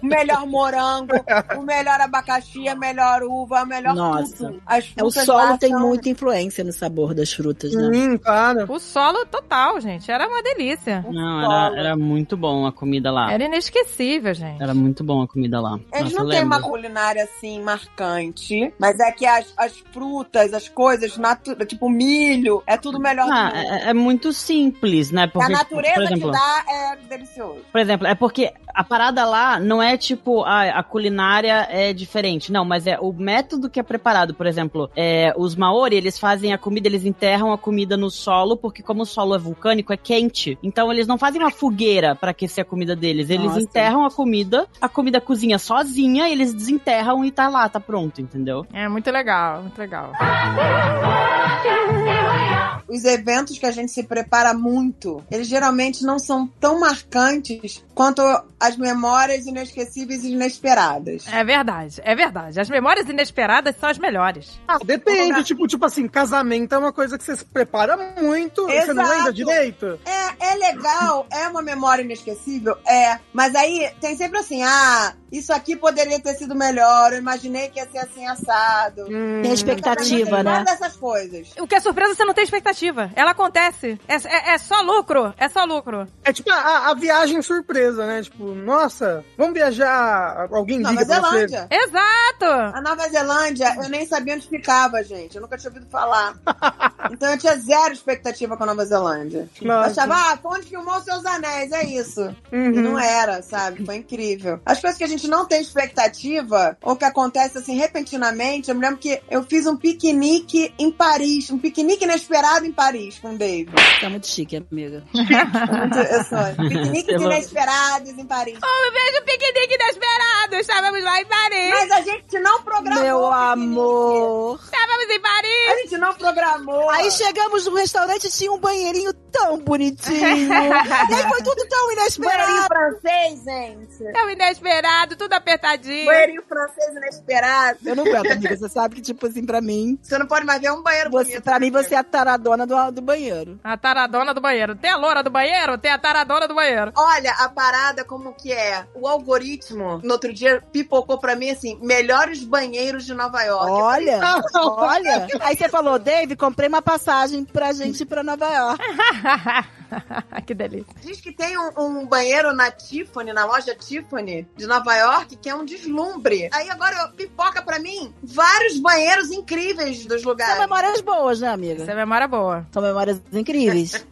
Speaker 3: O melhor morango, o melhor abacaxi, a melhor uva, a melhor
Speaker 1: Nossa.
Speaker 3: tudo. As
Speaker 1: É, o
Speaker 3: frutas
Speaker 1: solo
Speaker 3: lá
Speaker 1: tem
Speaker 3: são-
Speaker 1: muita influência no sabor das frutas, né?
Speaker 4: Sim, claro.
Speaker 2: O solo total, gente. Era uma delícia.
Speaker 5: Não, era, era muito bom a comida lá.
Speaker 2: Era inesquecível, gente.
Speaker 5: Ah. Era muito bom a comida lá.
Speaker 3: Eles
Speaker 5: Nossa,
Speaker 3: não
Speaker 5: eu
Speaker 3: têm uma
Speaker 5: lembro.
Speaker 3: culinária assim marcante, mas é que as, as frutas, as coisas, natu... tipo milho, é tudo melhor. do
Speaker 5: Ah,
Speaker 1: Então,
Speaker 3: mundo.
Speaker 5: é, é muito simples, né?
Speaker 3: E a
Speaker 5: Porque, tipo,
Speaker 3: natureza
Speaker 5: por exemplo,
Speaker 3: que dá é delicioso.
Speaker 5: Por exemplo, é porque a parada lá não é tipo a, a culinária é diferente, não, mas é o método que é preparado. Por exemplo, é, os Maori, eles fazem a comida, eles enterram a comida no solo, porque como o solo é vulcânico, é quente. Então eles não fazem uma fogueira pra aquecer a comida deles, eles
Speaker 1: Nossa.
Speaker 5: enterram a comida, a comida cozinha sozinha, eles desenterram e tá lá, tá pronto, entendeu?
Speaker 2: É muito legal, muito legal.
Speaker 3: Os eventos que a gente se prepara muito, eles geralmente não são tão marcantes quanto as memórias inesquecíveis e inesperadas.
Speaker 2: É verdade, é verdade. As memórias inesperadas são as melhores.
Speaker 4: Ah, depende, tipo, tipo assim, casamento é uma coisa que você se prepara muito e você não
Speaker 3: Exato.
Speaker 4: lembra direito.
Speaker 3: É, é legal, é uma memória inesquecível, é. Mas aí tem sempre assim, ah, isso aqui poderia ter sido melhor, eu imaginei que ia ser assim assado.
Speaker 1: Tem a expectativa, né?
Speaker 3: Nada dessas coisas.
Speaker 2: O que é surpresa, você não tem expectativa. Ela acontece. É, é- é só lucro, é só lucro.
Speaker 4: É tipo a, a viagem surpresa, né? Tipo, nossa, vamos viajar. Alguém
Speaker 3: Nova
Speaker 4: liga pra você.
Speaker 3: Zelândia.
Speaker 2: Exato!
Speaker 3: A Nova Zelândia, eu nem sabia onde ficava, gente. Eu nunca tinha ouvido falar. Então eu tinha zero expectativa com a Nova Zelândia. Eu
Speaker 4: Tipo, Nossa.
Speaker 3: achava, ah, foi onde filmou os seus anéis, é isso. E
Speaker 4: Uhum.
Speaker 3: não é, era, sabe? Foi incrível. As coisas que a gente não tem expectativa, ou que acontece assim repentinamente, eu me lembro que eu fiz um piquenique em Paris, um piquenique inesperado em Paris com o David.
Speaker 1: Tá muito chique, amiga.
Speaker 3: Muito- eu sou- Piqueniques inesperados em Paris.
Speaker 2: Um beijo piquenique inesperado! Estávamos lá em Paris!
Speaker 3: Mas a gente não programou. o
Speaker 1: Meu
Speaker 3: piquenique.
Speaker 1: amor!
Speaker 2: Estávamos em Paris!
Speaker 3: A gente não programou.
Speaker 1: Aí chegamos no restaurante e tinha um banheirinho tão bonitinho. e aí foi tudo tão
Speaker 3: Banheirinho
Speaker 1: inesperado.
Speaker 3: francês, gente.
Speaker 2: Tão É inesperado, tudo apertadinho.
Speaker 3: Banheirinho francês inesperado.
Speaker 1: Eu não aguento, amiga. Você sabe que, tipo assim, pra mim,
Speaker 3: Você não pode mais ver um banheiro
Speaker 1: você,
Speaker 3: bonito.
Speaker 1: pra mim você é a taradona do, do banheiro.
Speaker 2: A taradona do banheiro. Tem a loura do banheiro? Tem a taradona do banheiro.
Speaker 3: Olha a parada como que é. O algoritmo, no outro dia, pipocou pra mim assim, melhores banheiros de Nova York.
Speaker 1: Olha, olha. Aí você falou, Dave, comprei uma passagem pra gente ir pra Nova York.
Speaker 2: que delícia.
Speaker 3: Diz que tem um, um banheiro na Tiffany, na loja Tiffany de Nova York, que é um deslumbre. Aí agora eu- pipoca pra mim vários banheiros incríveis dos
Speaker 1: São
Speaker 3: lugares.
Speaker 1: memórias boas, né,
Speaker 2: Essa
Speaker 1: amiga?
Speaker 2: é memória boa.
Speaker 1: São memórias incríveis.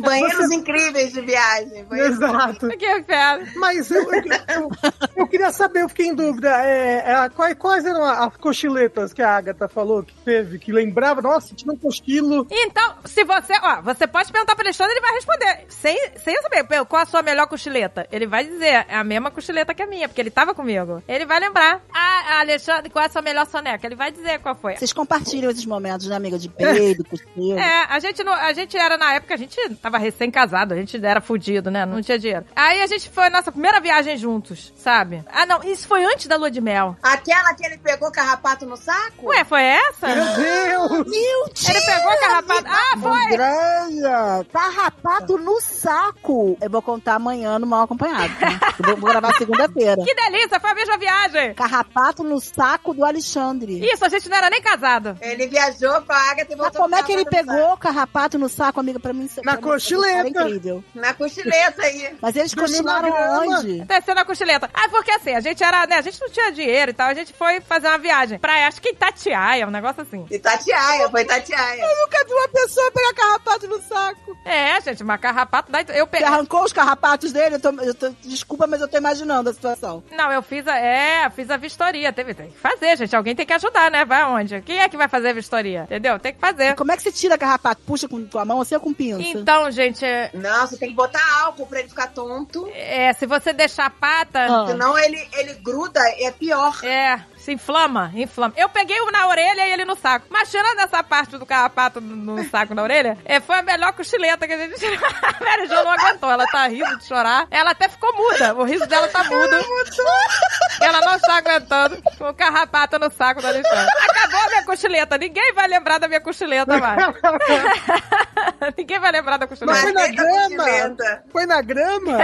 Speaker 3: Banheiros incríveis de viagem. banheiros-
Speaker 4: Exato.
Speaker 2: Que inferno.
Speaker 4: Mas eu, eu, eu- eu queria saber, eu fiquei em dúvida. É, é, a- quais, quais eram a- as cochiletas que a Agatha falou que teve, que lembrava? Nossa, tinha um cochilo.
Speaker 2: Então, se você. Ó, você pode perguntar pra Alexandre, ele vai responder. Sem, sem eu saber "Pô, qual a sua melhor cochileta. Ele vai dizer, é a mesma cochileta que a minha, porque ele tava comigo. Ele vai lembrar. Ah, Alexandre, qual é a sua melhor soneca? Ele vai dizer qual foi.
Speaker 1: Vocês compartilham esses momentos, né, amiga? De peido, cochilo.
Speaker 2: É, a gente, não, a gente era na época, a gente tava recém-casado, a gente era fudido, né? Não tinha dinheiro. Aí a gente foi nossa primeira viagem juntos, sabe? Ah, não, isso foi antes da lua de mel.
Speaker 3: Aquela que ele pegou carrapato no saco?
Speaker 2: Ué, foi essa?
Speaker 4: Meu
Speaker 3: Ah.
Speaker 4: Deus!
Speaker 2: Ele pegou a carrapato. Ah, foi!
Speaker 1: Andréia, carrapato no saco. Eu vou contar amanhã no Mal Acompanhado. né? Eu vou, vou gravar segunda-feira.
Speaker 2: Ah, Que delícia, foi a mesma viagem!
Speaker 1: Carrapato no saco do Alexandre.
Speaker 2: Isso, a gente não era nem casado.
Speaker 3: Ele viajou com a Agatha e
Speaker 1: Mas
Speaker 3: voltou
Speaker 1: como é que ele
Speaker 3: carrapato no
Speaker 1: pegou o carrapato no saco, amiga? Pra mim, isso- é
Speaker 4: Na
Speaker 1: pra mim, isso era
Speaker 4: cochileta.
Speaker 1: incrível.
Speaker 3: saco. Na cochileta aí.
Speaker 1: Mas eles
Speaker 4: Dormiu na
Speaker 1: cochilaram
Speaker 4: grama.
Speaker 1: onde?
Speaker 2: Descendo a cochileta. Ah, porque assim, a gente era, né? A gente não tinha dinheiro e tal, a gente foi fazer uma viagem pra, acho que Itatiaia, um negócio assim.
Speaker 3: Itatiaia, foi Itatiaia.
Speaker 1: Nunca vi uma pessoa pegar carrapato no saco.
Speaker 2: É, gente, uma carrapato da Ita- Eu
Speaker 1: Você
Speaker 2: peguei.
Speaker 1: arrancou os carrapatos dele? Eu tô, eu tô- desculpa, mas eu tô imaginando a situação.
Speaker 2: Não, eu fiz a. É, fiz a vistoria. Teve, tem que fazer, gente. Alguém tem que ajudar, né? Vai onde? Quem é que vai fazer a vistoria? Entendeu? Tem que
Speaker 1: E
Speaker 2: fazer.
Speaker 1: como é que você tira carrapato? Puxa com tua mão assim ou com pinça?
Speaker 2: Então, gente, é,
Speaker 3: Não, você tem que botar álcool pra ele ficar tonto.
Speaker 2: é, se você deixar a pata.
Speaker 1: Ah.
Speaker 3: Senão ele, ele gruda e é pior.
Speaker 2: É, se inflama, inflama. Eu peguei um na orelha e ele no saco. Mas tirando essa parte do carrapato no, no saco na orelha, é, foi a melhor cochileta que a gente tirou. A Mary Jo não aguentou. Ela tá rindo de chorar. Ela até ficou muda. O riso dela tá mudo. Ela não está aguentando com o carrapato no saco da Alexandre. Acabou a minha cochileta. Ninguém vai lembrar da minha cochileta mais. Ninguém vai lembrar da
Speaker 4: Mas
Speaker 2: costureira.
Speaker 4: foi na
Speaker 3: Madeira com
Speaker 4: grama!
Speaker 3: pimenta.
Speaker 4: Foi na grama?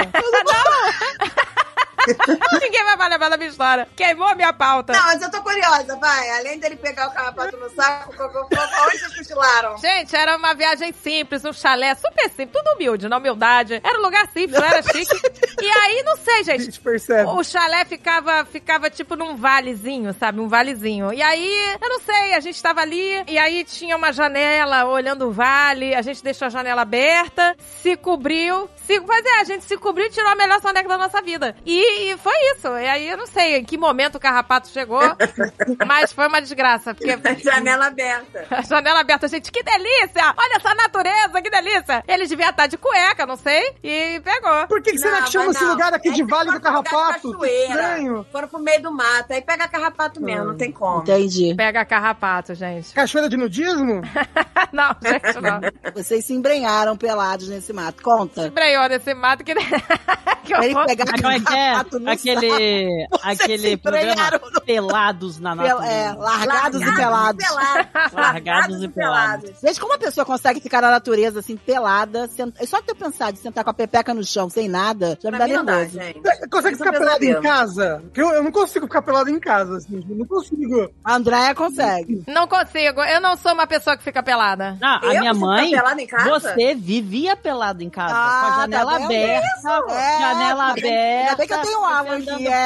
Speaker 2: Ninguém vai lembrar da minha história. Queimou a
Speaker 1: Tá.
Speaker 2: minha pauta.
Speaker 3: Não, mas eu tô curiosa, vai. Além dele pegar o carrapato no saco, co- co- co- onde vocês cochilaram?
Speaker 2: Gente, era uma viagem simples, um chalé super simples, tudo humilde, na humildade. Era um lugar simples, não era chique. E aí, não sei,
Speaker 4: A
Speaker 2: gente.
Speaker 4: gente percebe.
Speaker 2: O chalé ficava, ficava tipo num valezinho, sabe? Um valezinho. E aí, eu não sei, a gente tava ali, e aí tinha uma janela olhando o vale, a gente deixou a janela aberta, se cobriu. Se, pois é, a gente se cobriu e tirou a melhor soneca da nossa vida. E, e foi isso. E aí, eu não sei em que momento o carrapato chegou, mas foi uma desgraça, porque
Speaker 3: Janela aberta.
Speaker 2: a janela aberta, gente, que delícia! Olha essa natureza, que delícia! Eles deviam estar de cueca, não sei, e pegou.
Speaker 4: Por que, que será
Speaker 3: Não,
Speaker 4: que chama
Speaker 3: mas
Speaker 4: esse
Speaker 3: não.
Speaker 4: lugar aqui
Speaker 3: Aí
Speaker 4: de
Speaker 3: você
Speaker 4: Vale
Speaker 3: foi
Speaker 4: do
Speaker 3: pro lugar de
Speaker 4: Carrapato? Que
Speaker 3: cachoeira.
Speaker 4: estranho.
Speaker 3: Foram pro meio do mato, aí pega carrapato mesmo, não tem como.
Speaker 1: Entendi.
Speaker 2: Pega carrapato, gente.
Speaker 4: Cachoeira de nudismo?
Speaker 2: não, gente, não.
Speaker 1: Vocês se embrenharam pelados nesse mato. Conta.
Speaker 2: Embreou nesse mato que, que eu
Speaker 1: Pra ele
Speaker 2: vou...
Speaker 1: pegar
Speaker 5: Ah, Como é que é?
Speaker 1: sapato no saco.
Speaker 5: Aquele, aquele
Speaker 1: se
Speaker 5: programa
Speaker 1: embrenharam no-
Speaker 5: Pelados na
Speaker 1: Pel- é,
Speaker 5: Natureza.
Speaker 1: largados e pelados.
Speaker 3: pelados.
Speaker 5: Largados e pelados.
Speaker 1: Gente, como a pessoa consegue ficar na natureza assim, pelada, sent... só de eu pensar de sentar com a pepeca no chão sem nada, já me
Speaker 3: Pra
Speaker 1: dá
Speaker 3: mim não dá,
Speaker 1: nervoso.
Speaker 3: gente.
Speaker 4: Você Consegue
Speaker 3: Isso
Speaker 4: ficar
Speaker 3: é um
Speaker 4: pelado em
Speaker 3: pesadelo.
Speaker 4: casa? Porque eu, eu não consigo ficar pelado em casa, assim. Eu não consigo.
Speaker 1: A Andréia consegue.
Speaker 2: Não consigo, eu não sou uma pessoa que fica pelada.
Speaker 5: Não, a
Speaker 3: Eu
Speaker 5: minha
Speaker 3: preciso
Speaker 5: mãe,
Speaker 3: ficar pelada em casa?
Speaker 5: você vivia pelado em casa, com
Speaker 1: Ah,
Speaker 5: a janela
Speaker 1: tá vendo?
Speaker 5: aberta,
Speaker 1: É,
Speaker 5: janela
Speaker 1: ainda bem-
Speaker 5: aberta.
Speaker 1: Ainda bem que eu tenho um alvo
Speaker 5: você andando
Speaker 1: aqui.
Speaker 5: pelada.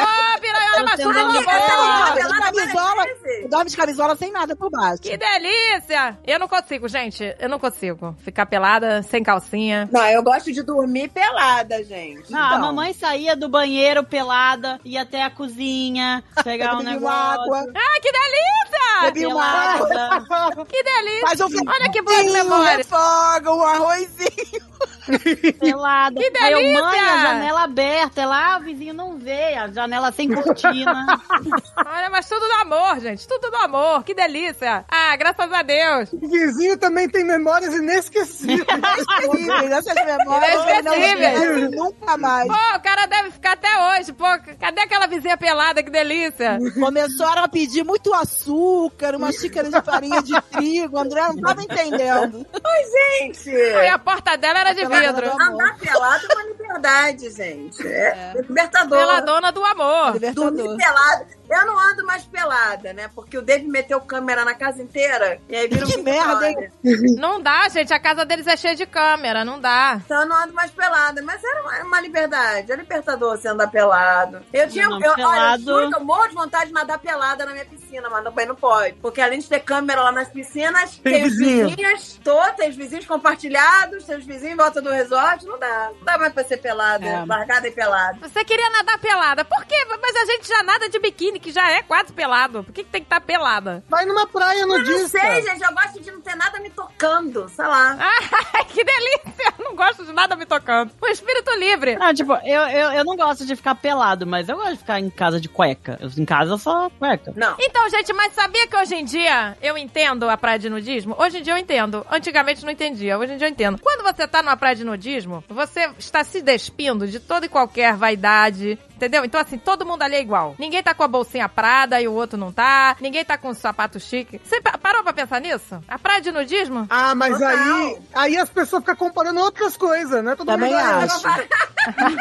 Speaker 1: É.
Speaker 2: Ô, piranha,
Speaker 5: Eu
Speaker 2: machuca
Speaker 5: tentando
Speaker 2: uma
Speaker 5: falar.
Speaker 2: bola!
Speaker 1: Dorme
Speaker 3: pelada
Speaker 1: de camisola,
Speaker 3: várias vezes.
Speaker 1: dorme de camisola sem nada por baixo.
Speaker 2: Que delícia! Eu não consigo, gente. Eu não consigo ficar pelada, sem calcinha.
Speaker 3: Não, eu gosto de dormir pelada, gente.
Speaker 5: Não,
Speaker 1: Então.
Speaker 5: a mamãe saía do banheiro pelada, ia até a cozinha, pegar um
Speaker 1: Bebi
Speaker 5: negócio.
Speaker 1: uma água,
Speaker 2: Ah, que delícia!
Speaker 1: bebi uma água.
Speaker 5: pelada.
Speaker 2: Que delícia!
Speaker 1: Faz um
Speaker 2: Olha que boa
Speaker 1: feijãozinho,
Speaker 2: memória.
Speaker 1: refoga, um arrozinho.
Speaker 5: pelada.
Speaker 2: Que
Speaker 5: Aí eu, mãe,
Speaker 2: delícia!
Speaker 5: a janela aberta. Ela, ah, o vizinho não vê. A janela sem cortina.
Speaker 2: Olha, mas tudo do amor, gente. Tudo do amor. Que delícia. Ah, graças a Deus.
Speaker 4: O vizinho tambtambém tem memórias inesquecíveis.
Speaker 1: Inesquecíveis, Essas memórias ele não
Speaker 2: Inesquecíveis.
Speaker 1: esquece nunca mais.
Speaker 2: Pô, o cara deve ficar até hoje. Pô, cadê aquela vizinha pelada? Que delícia.
Speaker 1: Começaram a pedir muito açúcar, uma xícara de farinha de trigo. André não tava entendendo.
Speaker 3: Gente,
Speaker 2: E a porta dela era de
Speaker 1: Pela dona
Speaker 2: vidro.
Speaker 1: do amor.
Speaker 3: andar pelado é uma liberdade, gente. É, libertador.
Speaker 2: Pela dona do amor.
Speaker 1: Libertador.
Speaker 3: Dormir pelada. Eu não ando mais pelada, né? Porque o David meteu câmera na casa inteira e aí vira um
Speaker 1: Que
Speaker 3: Big
Speaker 1: merda,
Speaker 3: Brother.
Speaker 1: hein?
Speaker 2: Não dá, gente. A casa deles é cheia de câmera. Não dá.
Speaker 3: Então eu não ando mais pelada. Mas era uma, uma liberdade. É libertador você andar pelado. Eu tinha.
Speaker 5: Não,
Speaker 3: eu, Olha, eu,
Speaker 5: pelado-
Speaker 3: juro que eu morro de vontade de nadar pelada na minha piscina, mas também não pode. Porque além de ter câmera lá nas piscinas,
Speaker 4: Tem
Speaker 3: tem, os
Speaker 4: vizinho.
Speaker 3: vizinhos, tô, tem os vizinhos compartilhados, tem os vizinhos em volta do resort. Não dá. Não dá mais pra ser pelada,
Speaker 1: É.
Speaker 3: largada e pelada.
Speaker 2: Você queria nadar pelada. Por quê? Mas a gente já nada de biquíni, que já é quase pelado. Por que, que tem que estar pelada?
Speaker 4: Vai numa praia
Speaker 3: Não
Speaker 4: nudista.
Speaker 5: É.
Speaker 3: sei, gente. Eu gosto de não ter nada me tocando, sei lá.
Speaker 2: Ai, que delícia. Eu não gosto de nada me tocando. O espírito livre.
Speaker 5: Não, tipo, eu, eu, eu não gosto de ficar pelado, mas eu gosto de ficar em casa de cueca. Eu, em casa só cueca.
Speaker 3: Não.
Speaker 2: Então, gente, mas sabia que hoje em dia eu entendo a praia de nudismo? Hoje em dia eu entendo. Antigamente não entendia, hoje em dia eu entendo. Quando você tá numa praia de nudismo, você está se despindo de toda e qualquer vaidade. Entendeu? Então, assim, todo mundo ali é igual. Ninguém tá com a bolsinha prada e o outro não tá. Ninguém tá com o sapato chique. Você pa- parou pra pensar nisso? A praia de nudismo?
Speaker 4: Ah, mas
Speaker 3: Total.
Speaker 4: aí, aí as pessoas ficam comparando outras coisas, né? Todo
Speaker 1: Também
Speaker 4: mundo
Speaker 1: acho.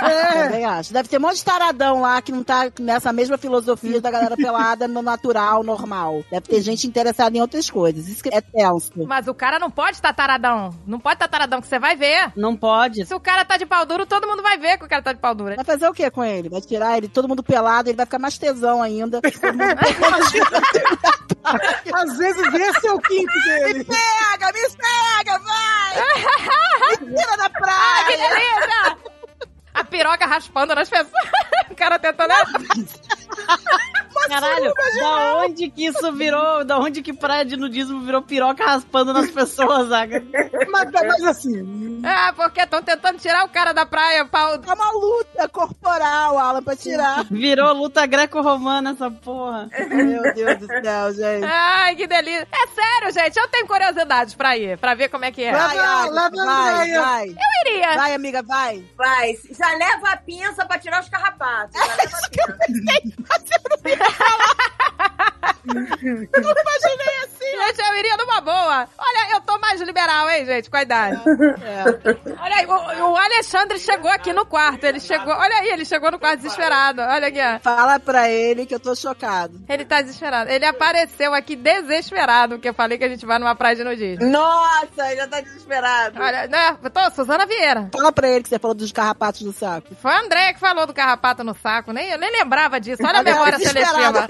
Speaker 4: É.
Speaker 1: Também acho. Deve ter um monte de taradão lá que não tá nessa mesma filosofia da galera pelada no natural, normal. Deve ter gente interessada em outras coisas. Isso que é tenso.
Speaker 2: Mas o cara não pode estar taradão. Não pode estar taradão, que você vai ver.
Speaker 5: Não pode.
Speaker 2: Se o cara tá de pau duro, todo mundo vai ver que o cara tá de pau duro.
Speaker 1: Vai fazer o que com ele? Vai tirar ele todo mundo pelado, ele vai ficar mais tesão ainda. Todo mundo
Speaker 4: Às vezes esse é o quinto dele.
Speaker 1: pega, me pega, vai! Me tira da
Speaker 2: Ah, que
Speaker 1: praia!
Speaker 2: delícia! A piroca raspando nas pessoas. O cara tentando.
Speaker 5: Caralho, da onde que isso virou? Da onde que praia de nudismo virou piroca raspando nas pessoas, Zaga?
Speaker 4: Mas, mas assim,
Speaker 2: Ah, porque estão tentando tirar o cara da praia, pau.
Speaker 1: É uma luta corporal, Alan, pra tirar.
Speaker 5: Virou luta greco-romana essa porra.
Speaker 1: Meu Deus do céu, gente.
Speaker 2: Ai, que delícia. É sério, gente. Eu tenho curiosidade pra ir, pra ver como é que é.
Speaker 4: Leva-
Speaker 1: Vai, Alan,
Speaker 4: leva a
Speaker 1: vai,
Speaker 4: Andréia.
Speaker 1: vai.
Speaker 2: Eu iria.
Speaker 1: Vai, amiga, vai.
Speaker 3: Vai, já leva a pinça pra tirar os carrapatos. Já leva a pinça.
Speaker 1: Eu nunca imaginei assim.
Speaker 2: Gente, eu iria numa boa. Olha, eu tô mais liberal, hein, gente, com a idade.
Speaker 1: É.
Speaker 2: Olha aí, o, o Alexandre chegou aqui no quarto. Ele chegou, olha aí, ele chegou no quarto desesperado. Olha aqui, ó.
Speaker 1: Fala pra ele que eu tô chocado.
Speaker 2: Ele tá desesperado. Ele apareceu aqui desesperado, porque eu falei que a gente vai numa praia de nudismo.
Speaker 3: Nossa, ele já tá desesperado.
Speaker 2: Olha, né? Eu Tô, Suzana Vieira.
Speaker 1: Fala pra ele que você falou dos carrapatos do saco.
Speaker 2: Foi a André que falou do carrapato no saco, nem, eu nem lembrava disso. Olha a
Speaker 1: Olha,
Speaker 2: memória seletiva.
Speaker 1: desesperada.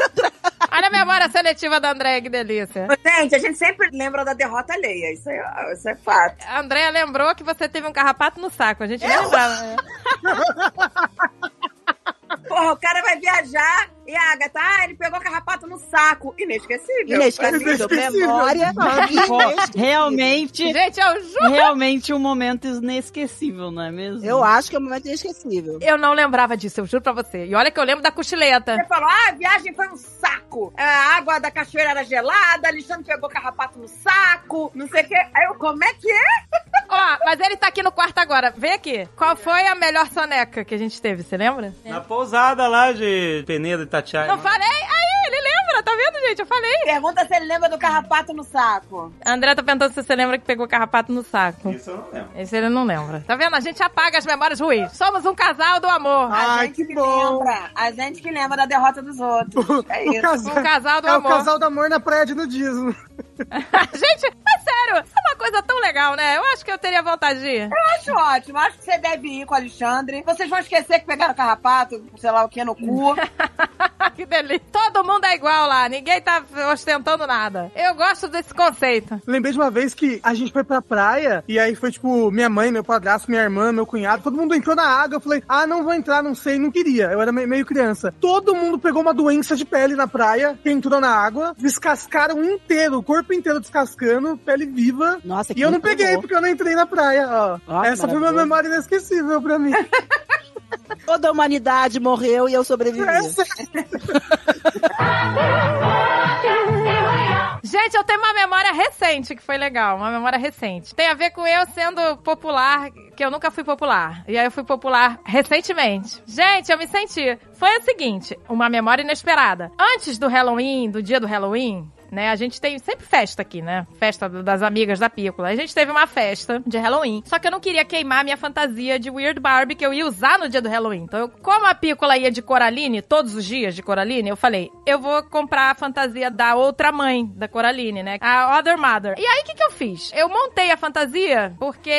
Speaker 2: Olha a memória seletiva da André, que delícia.
Speaker 3: Gente, a gente sempre lembra da derrota alheia. Isso é, isso é fato.
Speaker 2: A Andrea lembrou que você teve um carrapato no saco. A gente nem lembrava. né?
Speaker 3: Porra, o cara vai viajar e a Agatha, ah, ele pegou carrapato no saco. É um Inesquecível.
Speaker 1: Inesquecível. Memória. inesquecível.
Speaker 5: Realmente,
Speaker 2: Gente, eu juro.
Speaker 5: realmente um momento inesquecível, não é mesmo?
Speaker 1: Eu acho que é um momento inesquecível.
Speaker 2: Eu não lembrava disso, eu juro pra você. E olha que eu lembro da cochileta.
Speaker 3: Você falou, ah, a viagem foi um saco. A água da cachoeira era gelada, Alexandre pegou carrapato no saco, não sei o quê. Aí eu, como é que é?
Speaker 2: Ó, mas ele tá aqui no quarto agora. Vem aqui. Qual foi a melhor soneca que a gente teve, você lembra?
Speaker 7: Na pousada lá de Penedo e né? Tatiaia.
Speaker 2: Não falei? Aí, ele lembra, tá vendo, gente? Eu falei.
Speaker 3: Pergunta se ele lembra do carrapato no saco.
Speaker 2: A André tá perguntando se você lembra que pegou carrapato no saco.
Speaker 7: Isso eu não lembro.
Speaker 2: Esse ele não lembra. Tá vendo? A gente apaga as memórias ruins. Somos um casal do amor.
Speaker 4: Ah, Ai,
Speaker 3: gente
Speaker 4: que bom.
Speaker 3: lembra. A gente que lembra da derrota dos outros. É
Speaker 4: O
Speaker 3: isso.
Speaker 4: casal,
Speaker 2: Um casal do
Speaker 4: é o
Speaker 2: amor.
Speaker 4: casal do amor na praia de nudismo.
Speaker 2: gente, mas sério, isso é uma coisa tão legal, né? Eu acho que eu teria vontade de ir.
Speaker 3: Acho ótimo, acho que você deve ir com o Alexandre. Vocês vão esquecer que pegaram carrapato, sei lá o que, no cu.
Speaker 2: que delícia. Todo mundo é igual lá, ninguém tá ostentando nada. Eu gosto desse conceito.
Speaker 4: Lembrei de uma vez que a gente foi pra praia e aí foi tipo minha mãe, meu padrasto, minha irmã, meu cunhado, todo mundo entrou na água. Eu falei, ah, não vou entrar, não sei, não queria. Eu era me- meio criança. Todo mundo pegou uma doença de pele na praia, entrou na água, descascaram inteiro, o corpo inteiro descascando, pele viva.
Speaker 1: Nossa, que
Speaker 4: E eu não
Speaker 1: muito
Speaker 4: peguei
Speaker 1: bom.
Speaker 4: porque eu não entrei na praia, ó.
Speaker 1: Ah, que
Speaker 4: Essa foi uma
Speaker 1: maravilhoso.
Speaker 4: memória inesquecível pra mim.
Speaker 1: Toda a humanidade morreu e eu sobrevivi.
Speaker 4: Essa-
Speaker 2: Gente, eu tenho uma memória recente que foi legal, uma memória recente. Tem a ver com eu sendo popular, que eu nunca fui popular. E aí eu fui popular recentemente. Gente, eu me senti. Foi o seguinte, uma memória inesperada. Antes do Halloween, do dia do Halloween, né? A gente tem sempre festa aqui, né? Festa do- das amigas da Pícola. A gente teve uma festa de Halloween. Só que eu não queria queimar minha fantasia de Weird Barbie que eu ia usar no dia do Halloween. Então, eu- como a Pícola ia de Coraline, todos os dias de Coraline, eu falei, eu vou comprar a fantasia da outra mãe da Coraline, né? A Other Mother. E aí, o que, que eu fiz? Eu montei a fantasia porque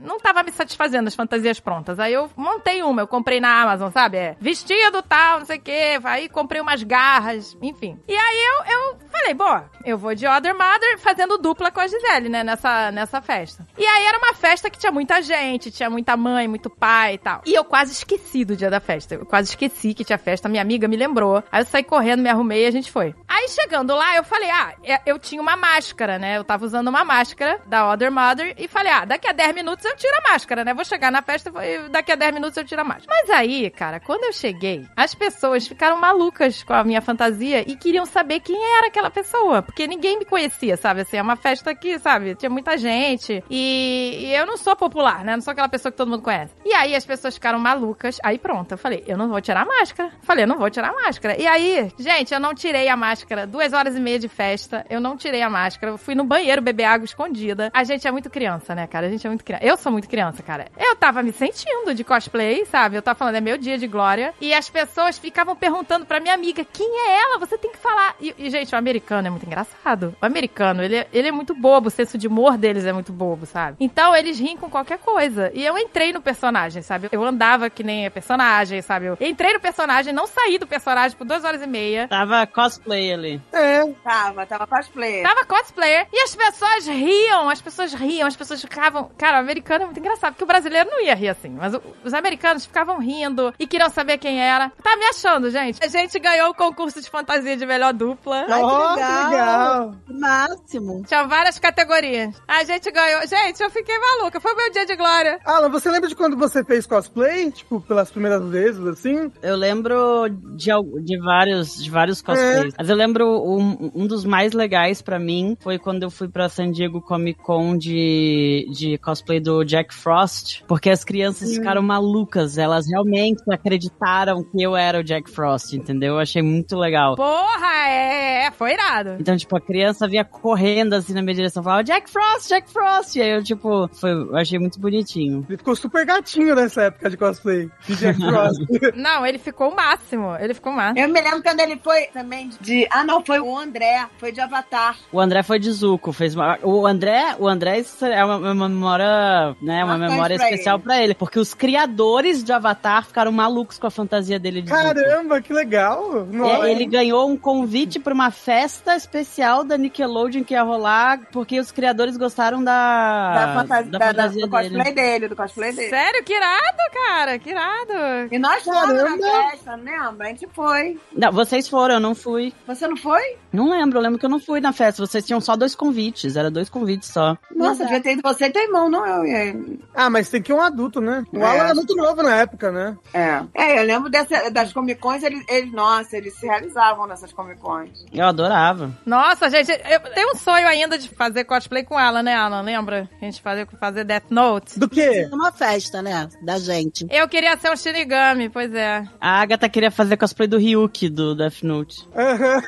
Speaker 2: não tava me satisfazendo as fantasias prontas. Aí eu montei uma, eu comprei na Amazon, sabe? É, vestido, tal, não sei o quê. Aí comprei umas garras, enfim. E aí eu, eu falei, bom, eu vou de Other Mother fazendo dupla com a Gisele, né? Nessa, nessa festa. E aí era uma festa que tinha muita gente, tinha muita mãe, muito pai e tal. E eu quase esqueci do dia da festa. Eu quase esqueci que tinha festa. Minha amiga me lembrou. Aí eu saí correndo, me arrumei e a gente foi. Aí chegando lá, eu falei, ah, é- eu tinha uma máscara, né? Eu tava usando uma máscara da Other Mother e falei, ah, daqui a 10 minutos eu tiro a máscara, né? Vou chegar na festa e vou- e daqui a 10 minutos eu tiro a máscara. Mas aí, cara, quando eu cheguei, as pessoas ficaram malucas com a minha fantasia e queriam saber quem era aquela pessoa. Porque ninguém me conhecia, sabe? Assim, é uma festa que, sabe? Tinha muita gente. E, e eu não sou popular, né? Não sou aquela pessoa que todo mundo conhece. E aí as pessoas ficaram malucas. Aí pronto, eu falei, eu não vou tirar a máscara. Falei, eu não vou tirar a máscara. E aí, gente, eu não tirei a máscara. Duas horas e meia de festa, eu não tirei a máscara. Eu fui no banheiro beber água escondida. A gente é muito criança, né, cara? A gente é muito criança. Eu sou muito criança, cara. Eu tava me sentindo de cosplay, sabe? Eu tava falando, é meu dia de glória. E as pessoas ficavam perguntando pra minha amiga, quem é ela? Você tem que falar. E, e, gente, o americano é muito engraçado. O americano, ele, é- ele é muito bobo. O senso de humor deles é muito bobo, sabe? Então, eles riem com qualquer coisa. E eu entrei no personagem, sabe? Eu andava que nem a personagem, sabe? Eu entrei no personagem, não saí do personagem por duas horas e meia.
Speaker 5: Tava cosplay ali.
Speaker 4: É,
Speaker 3: Tava, tava cosplay.
Speaker 2: Tava cosplayer e as pessoas riam, as pessoas riam, as pessoas ficavam. Cara, o americano é muito engraçado, porque o brasileiro não ia rir assim, mas o- os americanos ficavam rindo e queriam saber quem era. Tá me achando, gente. A gente ganhou o concurso de fantasia de melhor dupla.
Speaker 1: Ai, que
Speaker 4: Ó,
Speaker 1: legal.
Speaker 4: que legal.
Speaker 1: Máximo.
Speaker 2: Tinha várias categorias. A gente ganhou. Gente, eu fiquei maluca. Foi meu dia de glória.
Speaker 4: Alan, você lembra de quando você fez cosplay? Tipo, pelas primeiras vezes, assim?
Speaker 5: Eu lembro de, al- de vários de vários cosplays. Mas eu lembro um, um dos mais legais pra mim foi quando eu fui pra San Diego Comic Con de, de cosplay do Jack Frost, porque as crianças ficaram malucas. Elas realmente acreditaram que eu era o Jack Frost, entendeu? Eu achei muito legal.
Speaker 2: Porra, é. Foi irado.
Speaker 5: Então, tipo, a criança vinha correndo assim na minha direção, falava Jack Frost, Jack Frost. E aí eu, tipo, foi, eu achei muito bonitinho.
Speaker 4: Ele ficou super gatinho nessa época de cosplay. De Jack Frost.
Speaker 2: Não, ele ficou o máximo. Ele ficou o máximo.
Speaker 3: Eu me lembro quando ele foi também de. Ah, não, foi o André, foi de Avatar.
Speaker 5: O André foi de Zuko, fez uma- o André, o André isso é uma, uma memória, né, uma
Speaker 3: Marcante
Speaker 5: memória
Speaker 3: pra
Speaker 5: especial
Speaker 3: ele.
Speaker 5: pra ele, porque os criadores de Avatar ficaram malucos com a fantasia dele de Zuko.
Speaker 4: Caramba, que legal. Nossa.
Speaker 5: É, ele ganhou um convite pra uma festa especial da Nickelodeon que ia rolar, porque os criadores gostaram da,
Speaker 3: da fantasia,
Speaker 5: Ah,
Speaker 3: da-
Speaker 5: da
Speaker 3: da-
Speaker 5: fantasia
Speaker 3: do cosplay
Speaker 5: dele.
Speaker 3: dele. do cosplay dele.
Speaker 2: Sério, que irado, cara. Que irado.
Speaker 3: E nós fomos na
Speaker 4: Caramba.
Speaker 3: festa, não lembra? A gente foi.
Speaker 5: Não, vocês foram, eu não fui.
Speaker 3: Você não foi?
Speaker 5: Não lembro, eu lembro que eu não fui na festa. Vocês tinham só dois convites, era dois convites só.
Speaker 3: Nossa, devia ter ido você e teu irmão, não eu. e ele.
Speaker 4: Ah, mas tem que ir um adulto, né? O
Speaker 3: É.
Speaker 4: Alan era muito novo na época, né?
Speaker 3: É. é, eu lembro dessa, das Comic Cons, eles, eles, nossa, eles se realizavam nessas Comic Cons.
Speaker 5: Eu adorava.
Speaker 2: Nossa, gente, eu tenho um sonho ainda de fazer cosplay com ela, né, Alan? Lembra? A gente fazer, fazer Death Note.
Speaker 4: Do quê?
Speaker 1: É uma festa, né? Da gente.
Speaker 2: Eu queria ser um Shinigami, pois é.
Speaker 5: A Agatha queria fazer cosplay do Ryuki, do Death Note.
Speaker 4: Aham.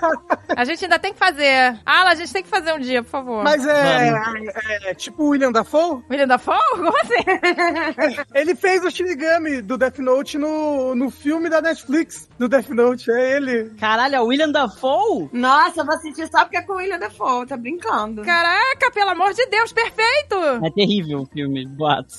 Speaker 2: A gente ainda tem que fazer. Alan, a gente tem que fazer um dia, por favor.
Speaker 4: mas é, é, tipo o William Dafoe?
Speaker 2: William Dafoe? Como assim?
Speaker 4: Ele fez o Shinigami do Death Note no, no filme da Netflix do Death Note. É ele.
Speaker 5: Caralho, é o William Dafoe?
Speaker 3: Nossa, eu vou sentir só porque é com o William Defoe, tá brincando.
Speaker 2: Caraca, pelo amor de Deus, perfeito!
Speaker 5: É terrível o filme, boatos.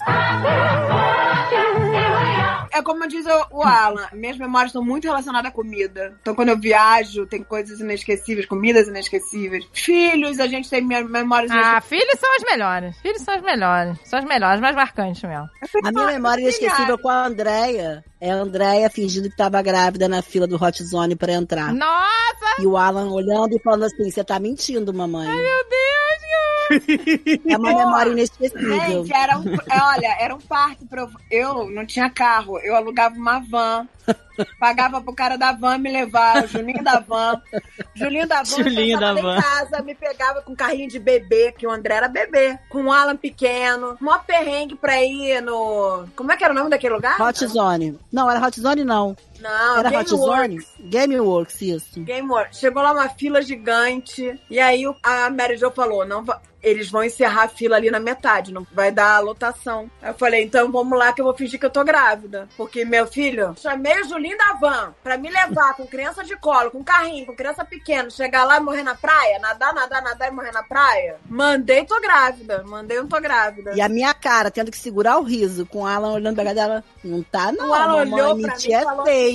Speaker 3: É como diz o, o Alan, minhas memórias estão muito relacionadas à comida. Então, quando eu viajo, tem coisas inesquecíveis, comidas inesquecíveis. Filhos, a gente tem minha- memórias
Speaker 2: Ah, filhos são as melhores. Filhos são as melhores. São as melhores, mais marcantes mesmo.
Speaker 3: inesquecíveis.
Speaker 1: A minha memória é inesquecível com a Andrea é a Andrea fingindo que tava grávida na fila do Hot Zone pra entrar.
Speaker 2: Nossa,
Speaker 1: E o Alan olhando e falando assim: você tá mentindo, mamãe. Ai, meu Deus, É uma memória inesquecível.
Speaker 3: Gente, era um, é, olha, era um parto. Pra eu, eu não tinha carro, eu alugava uma van, pagava pro cara da van me levar, o Julinho da van. Julinho da van,
Speaker 5: Julinho
Speaker 3: passava
Speaker 5: da
Speaker 3: lá
Speaker 5: van.
Speaker 3: em casa, me pegava com carrinho de bebê, que o André era bebê, com o Alan pequeno, mó perrengue pra ir no. Como é que era o nome daquele lugar?
Speaker 1: Hot Zone. Não, era Hot Zone, não.
Speaker 3: Não,
Speaker 1: Era
Speaker 3: Ah, Game
Speaker 1: Hot Zone? Gameworks, isso.
Speaker 3: Game Over. Chegou lá uma fila gigante. E aí o- a Mary Jo falou: não va- Eles vão encerrar a fila ali na metade, não vai dar a lotação. Aí Eu falei, então vamos lá que eu vou fingir que eu tô grávida. Porque, meu filho, chamei o Julinho da van pra me levar com criança de colo, com carrinho, com criança pequena, chegar lá e morrer na praia, nadar, nadar, nadar e morrer na praia. Mandei, tô grávida. Mandei, não tô grávida.
Speaker 1: E a minha cara, tendo que segurar o riso, com o Alan olhando pra cara dela, não tá não,
Speaker 3: O Alan
Speaker 1: mamãe,
Speaker 3: olhou pra
Speaker 1: mentir
Speaker 3: mim e
Speaker 1: é
Speaker 3: falou- assim,
Speaker 1: feio.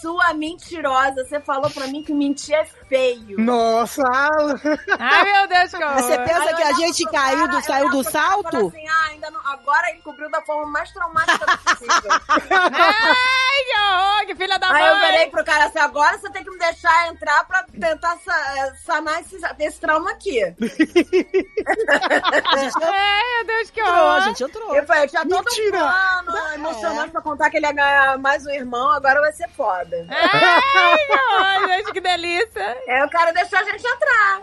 Speaker 3: Sua mentirosa, você falou pra mim que mentir é feio.
Speaker 4: Nossa, Alan.
Speaker 2: ai meu Deus, que
Speaker 1: Mas Você
Speaker 2: horror.
Speaker 1: pensa
Speaker 3: Aí
Speaker 1: que
Speaker 3: eu
Speaker 1: a
Speaker 3: olhava
Speaker 1: gente
Speaker 3: pro
Speaker 1: caiu
Speaker 3: cara,
Speaker 1: do,
Speaker 3: eu
Speaker 1: saiu
Speaker 3: olhava
Speaker 1: do
Speaker 3: pro cara e falava
Speaker 1: salto?
Speaker 3: Assim, ah, ainda não- agora ele cobriu da forma mais traumática possível.
Speaker 1: Tá
Speaker 2: Ai, que horror, que filha da
Speaker 3: Aí eu
Speaker 2: mãe!
Speaker 1: é.
Speaker 3: virei pro cara assim, agora você tem que me deixar entrar pra tentar sa- eh, sanar esse, esse trauma aqui.
Speaker 2: Ai, meu Deus,
Speaker 3: assim,
Speaker 2: que
Speaker 1: Entrou, a
Speaker 2: horror!
Speaker 1: gente entrou.
Speaker 3: Eu falei, eu tinha todo
Speaker 4: Mentira.
Speaker 3: um plano
Speaker 1: é.
Speaker 3: emocionante pra contar que ele ia ganhar mais um irmão, agora vai ser foda.
Speaker 2: Ai, que horror, gente, que delícia!
Speaker 1: É.
Speaker 3: Aí o cara deixou a gente entrar.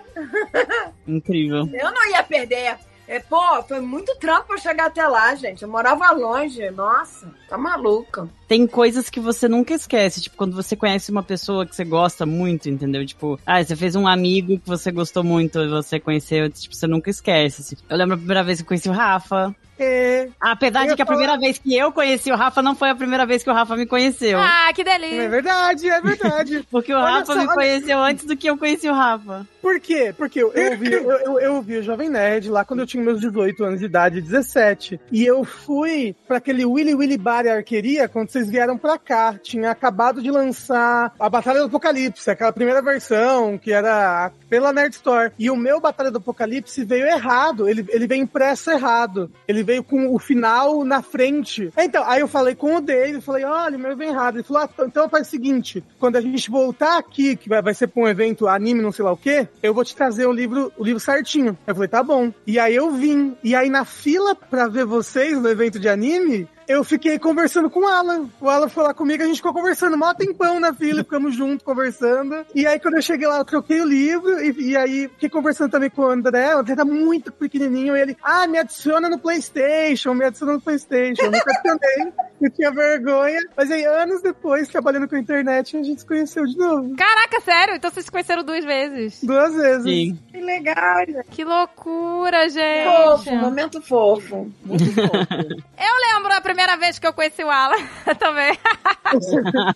Speaker 5: Incrível.
Speaker 3: Eu não ia perder. É, pô, foi muito trampo eu chegar até lá, gente. Eu morava longe. Nossa, tá maluca.
Speaker 5: Tem coisas que você nunca esquece, tipo, quando você conhece uma pessoa que você gosta muito, entendeu? Tipo, ah, você fez um amigo que você gostou muito, e você conheceu, tipo, você nunca esquece. assim. Eu lembro a primeira vez que eu conheci o Rafa.
Speaker 4: É,
Speaker 5: Apesar
Speaker 4: Eu
Speaker 5: de que a
Speaker 4: ia falar-
Speaker 5: primeira vez que eu conheci o Rafa não foi a primeira vez que o Rafa me conheceu.
Speaker 2: Ah, que
Speaker 4: é
Speaker 2: delícia!
Speaker 4: verdade, é verdade.
Speaker 5: Porque o
Speaker 4: Olha
Speaker 5: Rafa
Speaker 4: só,
Speaker 5: me
Speaker 4: olha-
Speaker 5: conheceu antes do que eu conheci o Rafa.
Speaker 4: Por quê? Porque eu eu ouvi, eu, eu, eu ouvi o Jovem Nerd lá quando eu tinha meus 18 anos de idade, 17. E eu fui pra aquele Willy Willy Bar e Arqueria quando vocês vieram pra cá. Tinha acabado de lançar a Batalha do Apocalipse, aquela primeira versão que era pela Nerd Store. E o meu Batalha do Apocalipse veio errado. Ele, ele veio impresso errado. Ele veio com o final na frente. Então, aí eu falei com o Dave, falei, olha, o meu veio errado. Ele falou, ah, então faz o seguinte, quando a gente voltar aqui, que vai, vai ser pra um evento anime, não sei lá o quê, eu vou te trazer o livro, o livro certinho. Eu falei, tá bom. E aí eu vim. E aí na fila pra ver vocês no evento de anime, eu fiquei conversando com o Alan. O Alan foi lá comigo, a gente ficou conversando mó tempão na fila, ficamos juntos conversando. E aí, quando eu cheguei lá, eu troquei o livro e, e aí fiquei conversando também com o André. O André tá muito pequenininho. E ele, ah, me adiciona no PlayStation, me adiciona no PlayStation. Eu nunca adicionei. Eu tinha vergonha. Mas aí, anos depois, trabalhando com a internet, a gente se conheceu de novo.
Speaker 2: Caraca, sério? Então vocês se conheceram duas vezes.
Speaker 4: Duas vezes.
Speaker 5: Sim.
Speaker 3: Que legal, gente.
Speaker 2: Que loucura,
Speaker 3: Fofo,
Speaker 2: gente.
Speaker 3: momento fofo.
Speaker 1: Muito fofo.
Speaker 2: Eu lembro a primeira vez que eu conheci o Alan também.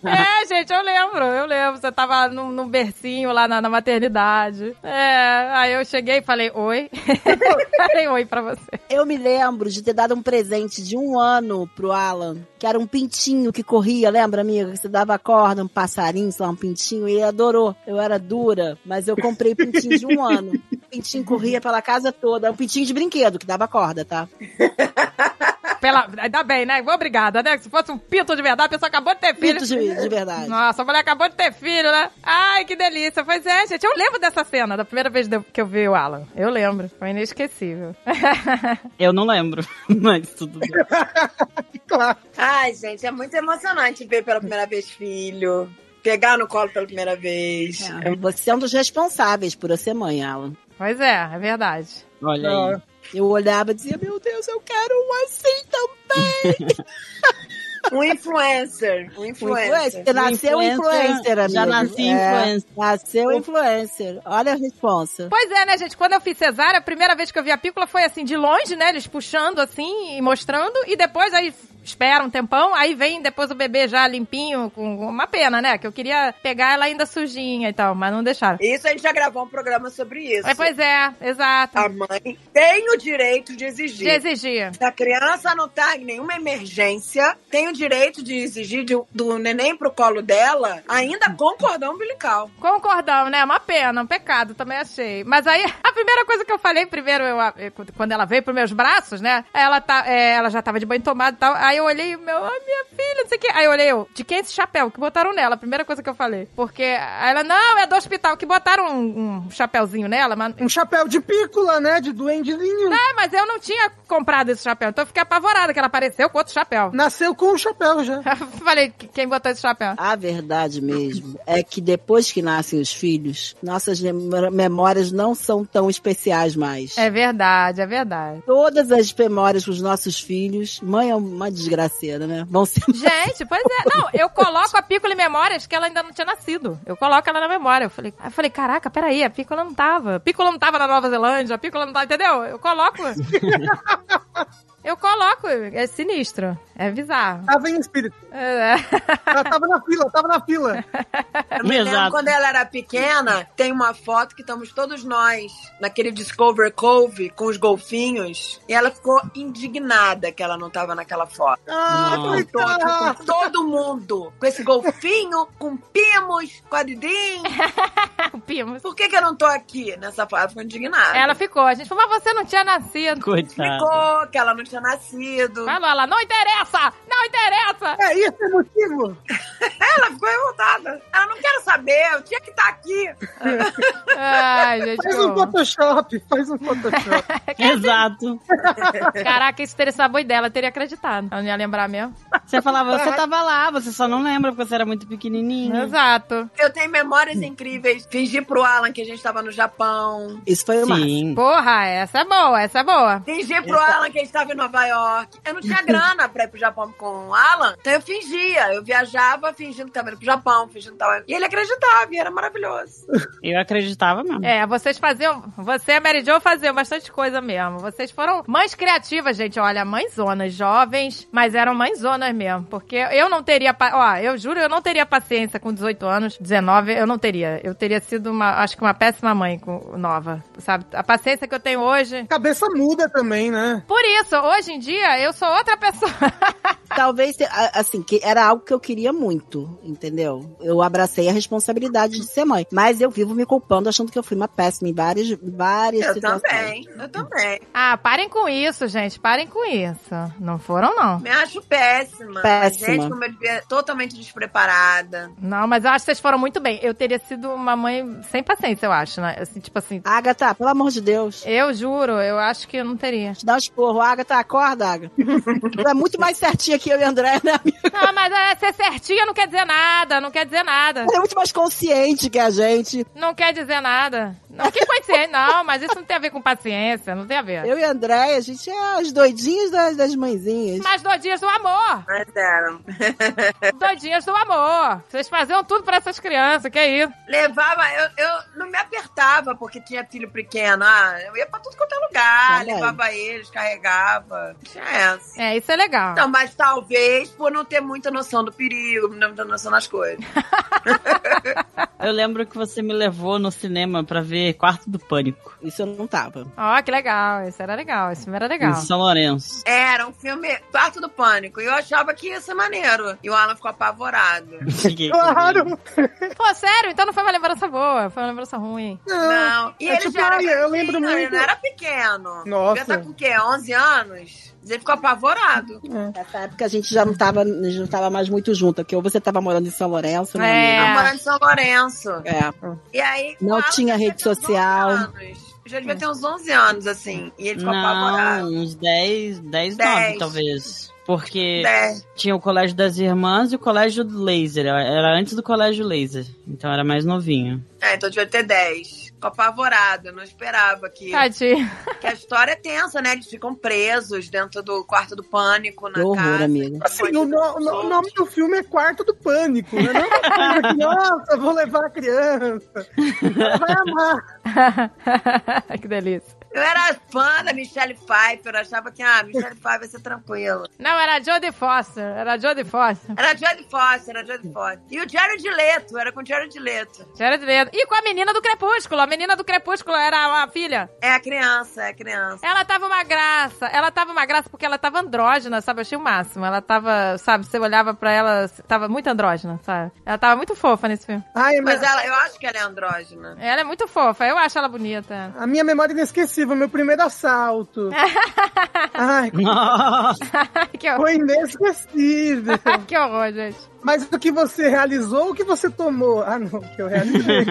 Speaker 2: é, gente, eu lembro, eu lembro. Você tava num, num bercinho lá na, na maternidade. É, aí eu cheguei e falei oi. falei oi pra você.
Speaker 1: Eu me lembro de ter dado um presente de um ano pro Alan, que era um pintinho que corria, lembra, amiga? Que você dava corda, um passarinho, sei lá, um pintinho, e ele adorou. Eu era dura, mas eu comprei pintinho de um ano. O pintinho corria pela casa toda. Era um pintinho de brinquedo que dava corda, tá?
Speaker 2: Pela, ainda bem, né? Obrigada, né? Se fosse um pinto de verdade, a pessoa acabou de ter filho.
Speaker 1: Pinto de, de verdade.
Speaker 2: Nossa, a mulher acabou de ter filho, né? Ai, que delícia. Pois é, gente. Eu lembro dessa cena, da primeira vez de- que eu vi o Alan. Eu lembro. Foi inesquecível.
Speaker 5: Eu não lembro, mas tudo bem.
Speaker 4: Claro.
Speaker 3: Ai, gente, é muito emocionante ver pela primeira vez filho. Pegar no colo pela primeira vez.
Speaker 1: É, Você é um dos responsáveis por eu ser mãe, Alan.
Speaker 2: pois é, é verdade.
Speaker 5: Olha aí.
Speaker 4: Ah,
Speaker 1: Eu olhava e dizia, meu Deus, eu quero um assim também.
Speaker 3: Um influencer. Um
Speaker 1: Um
Speaker 3: influencer.
Speaker 1: influencer. Você nasceu um influencer, amigo.
Speaker 5: Já nasci
Speaker 1: É,
Speaker 5: influencer.
Speaker 1: Nasceu um influencer. Olha a responsa.
Speaker 2: Pois é, né, gente? Quando eu fiz cesárea, a primeira vez que eu vi a pícola foi assim, de longe, né? Eles puxando assim e mostrando. E depois aí f- espera um tempão, aí vem depois o bebê já limpinho, com uma pena, né? Que eu queria pegar ela ainda sujinha e tal, mas não deixaram.
Speaker 3: Isso a gente já gravou um programa sobre isso.
Speaker 2: É, pois é, exato.
Speaker 3: A mãe tem o direito de
Speaker 2: De
Speaker 3: exigir.
Speaker 2: exigir.
Speaker 3: Se a criança não tá em nenhuma emergência, tem o direito de exigir de- um, do neném pro colo dela, ainda com cordão umbilical.
Speaker 2: Concordão, né? Uma pena, um pecado, também achei. Mas aí, a primeira coisa que eu falei, primeiro, eu, eu- quando ela veio pros meus braços, né? Ela, tá, é, ela já tava de banho tomado e tal. Aí eu olhei, meu, ai, minha filha, não sei o quê. Aí eu olhei, eu, de quem é esse chapéu? Que botaram nela, a primeira coisa que eu falei. Porque aí ela, não, é do hospital, que botaram um, um chapéuzinho nela, mas.
Speaker 4: Um chapéu de pícola, né? De duendezinho.
Speaker 2: Ah, mas eu não tinha comprado esse chapéu, então eu fiquei apavorada que ela apareceu com outro chapéu.
Speaker 4: Nasceu com o chapéu já.
Speaker 2: falei, "Que- quem botou esse chapéu?
Speaker 1: A verdade mesmo é que depois que nascem os filhos, nossas memó- memórias não são tão especiais mais.
Speaker 2: É verdade, é verdade.
Speaker 1: Todas as memórias com os nossos filhos, mãe é uma desgraceira, né? Vão ser
Speaker 2: Gente, pois é. Não, eu coloco a Pícola em memórias que ela ainda não tinha nascido. Eu coloco ela na memória. Eu falei, aí eu falei caraca, peraí, a Pícola não tava. A Pícola não tava na Nova Zelândia, a Pícola não tava, entendeu? Eu coloco. eu coloco. É sinistro. É bizarro.
Speaker 4: Tava em espírito.
Speaker 2: É,
Speaker 4: Ela tava na fila, tava na fila.
Speaker 3: Eu me lembro
Speaker 5: Exato.
Speaker 3: quando ela era pequena, tem uma foto que estamos todos nós naquele Discover Cove com os golfinhos. E ela ficou indignada que ela não tava naquela foto.
Speaker 4: Ah,
Speaker 5: Não.
Speaker 3: Ficou
Speaker 4: coitada.
Speaker 3: ótimo com todo mundo. Com esse golfinho, com Pimos, com a Didinho.
Speaker 2: o Pimos.
Speaker 3: Por que, que eu não tô aqui nessa foto? Ela ficou indignada.
Speaker 2: Ela ficou. A gente falou, mas você não tinha nascido.
Speaker 5: Coitada.
Speaker 3: Ficou, que ela não tinha nascido.
Speaker 2: Falou, ela, não interessa! Não interessa!
Speaker 4: É, isso é motivo.
Speaker 3: Ela ficou revoltada. Ela não quero saber, eu tinha que estar aqui.
Speaker 2: Ai, gente.
Speaker 4: Faz
Speaker 2: que
Speaker 4: um
Speaker 2: horror.
Speaker 4: Photoshop, faz um Photoshop.
Speaker 5: Exato.
Speaker 2: Caraca, isso teria sabor dela, eu teria acreditado. Ela não ia lembrar mesmo.
Speaker 5: Você falava, você tava lá, você só não lembra porque você era muito pequenininha.
Speaker 2: Exato.
Speaker 3: Eu tenho memórias incríveis. Fingi pro Alan que a gente tava no Japão.
Speaker 1: Isso foi o máximo.
Speaker 5: Sim.
Speaker 2: Porra, essa é boa, essa é boa.
Speaker 3: Fingi pro Alan que a gente tava em Nova York. Eu não tinha grana pra ir pro Japão com o Alan, então eu fingia. Eu viajava fingindo que tava indo pro Japão, fingindo que tava indo. E ele acreditava, e era maravilhoso.
Speaker 5: Eu acreditava mesmo.
Speaker 2: É, vocês faziam. Você e a Mary Jo faziam bastante coisa mesmo. Vocês foram mães criativas, gente. Olha, mãezonas, jovens, mas eram mãezonas mesmo. Porque eu não teria. pa- Ó, eu juro, eu não teria paciência com 18 anos, 19, eu não teria. Eu teria sido uma. Acho que uma péssima mãe com, nova, sabe? A paciência que eu tenho hoje.
Speaker 4: Cabeça muda também, né?
Speaker 2: Por isso, hoje em dia, eu sou outra pessoa.
Speaker 1: Talvez, te- a- assim, que era algo que eu queria muito, entendeu? Eu abracei a responsabilidade de ser mãe. Mas eu vivo me culpando, achando que eu fui uma péssima em várias, várias
Speaker 3: Eu
Speaker 1: situações.
Speaker 3: também, eu também.
Speaker 2: ah, parem com isso, gente. Parem com isso. Não foram, não.
Speaker 3: Me acho péssima.
Speaker 1: Péssima.
Speaker 3: Gente, como eu devia, totalmente despreparada.
Speaker 2: Não, mas eu acho que vocês foram muito bem. Eu teria sido uma mãe sem paciência, eu acho, né? Assim, tipo assim,
Speaker 1: Agatha, pelo amor de Deus.
Speaker 2: Eu juro, eu acho que eu não teria.
Speaker 1: Te dá um esporro. Agatha, acorda, Agatha. Tu é muito mais certinha que eu e André, né, amiga?
Speaker 2: Não, mas é, ser certinha não quer dizer nada, não quer dizer nada.
Speaker 1: Ela é muito mais consciente que a gente.
Speaker 2: Não quer dizer nada. Não, que foi paciência. Não, mas isso não tem a ver com paciência, não tem a ver.
Speaker 1: Eu e a Andréia, a gente é as doidinhas das, das mãezinhas.
Speaker 2: Mas doidinhas do amor!
Speaker 3: Mas eram.
Speaker 2: Doidinhas do amor! Vocês faziam tudo pra essas crianças, que é isso?
Speaker 3: Levava, eu, eu não me apertava porque tinha filho pequeno. Ah, eu ia pra tudo quanto é lugar,
Speaker 1: Também.
Speaker 3: levava eles, carregava. Tinha essa.
Speaker 2: É, isso é legal.
Speaker 3: Não, mas talvez por não ter muita noção do perigo, não ter muita noção das coisas.
Speaker 5: Eu lembro que você me levou no cinema pra ver Quarto do Pânico,
Speaker 1: Isso eu não tava.
Speaker 2: Ó, que legal. Isso era legal. Isso era legal.
Speaker 5: em São Lourenço.
Speaker 3: Era um filme Quarto do Pânico. E eu achava que ia ser maneiro. E o Alan ficou apavorado.
Speaker 5: Fiquei-
Speaker 4: Claro!
Speaker 2: Pô, sério? Então não foi uma lembrança boa, foi uma lembrança ruim.
Speaker 4: Não.
Speaker 3: Não. E
Speaker 4: É
Speaker 3: ele
Speaker 4: tipo,
Speaker 3: já era
Speaker 4: olha,
Speaker 3: pequeno,
Speaker 4: eu lembro
Speaker 3: Ele
Speaker 4: muito.
Speaker 3: não era pequeno.
Speaker 4: Nossa.
Speaker 3: Ele tá com o quê? 11 anos? Mas Ele ficou apavorado.
Speaker 1: Nessa época a gente já não tava, a gente não tava mais muito junto, que ou você tava morando em São Lourenço, meu
Speaker 2: É.
Speaker 1: amigo.
Speaker 3: Tá morando em São Lourenço.
Speaker 1: É.
Speaker 3: E aí...
Speaker 1: Não
Speaker 3: o Alan
Speaker 1: tinha
Speaker 3: já
Speaker 1: rede
Speaker 3: tinha uns
Speaker 1: social.
Speaker 3: 11 anos. Já devia ter uns 11 anos, assim. E ele ficou apavorado.
Speaker 5: Não, uns 10, 10, 9
Speaker 3: Dez.
Speaker 5: talvez. Porque
Speaker 3: É.
Speaker 5: tinha o Colégio das Irmãs e o Colégio do Laser. Era antes do Colégio Laser, então era mais novinho.
Speaker 3: É, então devia ter 10. Ficou apavorado. Não esperava que...
Speaker 1: Tá.
Speaker 2: Tadinho.
Speaker 3: Porque a história é tensa, né? Eles ficam presos dentro do quarto do pânico, na
Speaker 1: Que horror,
Speaker 3: casa.
Speaker 1: amigo.
Speaker 4: Assim, o, no- o no- o nome do filme é Quarto do Pânico, né? Não é uma coisa que, nossa, vou levar a criança. Ela vai amar.
Speaker 2: que delícia.
Speaker 3: Eu era fã da Michelle Pfeiffer, eu achava que, ah, Michelle Pfeiffer vai ser tranquilo.
Speaker 2: Não, era Jodie Foster. Era Jodie Foster.
Speaker 3: Era Jared Foster, era Jared Foster. E o Jared Leto, era com o Jared Leto.
Speaker 2: Jared Leto. E com a menina do Crepúsculo. A menina do Crepúsculo era a filha.
Speaker 3: É a criança, é a criança.
Speaker 2: Ela tava uma graça. Ela tava uma graça porque ela tava andrógena, sabe? Eu achei o máximo. Ela tava, sabe, você olhava pra ela, tava muito andrógena, sabe? Ela tava muito fofa nesse filme.
Speaker 4: Ai, mas
Speaker 3: Mas ela, eu acho que ela é andrógina.
Speaker 2: Ela é muito fofa. Eu acho ela bonita.
Speaker 4: a minha memória é inesquecível, meu primeiro assalto. Ai,
Speaker 5: Nossa,
Speaker 2: que, horror.
Speaker 4: foi inesquecível.
Speaker 2: que horror, gente.
Speaker 4: Mas o que você realizou ou o que você tomou? Ah, não, o que eu realizei.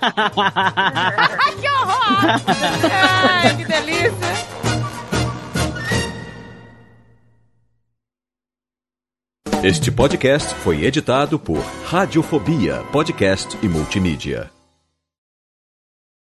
Speaker 2: Ai, que horror! Ai, que delícia!
Speaker 8: Este podcast foi editado por Radiofobia, podcast e multimídia.